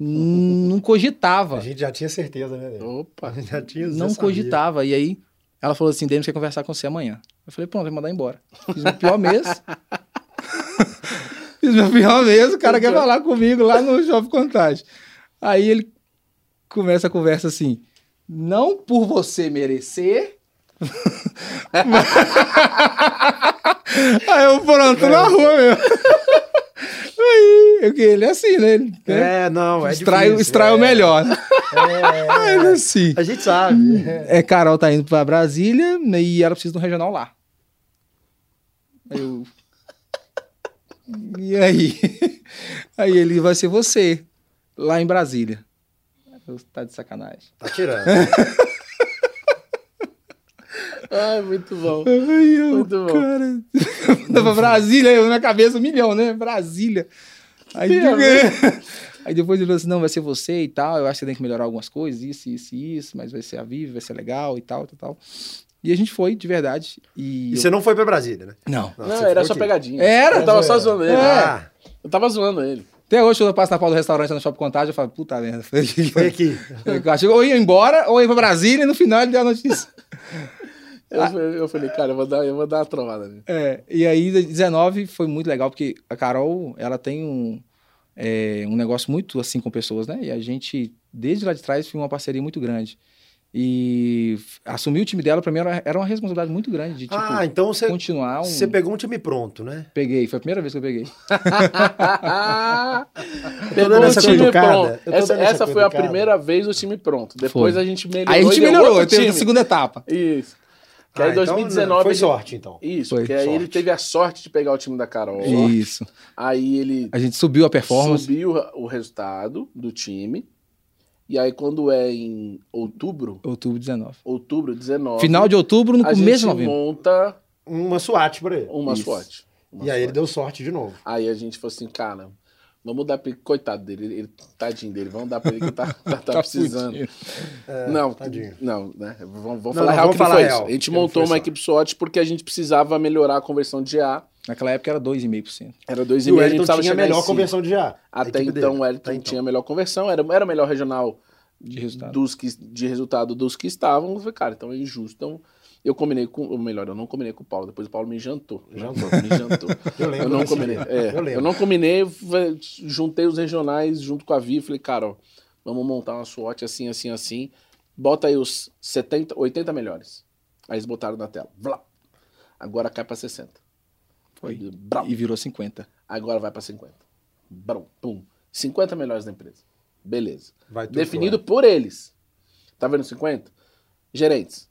N- não A cogitava. gente já tinha certeza, né? Daniel? Opa. Já tinha, já Não sabia. cogitava. E aí ela falou assim, Denis quer conversar com você amanhã. Eu falei, pronto, vai mandar embora. Fiz meu pior mês. Fiz meu pior mês, o cara quer falar comigo lá no Shopping Contagem. Aí ele começa a conversa assim, não por você merecer... aí eu pronto na rua mesmo. Aí, eu- ele é assim, né? Ele, né? É, não, é extrai, difícil, extrai é. o melhor. né? É, Aí ele assim. a gente sabe. É. É, Carol tá indo pra Brasília né, e ela precisa de um regional lá. Aí eu. E aí? Aí ele vai ser você, lá em Brasília. Eu, Tá de sacanagem. Tá tirando. Ai, muito bom. Ai, eu, Muito bom. cara. Manda pra Brasília, eu, na minha cabeça, um milhão, né? Brasília. Aí, Pena, aí depois ele falou assim: não, vai ser você e tal. Eu acho que você tem que melhorar algumas coisas, isso, isso, isso, mas vai ser a Vivi, vai ser legal e tal, tal, tal. E a gente foi, de verdade. E. E eu- você não foi pra Brasília, né? Não. você Não, era ficou só aqui. pegadinha. Era? É. Eu tava só zoando ele. Ah, Eu tava zoando ele. Até hoje, quando eu passo na porta do restaurante lá no Shopping Contagem, eu falo, puta merda. Foi aqui. foi aqui. Eu acho que ou ia embora, ou ia pra Brasília, e no final ele deu a notícia. Ah. Eu, eu falei, cara, eu vou dar, eu vou dar uma trovada nele. É, e aí, 19 foi muito legal, porque a Carol, ela tem um, é, um negócio muito assim com pessoas, né? E a gente, desde lá de trás, foi uma parceria muito grande. E f- assumir o time dela, pra mim, era era uma responsabilidade muito grande de, tipo, ah, então você, continuar um... você pegou um time pronto, né? Peguei, foi a primeira vez que eu peguei. Pegou dando o essa time cutucada, pronto. eu tô Essa, dando essa essa foi a cutucada. primeira vez o time pronto. Depois Foi. a gente melhorou. Aí a gente e deu melhorou, outro teve a time. é segunda etapa. Isso. Que Ah, aí em então, 2019. foi ele- sorte, então. Isso, Foi. porque aí ele Sorte. teve a sorte de pegar o time da Carol. Isso. Aí ele A gente subiu a performance. subiu o resultado do time. E aí, quando é em outubro, Outubro de 19. outubro 19. Final de outubro, no a começo de gente novembro. monta Uma SWAT pra ele. uma Isso. SWAT. Uma E aí ele SWAT. deu sorte de novo. Aí a gente falou assim, cara, vamos dar pra ele. Coitado dele, ele, ele- tadinho dele, vamos dar pra ele que tá, tá, tá precisando. fudido. não, É, tadinho. não, né? Vamos, vamos Não, falar não, real vamos que não falar foi real, isso. A gente que não montou foi uma só. equipe SWAT porque a gente precisava melhorar a conversão de A Naquela época era 2,5%. Era E o 2,5%. a gente Wellington precisava tinha a chegar em melhor cinco. conversão de já. Até então, o Tá, Wellington tinha a melhor conversão, era, era o melhor regional De resultado. Dos que, de resultado dos que estavam. Eu falei, cara, então é injusto. Então, eu combinei com. Ou melhor, eu não combinei com o Paulo, depois o Paulo me jantou. Jantou. Me jantou. Eu lembro eu não desse combinei. dia. é, Eu lembro. eu não combinei, falei, juntei os regionais junto com a Vi, falei, cara, ó, vamos montar uma SWOT assim, assim, assim. Bota aí os 70, 80 melhores. Aí eles botaram na tela. Blá. Agora cai pra 60. Foi. Brau. E virou 50. Agora vai pra 50. Brum, pum. 50 melhores da empresa. Beleza. Vai tudo Definido por eles. Tá vendo 50? Gerentes.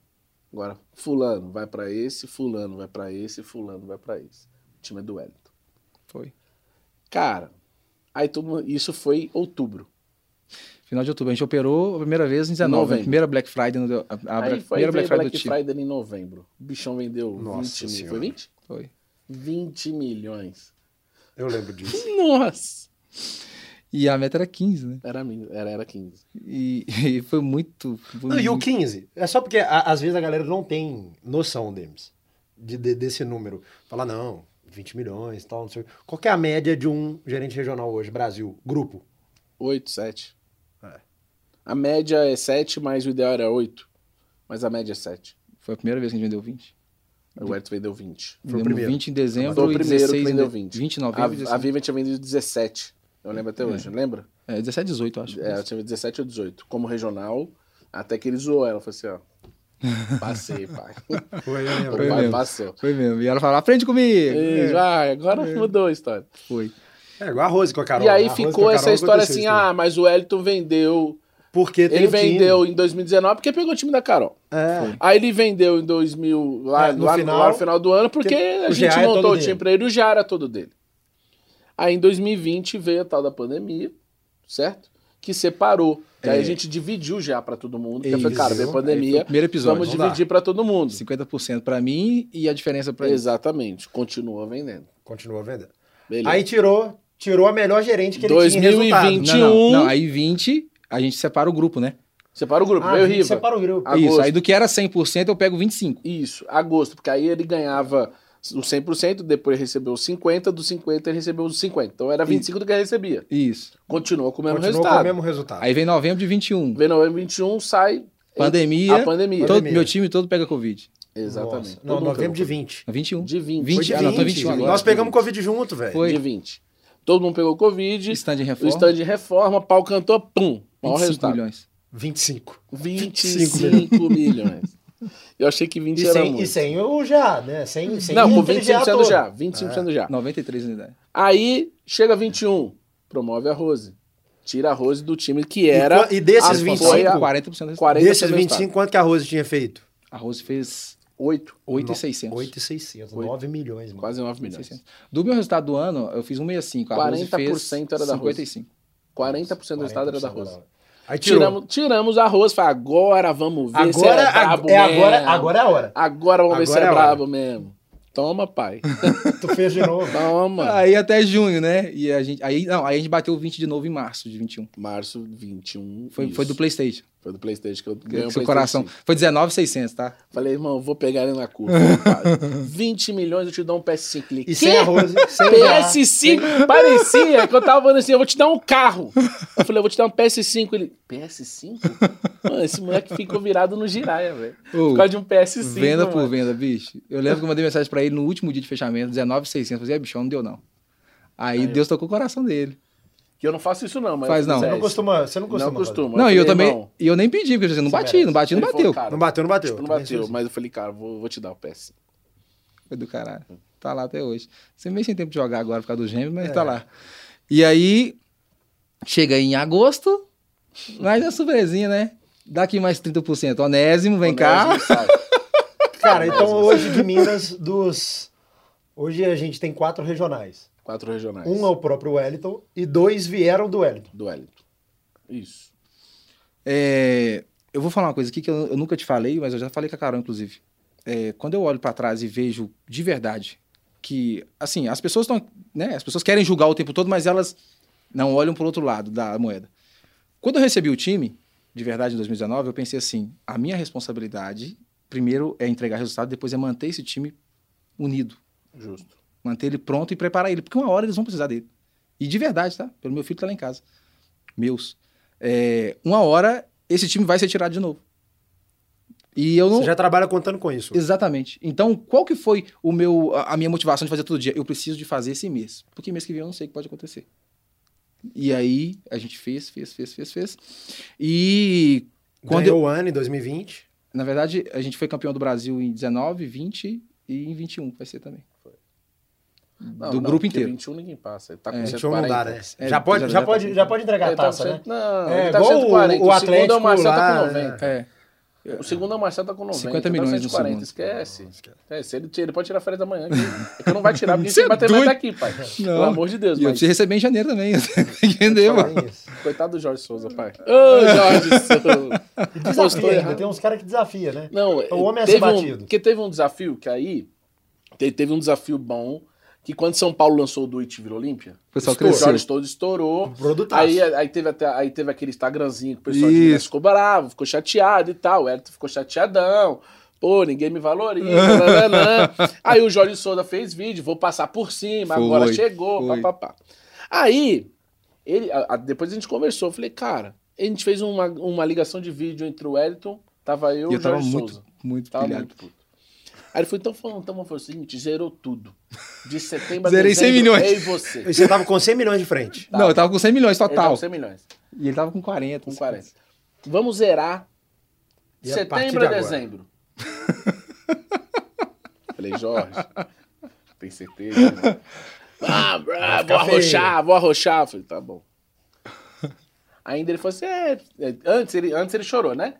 Agora, fulano vai pra esse, fulano vai pra esse, fulano vai pra esse. O time é do Wellington. Foi. Cara, aí todo mundo- isso foi outubro. Final de outubro. A gente operou a primeira vez em 19. Novembro. A primeira Black Friday. não deu- A, a aí Black- foi primeira veio Black Friday Black do tipo. time. Friday em novembro. O bichão vendeu Nossa 20 mil. Senhora. Foi 20? Foi. 20 milhões. Eu lembro disso. Nossa! E a meta era 15, né? Era, min- era, era 15. E, e foi muito. foi Não, e o muito- 15? É só porque a- às vezes a galera não tem noção, Demis, de, de- desse número. Fala, não, 20 milhões, tal, não sei. o quê. Qual que é a média de um gerente regional hoje, Brasil? Grupo? 8, 7. É. A média é 7, mas o ideal era 8. Mas a média é 7. Foi a primeira vez que a gente vendeu 20. O Wellington vendeu 20. Foi o Vendemos primeiro. 20 em dezembro Foi o e primeiro 16 que em vendeu de- 20. 20 em A, novembro. e a 16. Viva tinha vendido 17. Eu lembro até hoje, lembra? É, 17, 18, eu acho. É, ela tinha vendido 17 ou 18. Como regional, até que ele zoou ela. Falou assim, ó. Passei, pai. Foi, o Foi pai mesmo. passou. Foi mesmo. E ela falou, aprende comigo. Ei, É, vai, agora mudou a história. Foi. É igual arroz com a Carol. e aí Arroz com a ficou Carol essa história aconteceu assim, isso também. ah, mas o Wellington vendeu. Porque tem Ele o time. vendeu em 2019 porque pegou o time da Carol. É, Aí ele vendeu em 2000, lá, É, no, no lá, final, lá no final do ano, porque porque a o gente GA é montou todo o time dele. pra ele, o já era todo dele. Aí em 2020 veio a tal da pandemia, certo? Que separou. Aí É. a gente dividiu já pra todo mundo. Porque eu falei, Isso. cara, veio a Aí foi pandemia, o primeiro episódio. vamos não dá. dividir pra todo mundo. 50% pra mim e a diferença pra eles. Exatamente, continua vendendo. continua vendendo. Beleza. Aí tirou, tirou a melhor gerente que ele tinha em 2020. resultado. Não, não, 21. não, aí 20, a gente separa o grupo, né? Separa o grupo, Ah, veio o gente, Riva. separa o grupo. Agosto. Isso, aí do que era 100%, eu pego 25. Isso, agosto, porque aí ele ganhava o 100%, depois recebeu os 50, dos 50 ele recebeu os 50. Então era 25 do que ele recebia. Isso. Continuou com o mesmo Continuou com o resultado. mesmo resultado. Aí vem novembro de 21. Vem novembro 21, sai. Pandemia. A pandemia. é Todo, Pandemia. meu time todo pega Covid. Exatamente. Nossa. Não, Todo mundo novembro de pegou 20. É 21. De 20. Foi 20, de ah, não, tô 20. 21 agora. Nós pegamos Covid junto, velho. Foi. é Covid. De 20. Todo mundo pegou Covid. Stand de O reforma. stand de reforma, pau cantou, pum. Maior 25 resultado. milhões. 25. 25 milhões. Eu achei que 20 E era sem, muito. e sem o já, né? Sem, é- sem Não, com aquele 25% todo. já. 25% já. 93 unidades. Aí chega 21, promove a Rose. Tira a Rose do time que E era. qua- e desses a- 25? foi a 40% do resultado. 40 Desses do resultado. 25, quanto que a Rose tinha feito? A Rose fez 8, 8,600. 8,600. Oito. 9 milhões, mano. quase 9 milhões. 8,600. Do meu resultado do ano, eu fiz 1,65. A Rose fez 40% era da Rose. 55. 40% do resultado era da 40% Rose. Aí tirou. Tiramos, tiramos a Rose, falei, agora vamos ver se Agora, era ag- brabo é mesmo. agora, agora é a hora. Agora vamos ver se Agora é é a hora. brabo mesmo. Toma, pai. Tu fez de novo. Toma. Aí até junho, né? E a gente. Aí, não, aí a gente bateu 20 de novo em março de 21. Março 21. Foi, isso. foi do PlayStation. Foi do PlayStation que eu Que ganhei. o seu PlayStation coração. 5. Foi 19,600, tá? Falei, irmão, vou pegar ele na curva. compadre. 20 milhões eu te dou um PS5. Ele, E sem a Rose, sem o já. PS5 parecia que eu tava falando assim, eu vou te dar um carro. Eu falei, eu vou te dar um PS5. Ele, PS5? Mano, esse moleque ficou virado no giraia, velho. Por Ô, causa de um PS5. Venda mano. por venda, bicho. Eu lembro que eu mandei mensagem pra ele no último dia de fechamento, 19,600. Eu falei, "É, bichão, não deu não. Aí Deus tocou o coração dele. Que eu não faço isso, não, mas. Faz eu não. fiz Você isso. não costuma, você não costuma. Não costumo. não, e eu falei, também. irmão, E eu nem pedi, porque eu disse, não Você bati, não bati, não ele falou, bateu. cara, Não bateu, não bateu. Tipo, não Também é assim. bateu, fez isso. mas eu falei, cara, vou, vou te dar o PS5. Foi do caralho. Tá lá até hoje. Você meio sem tempo de jogar agora por causa do gêmeo, É. mas tá lá. E aí, chega em agosto, mais uma surpresinha, né? Dá aqui mais 30%. Onésimo, vem cá. Cara, então hoje de Minas, dos... Hoje a gente tem quatro regionais. Quatro regionais. Um é o próprio Wellington e dois vieram do Wellington. Do Wellington. Isso. É, eu vou falar uma coisa aqui que eu, eu nunca te falei, mas eu já falei com a Carol, inclusive. É, quando eu olho pra trás e vejo de verdade que, assim, as pessoas estão, né? As pessoas querem julgar o tempo todo, mas elas não olham pro outro lado da moeda. Quando eu recebi o time, de verdade, em 2019, eu pensei assim: a minha responsabilidade, primeiro, é entregar resultado, depois é manter esse time unido. Justo. Manter ele pronto e preparar ele, porque uma hora eles vão precisar dele. E de verdade, tá? Pelo meu filho que tá lá em casa. Meus. É, uma hora esse time vai ser tirado de novo. E eu não. Você já trabalha contando com isso. Exatamente. Então, qual que foi o meu, a a minha motivação de fazer todo dia? Eu preciso de fazer esse mês. Porque mês que vem eu não sei o que pode acontecer. E aí, a gente fez, fez, fez, fez, fez. E quando eu, Ganhou o ano em 2020. na verdade, a gente foi campeão do Brasil em 19, 20 e em 21 vai ser também. Não, do não, grupo porque inteiro. 21 ninguém passa. Ele tá com É. 21 não 140. dá, né? É, já, pode, já- já, já pode, tá- já pode entregar Ele a tá com taça, né? 100 Não, É, ele tá com igual o- 140. o O segundo é Atlético o Marcelo, tá lá, né? com 90. É. O segundo é o Marcelo, tá com 90. 50 tá com milhões no 140, segundo. esquece. esquece. Ele, tira- ele pode tirar férias da manhã. Que, é que não vai tirar, porque Você você vai ter é mais doido. aqui, pai. Pelo Não. amor de Deus, E eu mas... preciso receber em janeiro também. Tem que render, mano. Falar nisso. Coitado do Jorge Souza, pai. Ô, Jorge E Souza. Postou Desafia ainda. errado. Tem uns caras que desafia, né? Não, O homem é teve um, abatido. Porque teve um desafio que aí. te- Teve um desafio bom. Que quando São Paulo lançou o do It Vira Olímpia, O pessoal estourou, cresceu. o Jorge Souza estourou. Produtaço. Aí, é- aí, teve até, aí teve aquele Instagramzinho que o pessoal de Isso. Minas ficou bravo, ficou chateado e tal. O Hélio ficou chateadão. Pô, ninguém me valoriza. nananã. Aí o Jorge Souza fez vídeo, vou passar por cima, Foi, agora chegou, foi. papapá. Aí, ele, a- a- depois a gente conversou, eu falei, cara, a gente fez uma, uma ligação de vídeo entre o Wellington, tava eu e E eu o tava Jorge muito, Souza. muito Tava pilhado. Tá muito puto. Aí ele falou, então, falou, então vamos fazer o seguinte, zerou tudo. De setembro a Zerei 100 dezembro, milhões. eu e você. E você tava com 100 milhões de frente. Não, eu tava com 100 milhões Ele tava total. com 100 milhões, E ele tava com 40. com assim. 40. Vamos zerar E a partir setembro de a agora? dezembro. Falei, Jorge, tem certeza? irmão? Ah, bro, vou né? ficar arrochar, vou arrochar. Falei, tá bom. Ainda ele falou assim, é, é, antes, ele, antes ele chorou, né?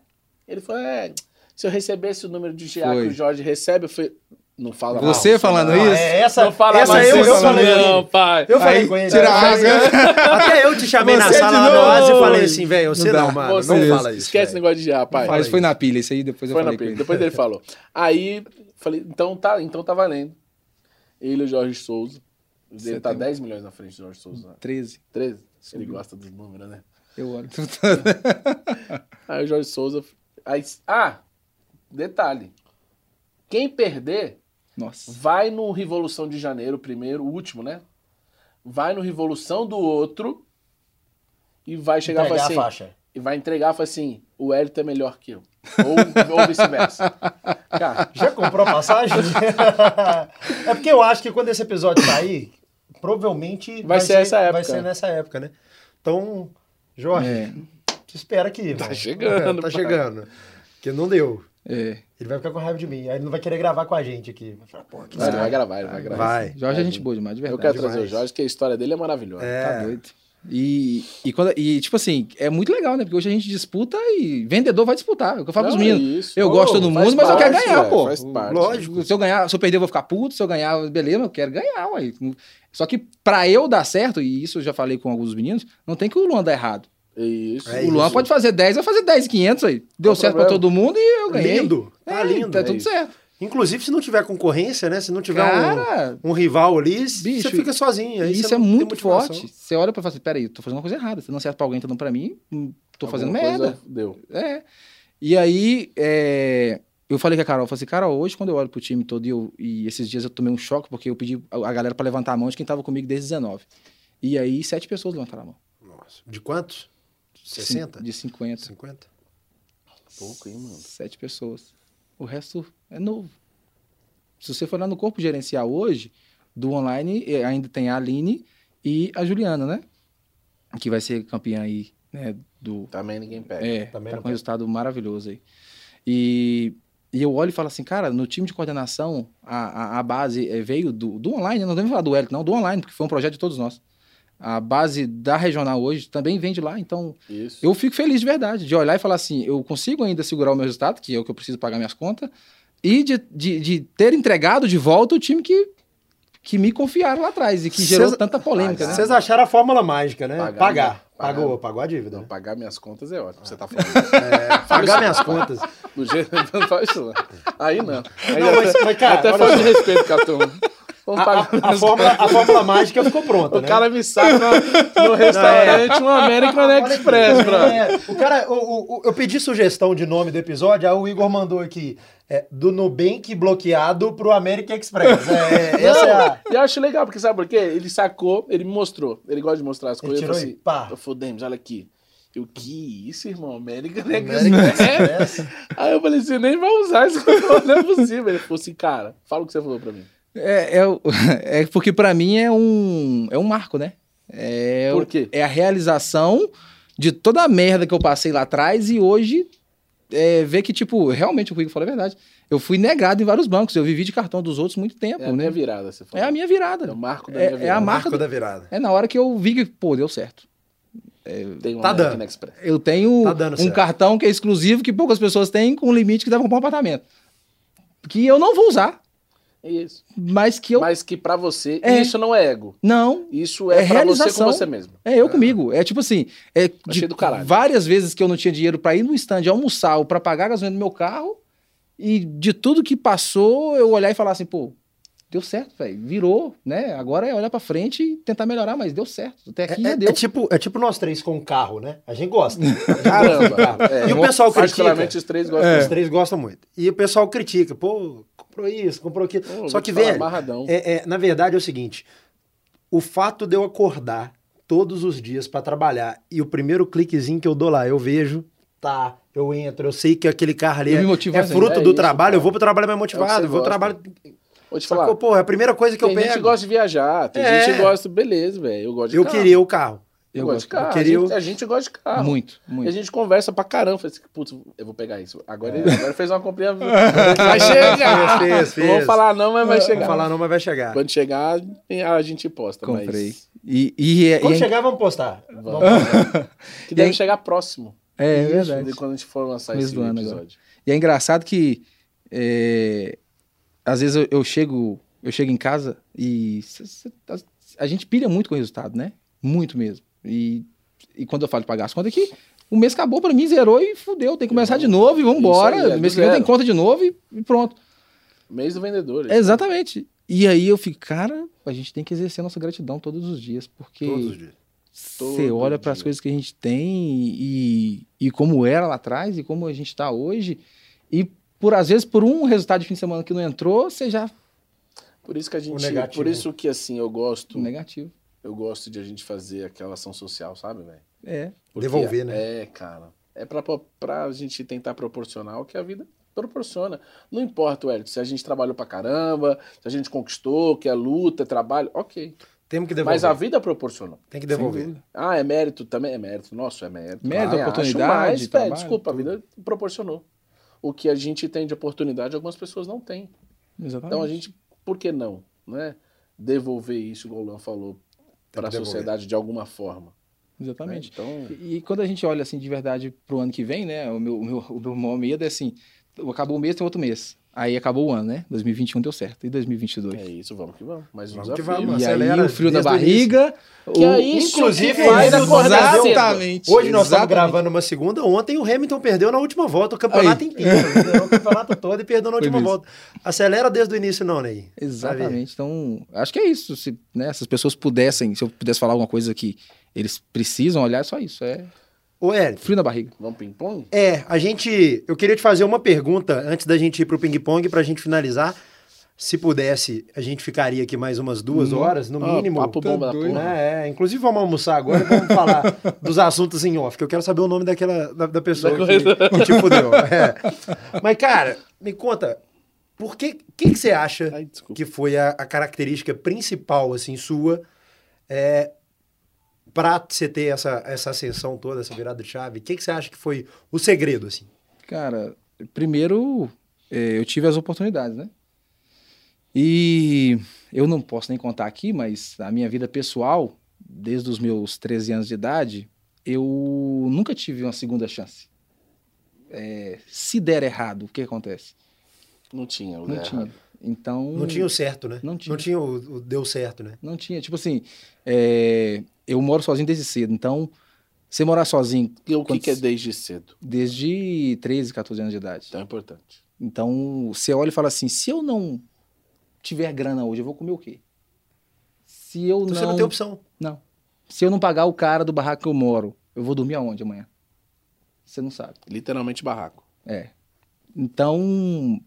Ele falou, é, se eu recebesse o número de GA Foi. que o Jorge recebe, eu falei, não fala mal. Você falando Não, isso? é, essa, Não fala essa mais eu, isso, eu falei. não, pai. Eu falei né? Aí, com ele. tira eu a falei- Até eu te chamei na Você sala de lá no Oasis e novo. falei assim, velho, você Não não, dá. mano, Você- não fala isso. Esquece esse velho. negócio de GA, pai. fala Mas isso. foi na pilha isso aí, depois eu Foi na falei com pilha. ele. Depois ele falou. Aí, falei, então tá, então tá valendo. Ele e o Jorge Souza. Ele tá Setembro. 10 milhões na frente do Jorge Souza. né? 13, 13? Ele gosta dos números, né? eu olho. Aí o Jorge Souza. Aí, ah, detalhe. Quem perder, Nossa. vai no Revolução de Janeiro primeiro, o último, né? Vai no Revolução do outro e vai chegar e falar Entregar a assim. faixa. E vai entregar e falar assim: o Hélio é melhor que eu. Ou, ou vice-versa. Cara, Já comprou a passagem? é porque eu acho que quando esse episódio sair, provavelmente Vai ser essa época. Vai ser nessa época, né? Então, Jorge, É, te espera aqui. Tá chegando, Tá pai. chegando. Porque não deu. é. Ele vai ficar com raiva de mim. Aí ele não vai querer gravar com a gente aqui. Vai falar, pô, que Mas ele saco. vai gravar, ele vai gravar. Vai. Jorge é gente boa demais, de Eu verdade. quero demais. trazer o Jorge, que a história dele é maravilhosa. Tá É. doido. E, e, quando, e, tipo assim, é muito legal, né? Porque hoje a gente disputa e vendedor vai disputar. É o que eu falo Não, pros meninos. isso. Eu Pô, gosto de todo faz mundo, mas eu quero parte, ganhar, ué, pô. faz parte. Lógico. Se eu ganhar, se eu perder, eu vou ficar puto. Se eu ganhar, beleza, mas eu quero ganhar, ué. Só que pra eu dar certo, e isso eu já falei com alguns dos meninos, não tem que o Luan dar errado. Isso. Tá É o Luan isso. pode fazer 10, vai fazer 10 e 500 aí. Deu Não certo problema. pra todo mundo e eu ganhei. Lindo. Tá É, lindo. Tá É tudo isso. certo. Inclusive, se não tiver concorrência, né? Se não tiver um... Cara, um rival ali, Bicho, você fica sozinho. aí isso você é não tem muito motivação. forte. Você olha pra falar assim, peraí, eu tô fazendo uma coisa errada. Se não serve pra alguém, tá dando pra mim, hum, tô fazendo Alguma merda. coisa Deu. É. E aí, é, eu falei com a Carol, eu falei assim, Carol, hoje quando eu olho pro time todo e, eu- e esses dias eu tomei um choque porque eu pedi a a galera pra levantar a mão de quem tava comigo desde 19. E aí, sete pessoas levantaram a mão. Nossa. De quantos? 60? Cin- De 50. 50? Pouco, hein, mano? Sete pessoas. O resto é novo. Se você for lá no corpo gerencial hoje, do online, eh, ainda tem a Aline e a Juliana, né? Que vai ser campeã aí, né? Do, Também ninguém pega. é, Também tá não com um quer. resultado maravilhoso aí. E, e eu olho e falo assim, cara, no time de coordenação, a, a, a base eh, veio do, do online, né? não devemos falar do Eric, não, do online, porque foi um projeto de todos nós. A base da regional hoje também vem de lá, então Isso. eu fico feliz de verdade, de olhar e falar assim, eu consigo ainda segurar o meu resultado, que é o que eu preciso pagar minhas contas, e de, de, de ter entregado de volta o time que, que me confiaram lá atrás e que gerou Cês- tanta polêmica, né? Vocês acharam a fórmula mágica, né? Pagar. Pagar, né? Pagar. Pagou, pagou a dívida. Não, né? pagar minhas contas é ótimo. Você tá falando. É, Pagar minhas contas. Do jeito não faz isso, não. Aí não. Aí Não, mas- mas, cara, até olha falta de respeito com a turma. Ô, uns A, pagando a- a as fórmula, a fórmula mágica ficou O pronta, né? cara me saca no, no é. restaurante um American Express, bro. É, o cara, o- o- o- eu pedi sugestão de nome do episódio, aí o Igor mandou aqui, é, do Nubank bloqueado pro American Express. É, é, essa é a... E eu acho legal, porque sabe por quê? Ele sacou, ele me mostrou. Ele gosta de mostrar as Ele coisas. Eu tirou falei e pá. assim, fodemos, olha aqui. Eu, que isso, irmão? né?" É, American é American Express. Express. Aí eu falei, você nem vai usar isso, não é possível. Ele falou assim, cara, fala o que você falou pra mim. É, é, o- é porque pra mim é um, é um marco, né? É, o- Por quê? É a realização de toda a merda que eu passei lá atrás e hoje é, ver que, tipo, realmente o Cuico falou a verdade. Eu fui negado em vários bancos, eu vivi de cartão dos outros muito tempo. É a né? minha virada, você falou. É a minha virada. É o marco da É- minha é virada. a marca do- da virada. É na hora que eu vi que, pô, deu certo. Tem um Tá American dando. Express. Eu tenho Tá dando um certo. cartão que é exclusivo, que poucas pessoas têm, com um limite que dá pra comprar um apartamento. Que eu não vou usar, É Isso. mas que eu. Mas que pra você, É. isso não é ego. Não, Isso é, É pra você com realização. você mesmo. É eu comigo. É tipo assim, é de Achei do caralho. várias vezes que eu não tinha dinheiro pra ir no stand almoçar ou pra pagar a gasolina do meu carro e de tudo que passou, eu olhar e falar assim, pô, deu certo, velho, virou, né? Agora é olhar pra frente e tentar melhorar, mas deu certo. Até aqui É, já é- deu. é tipo, é tipo nós três com o carro, né? A gente gosta. A gente gosta de Caramba. carro. É, e o pessoal critica. Particularmente os três gostam. Os três gostam muito. E o pessoal critica. Pô, comprou isso, comprou aquilo. Pô, Só vou que, te tipo falar, um. velho, amarradão. é- é, na verdade é o seguinte. O fato de eu acordar todos os dias pra trabalhar e o primeiro cliquezinho que eu dou lá, eu vejo, tá, eu entro, eu sei que aquele carro ali Eu é, me motivo é mais ainda. fruto É do isso, trabalho, cara. eu vou pro trabalho mais motivado, você vou pro gosta. trabalho... Vou te falar. Sacou? Pô, é a primeira coisa que tem eu pego. gente que gosta de viajar, tem É. gente que gosta, beleza, velho. Eu gosto de Eu carro. queria o carro. Eu, Eu gosto de gosto. carro. Eu queria a, o- gente, a gente gosta de carro. Muito, E a muito. gente conversa pra caramba. Falei assim, Putz, eu vou pegar isso. Agora, É. ele agora fez uma comprinha. vai chegar. Fez, fez, fez. Não vou falar não, mas vai Não vou chegar. falar não, mas vai chegar. Quando chegar, a gente posta. Comprei. Mas... E, e, É, é e, Quando e- chegar, vamos postar. Vamos. Vamos. Que deve chegar próximo. é, é Isso, né? verdade. de Quando a gente for lançar Mês esse do ano episódio. E é engraçado que é, às vezes eu, eu chego eu chego em casa e cê- cê- a, a gente pilha muito com o resultado, né? Muito mesmo. E, e quando eu falo de pagar as contas aqui, o mês acabou pra mim, zerou e fudeu. Tem que começar de novo e vamos Isso aí, é embora. do Mês que vem zero. tem conta de novo e, e pronto. Mês do vendedor. esse. Exatamente. E aí eu fico, cara, a gente tem que exercer nossa gratidão todos os dias, porque Todos os dias. você Todo olha para as dia. coisas que a gente tem e, e como era lá atrás e como a gente está hoje. E por às vezes, por um resultado de fim de semana que não entrou, você já Por isso que a gente. negativo. Por isso que assim, eu gosto. negativo. Eu gosto de a gente fazer aquela ação social, sabe, velho? É. Porque Devolver, né? É, cara. É pra, pra gente tentar proporcionar o que a vida proporciona. Não importa, Hélio, se a gente trabalhou pra caramba, se a gente conquistou, que é luta, é trabalho, ok. Temos que devolver. Mas a vida proporcionou. Tem que Sem devolver. dúvida. Ah, é mérito também? É mérito. Nossa, é mérito. Ah, Mérito, acho oportunidade, mais, velho, trabalho, desculpa, a vida proporcionou. O que a gente tem de oportunidade, algumas pessoas não têm. Exatamente. é Então a gente, por que não, né? Devolver isso, igual o Lan falou, Tem para a que devolver. sociedade de alguma forma. né? Exatamente. Então, É. E, e quando a gente olha assim de verdade pro ano que vem, né? O meu, o meu, o meu maior medo é assim: acabou o mês, tem outro mês. Aí acabou o ano, né? 2021 deu certo. E 2022? é isso, vamos que vamos. Mais um Vamos que desafio. vamos. E Acelera aí o frio na desde o barriga. Que o- é isso inclusive, que faz isso, acordar cedo. Exatamente. Hoje nós estamos Exatamente. gravando uma segunda. Ontem o Hamilton perdeu na última volta o campeonato inteiro. ele Ganhou o campeonato todo e perdeu na Foi última mesmo. volta. Acelera desde o início, não, Ney. Sabe? Exatamente. Então, acho que é isso. Se, né, se as pessoas pudessem, se eu pudesse falar alguma coisa que eles precisam olhar, é só isso. É Ô, Hélio, frio na barriga. Vamos ping-pong? é, a gente. Eu queria te fazer uma pergunta antes da gente ir pro ping-pong pra gente finalizar. Se pudesse, a gente ficaria aqui mais umas duas Hum. horas, no Ah, mínimo. papo bomba da Tá porra. Né? É, inclusive vamos almoçar agora e vamos falar dos assuntos em off, que eu quero saber o nome daquela da, da pessoa Da que, coisa. que te fudeu. É. Mas, cara, me conta, por que, que, que você É. acha Ai, desculpa. que foi a, a característica principal, assim, sua, é, pra você ter essa, essa ascensão toda, essa virada de chave? O que, que você acha que foi o segredo, assim? Cara, primeiro, é, eu tive as oportunidades, né? E eu não posso nem contar aqui, mas a minha vida pessoal, desde os meus 13 anos de idade, eu nunca tive uma segunda chance. É, se der errado, o que acontece? Não tinha, o Não né? tinha. Então. Não tinha o certo, né? Não tinha. Não tinha o, o deu certo, né? Não tinha. Tipo assim, é, eu moro sozinho desde cedo. Então, você morar sozinho E o que, Quantos- que é desde cedo? desde 13, 14 anos de idade. Então é importante. Então, você olha e fala assim: se eu não tiver grana hoje, eu vou comer o quê? Se eu Então não. você não tem opção. Não. Se eu não pagar o cara do barraco que eu moro, eu vou dormir aonde amanhã? Você não sabe. Literalmente barraco. É. Então,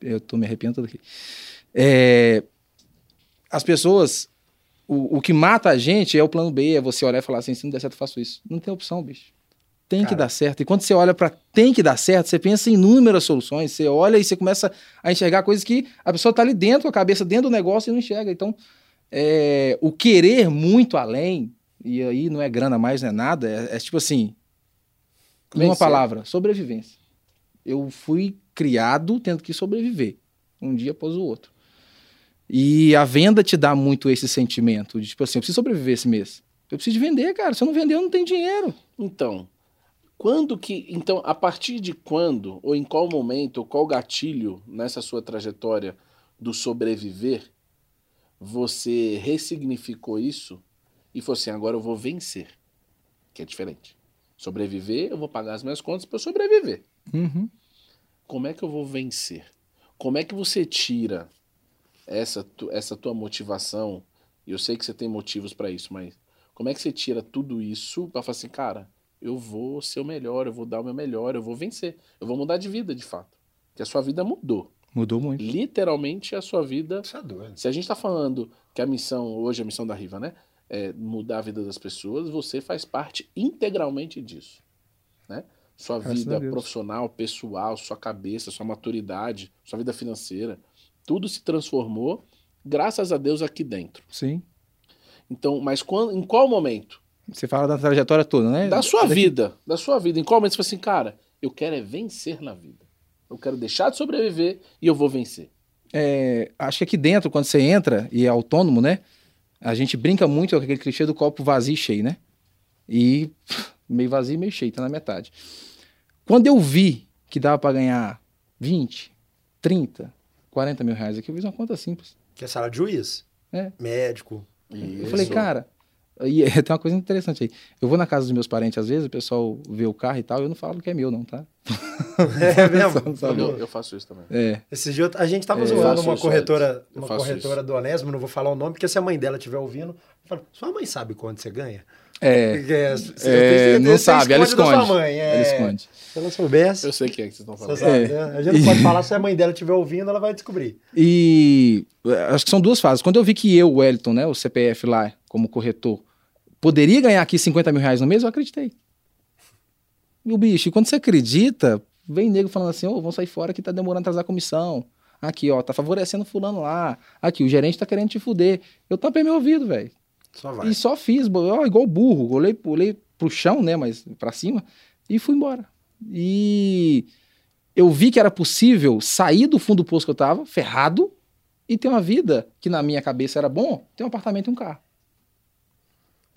eu tô me arrependendo aqui. É, as pessoas, o, o que mata a gente é o plano B, é você olhar e falar assim, se não der certo, eu faço isso. Não tem opção, bicho. Tem que Cara. dar certo. E quando você olha pra tem que dar certo, você pensa em inúmeras soluções. Você olha e você começa a enxergar coisas que a pessoa tá ali dentro, a cabeça dentro do negócio e não enxerga. Então, é, o querer muito além, e aí não é grana mais, não é nada, é, é tipo assim, uma Vencer. palavra, sobrevivência. Eu fui criado tendo que sobreviver, um dia após o outro. E a venda te dá muito esse sentimento de tipo assim, eu preciso sobreviver esse mês. Eu preciso de vender, cara. Se eu não vender, eu não tenho dinheiro. Então, quando que. Então, a partir de quando, ou em qual momento, ou qual gatilho nessa sua trajetória do sobreviver, você ressignificou isso e falou assim: agora eu vou vencer? Que é diferente. Sobreviver, eu vou pagar as minhas contas para sobreviver. como é que eu vou vencer? Como é que você tira essa, tu- essa tua motivação? E eu sei que você tem motivos pra isso, mas como é que você tira tudo isso pra falar assim, cara, eu vou ser o melhor, eu vou dar o meu melhor, eu vou vencer, eu vou mudar de vida de fato. Porque a sua vida mudou. Mudou muito. Literalmente a sua vida Isso é doido. se a gente tá falando que a missão, hoje a missão da Riva, né? É mudar a vida das pessoas, você faz parte integralmente disso. Né? Sua Graças a vida Deus. profissional, pessoal, sua cabeça, sua maturidade, sua vida financeira, tudo se transformou, graças a Deus, aqui dentro. Sim. Então, mas quando, em qual momento? Você fala da trajetória toda, né? Da sua vida. Da sua vida. Em qual momento você fala assim, cara, eu quero é vencer na vida. Eu quero deixar de sobreviver e eu vou vencer. É, acho que aqui dentro, quando você entra e é autônomo, né? A gente brinca muito com aquele clichê do copo vazio e cheio, né? E meio vazio, meio cheio, tá na metade. Quando eu vi que dava pra ganhar 20, 30, 40 mil reais aqui, eu fiz uma conta simples. Que é sala de juiz. É. Médico. Eu falei, cara, e tem uma coisa interessante aí. Eu vou na casa dos meus parentes, às vezes, o pessoal vê o carro e tal, eu não falo que é meu, não, tá? É mesmo? Não sabe. eu, eu faço isso também. É. Esse dia eu- a gente tava É, eu zoando faço uma isso, corretora, Edson. Eu uma faço corretora do Onésimo, não vou falar o nome, porque se a mãe dela estiver ouvindo, fala, sua mãe sabe quanto você ganha? É. Porque é, você É, tem- não você sabe, ela da esconde. sua mãe, é. Ela esconde. Se ela soubesse, Eu sei quem é que vocês estão falando. você sabe, É. né? A gente não pode falar, se a mãe dela estiver ouvindo, ela vai descobrir. E eh, acho que são duas fases. Quando eu vi que eu, o Wellington, né, o CPF lá, como corretor, poderia ganhar aqui 50 mil reais no mês, eu acreditei. E o bicho, e quando você acredita, vem nego falando assim, ô, vamos sair fora que tá demorando a atrasar a comissão. Aqui, ó, tá favorecendo fulano lá. Aqui, o gerente tá querendo te fuder. Eu tapei meu ouvido, velho. Só vai. E só fiz, bo- ó, igual burro, olhei, olhei pro chão, né, mas pra cima, e fui embora. E eu vi que era possível sair do fundo do poço que eu tava, ferrado, e ter uma vida que na minha cabeça era bom, ter um apartamento e um carro.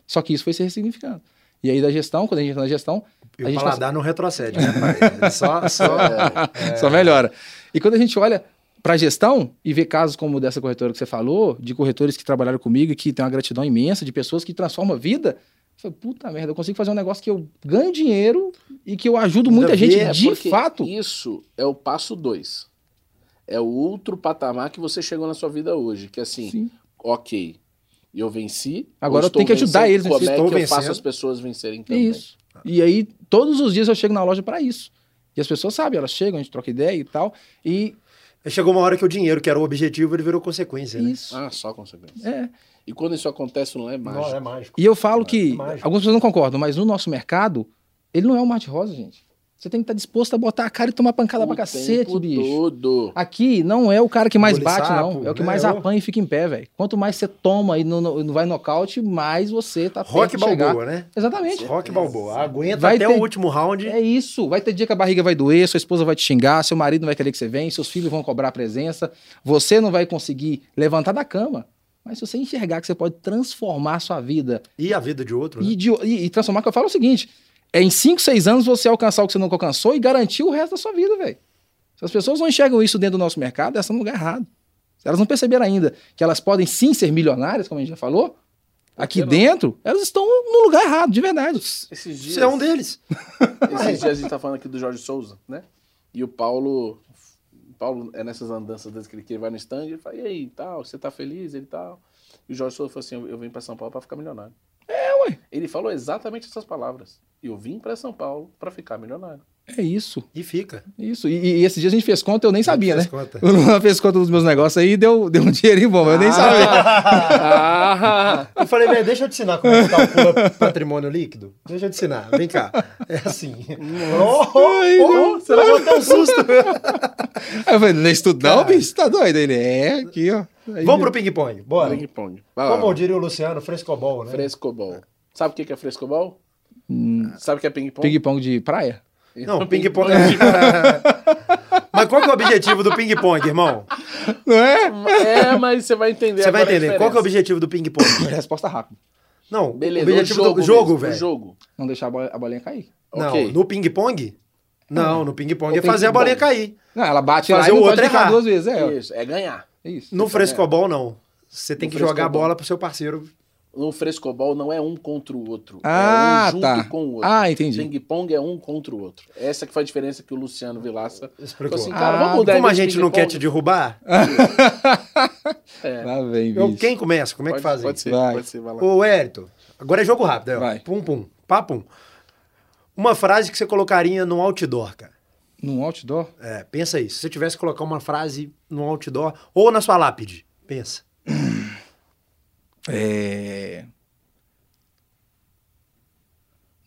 Só que isso foi se ressignificando. E aí da gestão, quando a gente entra na gestão, E a o gente paladar não retrocede, né, pai? É Só, só... Só melhora. E quando a gente olha para gestão e vê casos como o dessa corretora que você falou, de corretores que trabalharam comigo e que tem uma gratidão imensa, de pessoas que transformam a vida, eu falei, puta merda, eu consigo fazer um negócio que eu ganho dinheiro e que eu ajudo Ainda muita bem, gente é de porque fato. Isso é o passo dois. É o outro patamar que você chegou na sua vida hoje. Que assim, Sim. ok, eu venci. Agora eu estou tenho que ajudar vencendo, eles, né? eu Como é que estou eu faço vencendo. as pessoas vencerem É também? isso. E aí, todos os dias eu chego na loja para isso. E as pessoas sabem, elas chegam, a gente troca ideia e tal. E Chegou uma hora que o dinheiro, que era o objetivo, ele virou consequência, né? É. isso. Ah, só consequência. É. E quando isso acontece, não é mágico. Não, é mágico. E eu falo que Mágico. algumas pessoas não concordam, mas no nosso mercado, ele não é um mate rosa, gente. Você tem que estar disposto a botar a cara e tomar pancada O pra cacete, tempo bicho. todo. Aqui não é o cara que mais Engole bate, sapo, não. É o que né? mais Ô. apanha e fica em pé, velho. Quanto mais você toma e não, não- não vai nocaute, mais você tá perto Rock de chegar. Balboa, né? Exatamente. Rock Balboa. Aguenta Vai até ter- o último round. É isso. Vai ter dia que a barriga vai doer, sua esposa vai te xingar, seu marido não vai querer que você venha, seus filhos vão cobrar a presença, você não vai conseguir levantar da cama. Mas se você enxergar que você pode transformar a sua vida E a vida de outro, né? E, de- e- e transformar, que eu falo é o seguinte: é em 5, 6 anos você alcançar o que você nunca alcançou e garantir o resto da sua vida, velho. Se as pessoas não enxergam isso dentro do nosso mercado, elas estão no lugar errado. Se elas não perceberam ainda que elas podem sim ser milionárias, como a gente já falou, aqui não. dentro, elas estão no lugar errado, de verdade. Esses dias, Você é um deles. esses dias a gente tá falando aqui do Jorge Souza, né? E o Paulo Paulo é nessas andanças desde que ele- que ele vai no stand, ele fala, e aí, tal, você tá feliz, ele tal. E o Jorge Souza falou assim, eu, eu vim pra São Paulo pra ficar milionário. É, ué. Ele falou exatamente essas palavras. Eu vim pra São Paulo pra ficar milionário. É isso, E fica. isso. E, e esse dia a gente fez conta, eu nem sabia, né? Fez conta. O Luan fez conta dos meus negócios aí e deu, deu um dinheirinho bom, eu nem sabia. Ah, Eu falei, velho, deixa eu te ensinar como é que calcula patrimônio líquido. Deixa eu te ensinar. Vem cá. É assim. Oh, oh, oh, será que eu vou ter um susto? Aí eu falei, não é estudo não, bicho, tá doido? Ele, é, aqui, ó. Aí, Vamos pro ping-pong. Bora. Ping-pong. Vai lá. Como diria o Luciano, frescobol, né? Frescobol. Sabe o que que é frescobol? Hum. Sabe o que é ping-pong? Ping-pong de praia? Não, ping-pong. é assim. Mas qual que é o objetivo do ping-pong, irmão? Não é? Hum. É, mas você vai entender. Você vai agora a entender. Qual que é o diferença. objetivo do ping-pong? Resposta rápida. Não, Beleza, o objetivo o jogo, do jogo, mesmo, velho. O jogo. Não deixar a bola- a bolinha cair. Não, Ok. no ping-pong? Não, no ping-pong O é fazer a ping-pong. bolinha cair. Não, ela bate Fazer lá e o não outro pode errar errar. duas vezes, é. Isso, é ganhar. É isso. No frescobol, não. Você tem No que jogar a frescobol. bola pro seu parceiro. No frescobol não é um contra o outro. Ah, é um junto tá. com o outro. Ah, entendi. Ping-pong é um contra o outro. Essa que foi a diferença que o Luciano Vilaça Explicou. Assim, cara, Ah, vamos mudar Como a esse gente não quer te ping-pong? derrubar, É, Lá vem, bicho. eu, quem começa? Como é que pode, faz pode isso? ser, Vai. pode ser, vai lá. Ô, Hérito, agora é jogo rápido. ó. Vai. Pum, pum. Papum. Uma frase que você colocaria num outdoor, cara. Num outdoor? É, pensa isso. Se você tivesse que colocar uma frase num outdoor ou na sua lápide, pensa. É...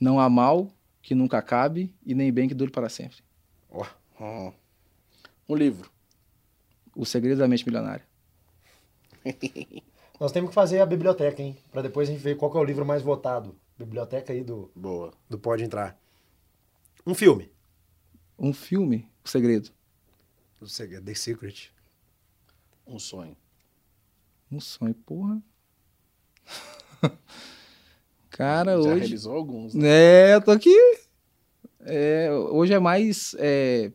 Não há mal que nunca acabe e nem bem que dure para sempre. Hum. Um livro. O segredo da mente milionária. Nós temos que fazer a biblioteca, hein? Pra depois a gente ver qual que é o livro mais votado. Biblioteca aí do, Boa. do Pode Entrar. Um filme. Um filme, o segredo. O Seg- The Secret. Um sonho. Um sonho, porra. Cara, Já hoje. realizou alguns, né? É, eu tô aqui. É, hoje é mais é,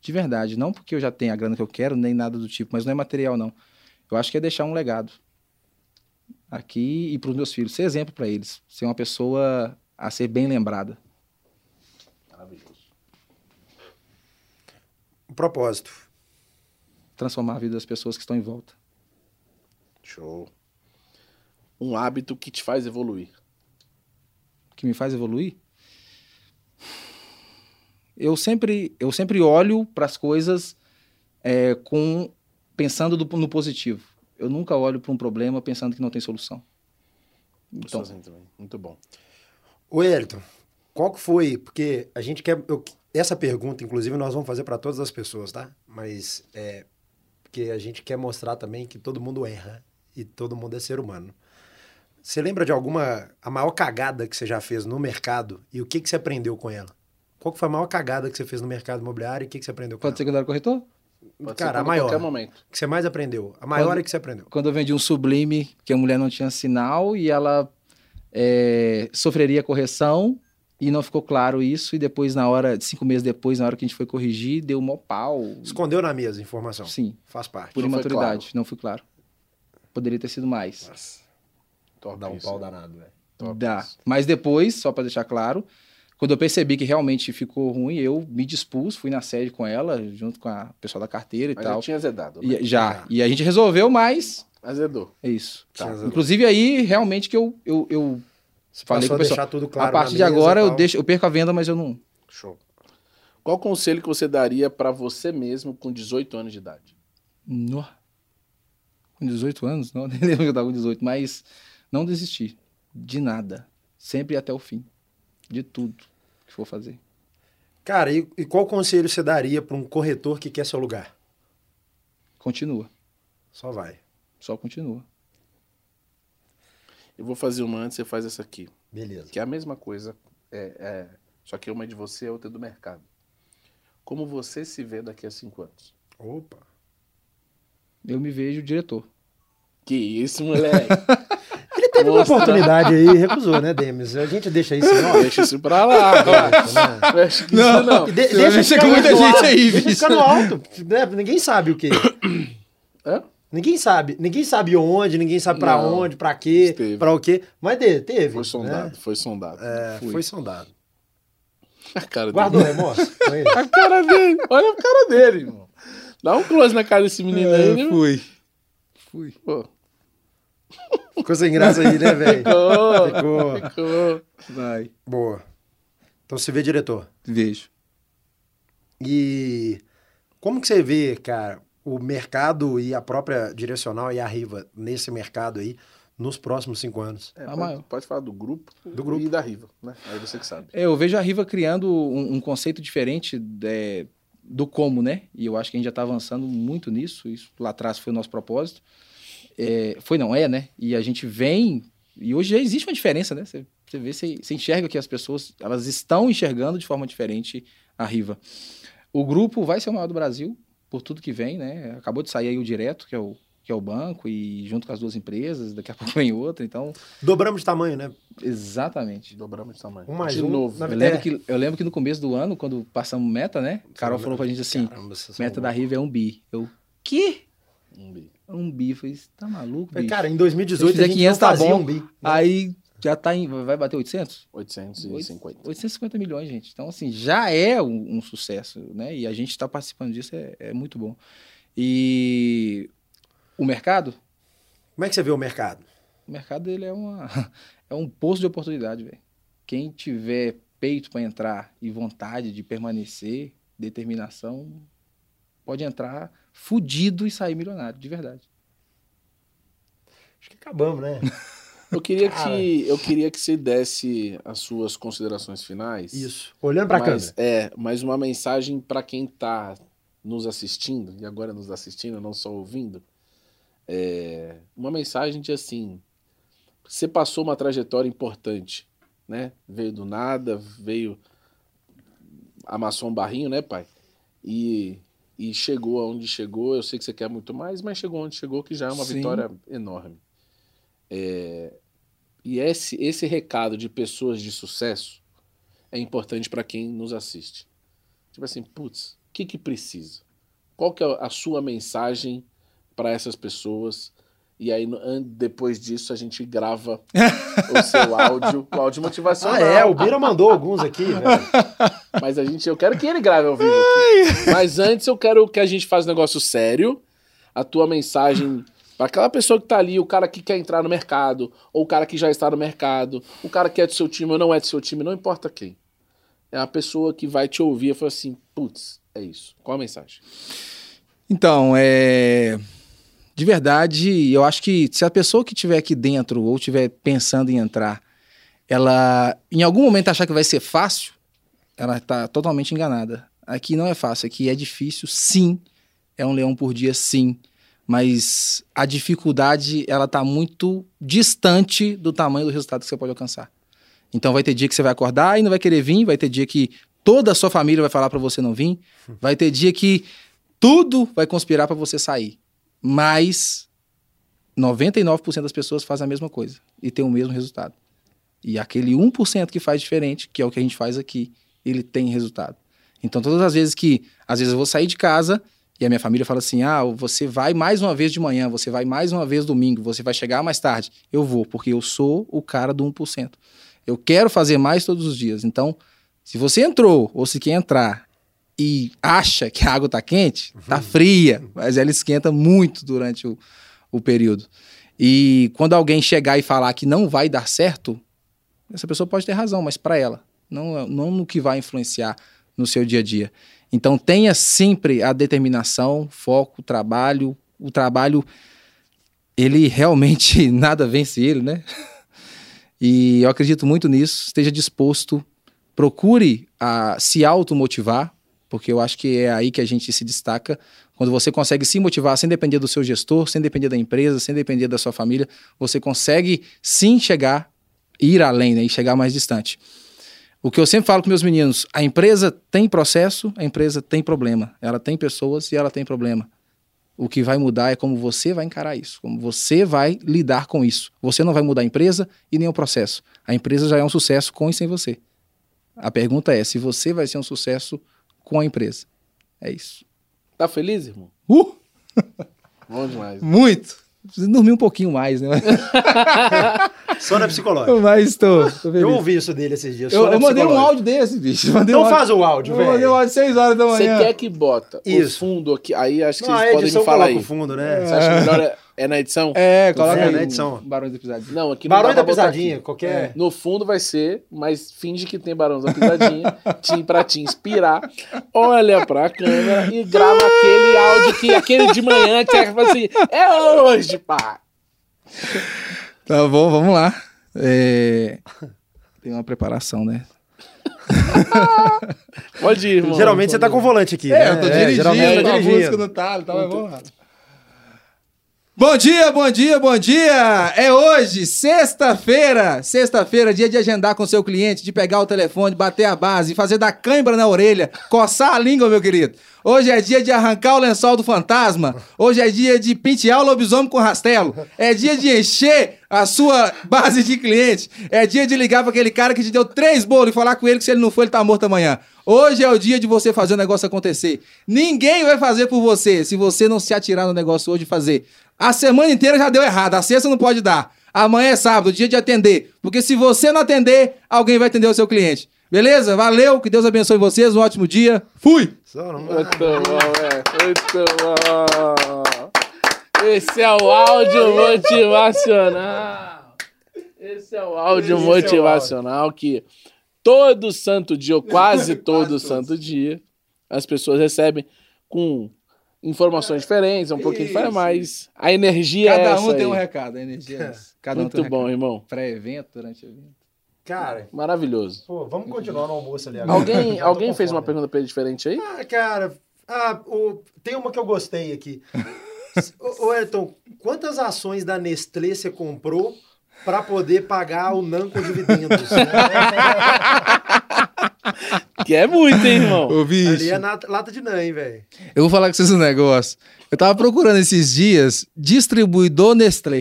de verdade. Não porque eu já tenho a grana que eu quero, nem nada do tipo, mas não é material, não. Eu acho que é deixar um legado aqui e pros meus filhos. Ser exemplo pra eles. Ser uma pessoa a ser bem lembrada. Maravilhoso. Um propósito. Transformar a vida das pessoas que estão em volta. Show. Um hábito que te faz evoluir. O que me faz evoluir. Eu sempre, eu sempre olho para as coisas é, com pensando do- no positivo. Eu nunca olho para um problema pensando que não tem solução. Então. Então, também. Muito bom. Ô, Elton, qual que foi? Porque a gente quer. eu- essa pergunta, inclusive, nós vamos fazer pra todas as pessoas, tá? Mas é. Porque a gente quer mostrar também que todo mundo erra e todo mundo é ser humano. Você lembra de alguma. a maior cagada que você já fez no mercado e o que, que você aprendeu com ela? Qual que foi a maior cagada que você fez no mercado imobiliário e o que, que você aprendeu com pode ser ela? secundário corretor? Pode ser Cara, a quando- maior. qualquer momento. que você mais aprendeu? A maior Quando- é que você aprendeu. Quando eu vendi um sublime que a mulher não tinha sinal e ela é, sofreria correção e não ficou claro isso e depois na hora, cinco meses depois, na hora que a gente foi corrigir, deu mó pau. Escondeu na mesa a informação. Sim, Faz parte. por Não foi imaturidade, não foi claro. Poderia ter sido mais. Nossa. Top Dá um isso, pau né? danado, velho. Top Dá. isso. Mas depois, só pra deixar claro, quando eu percebi que realmente ficou ruim, eu me dispus, fui na sede com ela, junto com a pessoal da carteira e Mas tal. já tinha azedado. né? E, já. E a gente resolveu, mas Azedou. é isso. Tá. Inclusive aí, realmente que eu, eu, eu Você Falei passou com o a deixar tudo claro. a partir na mesa de e agora eu tal. deixo, eu perco a venda, mas eu não. Show. Qual conselho que você daria pra você mesmo com 18 anos de idade? Nó. Com 18 anos, não, nem lembro que eu tava com 18, mas não desistir de nada, sempre ir até o fim, de tudo que for fazer. Cara, e, e qual conselho você daria para um corretor que quer seu lugar? Continua, Só vai. só continua. Eu vou fazer uma antes, você faz essa aqui. Beleza. Que é a mesma coisa. É, é, só que uma é de você, a outra é do mercado. Como você se vê daqui a cinco anos? Opa. Eu me vejo diretor. Que isso, moleque! Ele teve uma Mostra. oportunidade aí, recusou, né, Demis? A gente deixa isso, não. Deixa isso pra lá, cara. Deixa, Deixa isso Não. não. De- Você vai mexer ficar com muita no gente alto, aí, deixa bicho. ficar no alto. né? Ninguém sabe o quê. Hã? Ninguém sabe. Ninguém sabe onde, ninguém sabe pra Não. onde, pra quê, Esteve. pra o quê. Mas de- teve. Foi sondado, Né? foi sondado. É, Fui. foi sondado. A cara Guardou o dele. remorso? Foi isso? A cara dele. Olha a cara dele, irmão. Dá um close na cara desse menino aí, É, viu? fui. Fui. Pô. Ficou sem graça aí, né, velho? Ô, Ficou. ficou. Vai. Boa. Então você vê diretor. Vejo. E como que você vê, cara, o mercado e a própria direcional e a Riva nesse mercado aí nos próximos cinco anos? É, Tá pode, maior. pode falar do grupo, Do grupo. e da Riva, né? Aí você que sabe. É, eu vejo a Riva criando um, um conceito diferente é, do como, né? E eu acho que a gente já está avançando muito nisso. Isso lá atrás foi o nosso propósito. É, foi, não é, né? E a gente vem. E hoje já existe uma diferença, né? Você, você vê, você, você enxerga que as pessoas elas estão enxergando de forma diferente a Riva. O grupo vai ser o maior do Brasil, por tudo que vem, né? Acabou de sair aí o Direto, que é o, que é o banco, e junto com as duas empresas, daqui a pouco vem outra. Então, Dobramos de tamanho, né? exatamente. Dobramos de tamanho. Um mais de um, novo. na Eu verdade- lembro, que, eu lembro que no começo do ano, quando É. passamos meta, né? Carol falou pra gente assim: Caramba, vocês são meta da loucos. Riva é um bi. Eu, quê? Um bi. Um bi? Eu falei, "Cê tá maluco, bicho? Cara, em 2018 Se a fizer gente 500 não tá fazia bom. um bi. né? Aí já tá em. Vai bater 800? 850. 850 milhões, gente. Então, assim, já é um, um sucesso, né? E a gente tá participando disso, é, é muito bom. E o mercado? Como é que você vê o mercado? O mercado ele é, uma, é um poço de oportunidade, velho. Quem tiver peito para entrar e vontade de permanecer, determinação, pode entrar fudido e sair milionário, de verdade. Acho que acabamos, né? Eu queria, Cara. que, eu queria que você desse as suas considerações finais. Isso. Olhando pra câmera. mas, É, mas uma mensagem para quem tá nos assistindo, e agora nos assistindo, não só ouvindo. É, uma mensagem de assim: você passou uma trajetória importante, né? Veio do nada, veio. amassou um barrinho, né, pai? E, e chegou aonde chegou. Eu sei que você quer muito mais, mas chegou onde chegou, que já é uma Sim. vitória enorme. É, E esse, esse recado de pessoas de sucesso é importante para quem nos assiste. Tipo assim, putz, o que, que precisa? Qual que é a sua mensagem para essas pessoas? E aí, no- an- depois disso, a gente grava o seu áudio, o áudio motivacional. Ah, é, o Bira mandou alguns aqui, velho. Mas a gente, eu quero que ele grave ao vivo. aqui. Mas antes eu quero que a gente faça um negócio sério. A tua mensagem para aquela pessoa que tá ali, o cara que quer entrar no mercado, ou o cara que já está no mercado, o cara que é do seu time ou não é do seu time, não importa quem. É a pessoa que vai te ouvir e falar assim, putz, é isso. Qual a mensagem? Então, é. De verdade, eu acho que se a pessoa que estiver aqui dentro ou estiver pensando em entrar, ela em algum momento achar que vai ser fácil, ela está totalmente enganada. Aqui não é fácil, aqui é difícil, sim. É um leão por dia, sim. Mas a dificuldade, ela tá muito distante do tamanho do resultado que você pode alcançar. Então vai ter dia que você vai acordar e não vai querer vir, vai ter dia que toda a sua família vai falar para você não vir, vai ter dia que tudo vai conspirar para você sair. Mas 99% das pessoas fazem a mesma coisa e tem o mesmo resultado. E aquele 1% que faz diferente, que é o que a gente faz aqui, ele tem resultado. Então, todas as vezes que, às vezes eu vou sair de casa e a minha família fala assim: ah, você vai mais uma vez de manhã, você vai mais uma vez domingo, você vai chegar mais tarde. Eu vou, porque eu sou o cara do 1%. Eu quero fazer mais todos os dias. Então, se você entrou ou se quer entrar e acha que a água está quente, está fria, mas ela esquenta muito durante o, o período. E quando alguém chegar e falar que não vai dar certo, essa pessoa pode ter razão, mas para ela, não, não no que vai influenciar no seu dia a dia. Então tenha sempre a determinação, foco, trabalho. O trabalho, ele realmente nada vence ele, né? E eu acredito muito nisso. Esteja disposto, procure a se automotivar, porque eu acho que é aí que a gente se destaca. Quando você consegue se motivar sem depender do seu gestor, sem depender da empresa, sem depender da sua família, você consegue sim chegar, ir além né, e chegar mais distante. O que eu sempre falo com meus meninos, a empresa tem processo, a empresa tem problema. Ela tem pessoas e ela tem problema. O que vai mudar é como você vai encarar isso, como você vai lidar com isso. Você não vai mudar a empresa e nem o processo. A empresa já é um sucesso com e sem você. A pergunta é se você vai ser um sucesso com a empresa. É isso. Tá feliz, irmão? Uh, Bom demais. muito! Preciso dormir um pouquinho mais, né? Sono é psicológico. Mas tô, tô feliz. Eu ouvi isso dele esses dias. Eu, sono é eu mandei um psicológico. áudio desse, bicho. Eu mandei um Então áudio- faz o áudio, Eu velho. mandei um áudio 6 horas da Você manhã. quer que bota Isso. o fundo aqui? Aí acho que Não, é a vocês podem me edição falar coloca aí. o fundo, né? Você acha que melhor é, é na edição? É, coloca É, aí na um edição. Barulho do episódio. Não, aqui não É. Barulho dá da pra botar pisadinha, é. aqui. É. qualquer. É. No fundo vai ser, mas finge que tem barulho da pisadinha, tim pra te inspirar, olha pra câmera e grava aquele áudio que aquele de manhã que é assim, é hoje, pá. Tá bom, vamos lá. É, Tem uma preparação, né? Pode ir, irmão. Geralmente você tá com o volante aqui. né? É, eu tô dirigindo, geralmente eu tô a música dirigindo. no talo, tá, mas vamos lá. Bom dia, bom dia, bom dia! É hoje, sexta-feira! Sexta-feira, dia de agendar com seu cliente, de pegar o telefone, bater a base, fazer da cãibra na orelha, coçar a língua, meu querido. Hoje é dia de arrancar o lençol do fantasma. Hoje é dia de pentear o lobisomem com rastelo. É dia de encher a sua base de cliente. É dia de ligar pra aquele cara que te deu três bolos e falar com ele que se ele não for, ele tá morto amanhã. Hoje é o dia de você fazer o negócio acontecer. Ninguém vai fazer por você se você não se atirar no negócio hoje e fazer. A semana inteira já deu errado, a sexta não pode dar. Amanhã é sábado, dia de atender. Porque se você não atender, alguém vai atender o seu cliente. Beleza? Valeu, que Deus abençoe vocês, um ótimo dia. Fui! Sono, mano. Muito bom, velho. Muito bom. Esse é o áudio motivacional. Esse é o áudio motivacional que todo santo dia, ou quase todo santo dia, as pessoas recebem com informações diferentes, um pouquinho diferente, É. Isso. mas a energia é Cada essa um tem aí. um recado, a energia é essa. Cada um Muito tem um bom, recado. irmão. Pré-evento, durante o evento. Cara, Maravilhoso. pô, vamos continuar no almoço ali um agora. Alguém, Já tô alguém com fez fome. uma pergunta pra ele diferente aí? Ah, cara, ah, o- tem uma que eu gostei aqui. Ô, ô, Elton, quantas ações da Nestlé você comprou pra poder pagar o NAN com dividendos? Que é muito, hein, irmão? Ô, bicho. ali é na, lata de NAN, hein, velho? Eu vou falar com vocês um negócio. Eu tava procurando esses dias distribuidor Nestlé.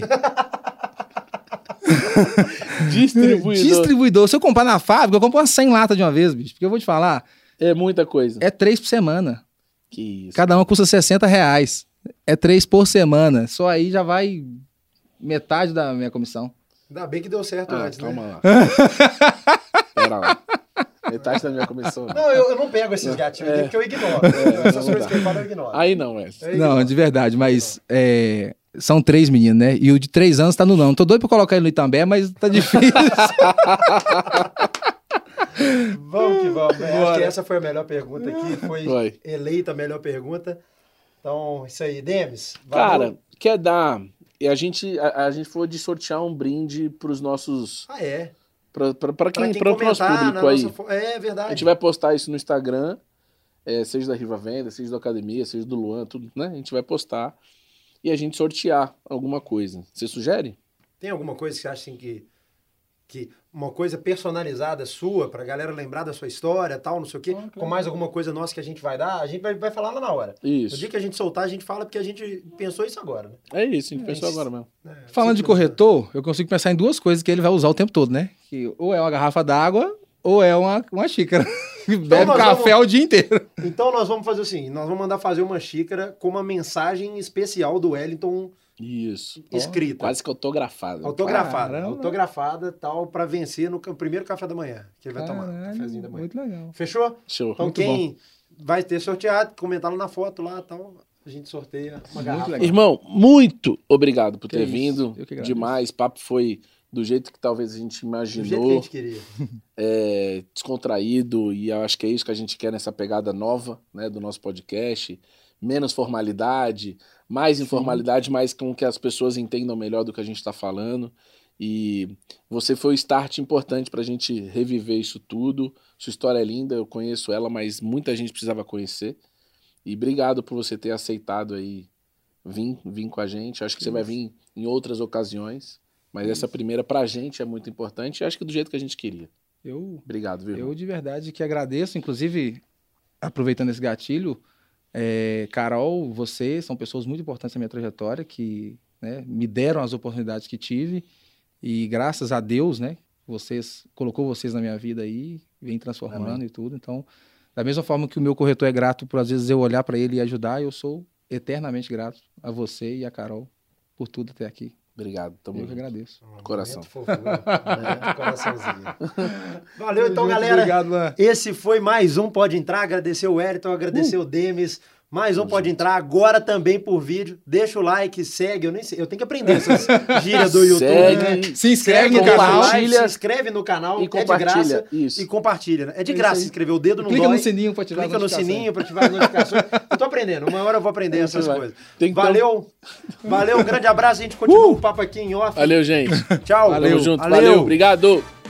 Distribuidor. distribuidor. Se eu comprar na fábrica, eu compro umas 100 latas de uma vez, bicho. Porque eu vou te falar, É muita coisa. é três por semana. Que isso. Cada uma custa 60 reais. É três por semana. Só aí já vai metade da minha comissão. Ainda bem que deu certo Ah, antes, né? calma lá. Pera lá. Metade da minha comissão. né? Não, eu, eu não pego esses gatinhos aqui porque eu ignoro. Essas não coisas dá. que eu falo, eu ignoro. Aí não, é. Eu Não, ignoro. de verdade, mas é, são três meninos, né? E o de três anos tá no não. Tô doido pra colocar ele no Itambé, mas tá É, difícil. Vamos que vamos. né? Acho que Bora. essa foi a melhor pergunta aqui. Foi Vai. eleita a melhor pergunta. Então, isso aí, Demis. valeu. Cara, quer dar. E a gente, a, a gente foi de sortear um brinde pros nossos. Ah, é. Pra, pra, pra Pra quem, quem pra outro nosso comentar na público aí. nossa fo- É A verdade. gente vai postar isso no Instagram, é, seja da Riva Venda, seja da Academia, seja do Luan, tudo, né? A gente vai postar e a gente sortear alguma coisa. Você sugere? Tem alguma coisa que você acha assim, que, que uma coisa personalizada sua, pra galera lembrar da sua história tal, não sei o quê, com mais alguma coisa nossa que a gente vai dar, a gente vai, vai falar lá na hora. No Isso. dia que a gente soltar, a gente fala porque a gente pensou isso agora, né? É isso, a gente pensou isso. agora mesmo. É, Falando de simplesmente. corretor, eu consigo pensar em duas coisas que ele vai usar o tempo todo, né? Que ou é uma garrafa d'água, ou é uma, uma xícara. Bebe nós café o dia inteiro. Então nós vamos fazer o seguinte: nós vamos mandar fazer uma xícara com uma mensagem especial do Wellington Isso. escrita. Quase que autografado. Autografada. Caramba. Autografada tal, pra vencer no ca- primeiro café da manhã. Que ele vai tomar. Caralho, Cafezinho da manhã. Muito legal. Fechou? Show. Então Muito quem vai ter sorteado, comentar lá na foto lá tal, a gente sorteia uma garrafa. legal. Irmão, muito obrigado por Que ter isso, vindo. eu que agradeço. Demais. Papo foi do jeito que talvez a Do gente jeito que a imaginou, gente queria. é, descontraído, e eu acho que é isso que a gente quer nessa pegada nova né, do nosso podcast. Menos formalidade, mais informalidade, mas com que as pessoas entendam melhor do que a gente está falando. E você foi o start importante para a gente reviver isso tudo. Sua história é linda, eu conheço ela, mas muita gente precisava conhecer. E obrigado por você ter aceitado aí vir, vir com a gente. Acho que você vai vir em outras ocasiões, mas essa primeira pra gente é muito importante e acho que do jeito que a gente queria. Eu, Obrigado, viu? eu de verdade que agradeço, inclusive, aproveitando esse gatilho, é, Carol, você são pessoas muito importantes na minha trajetória, que né, me deram as oportunidades que tive. E graças a Deus, né? Vocês colocou vocês na minha vida aí, vem transformando Amém. e tudo. Então, da mesma forma que o meu corretor é grato por às vezes eu olhar para ele e ajudar, eu sou eternamente grato a você e a Carol por tudo até aqui. Obrigado, tamo Eu que junto. agradeço. Coração. Momento fofura, né? Coraçãozinho. Valeu então, Tamo junto, galera. Obrigado, Lan. Esse foi mais um Pode Entrar. Agradecer o Wellington, agradecer Uh. o Demis. Mais um Pode Entrar, agora também por vídeo. Deixa o like, segue. Eu nem sei, eu tenho que aprender essas gírias do YouTube. né? Segue, Se Segue inscreve no o canal. live, compartilha. Se inscreve no canal, E é de compartilha, graça. isso. E compartilha. né? É de É graça, isso aí. inscrever o dedo no Clica dói. no sininho pra ativar Clica as no notificações. sininho para ativar as notificações. eu tô aprendendo, uma hora eu vou aprender Você essas vai. coisas. Tem que ter um- Valeu, valeu, um grande abraço, a gente continua o papo aqui em off. Valeu, gente. Tchau. Tamo junto. Valeu. Valeu. Obrigado.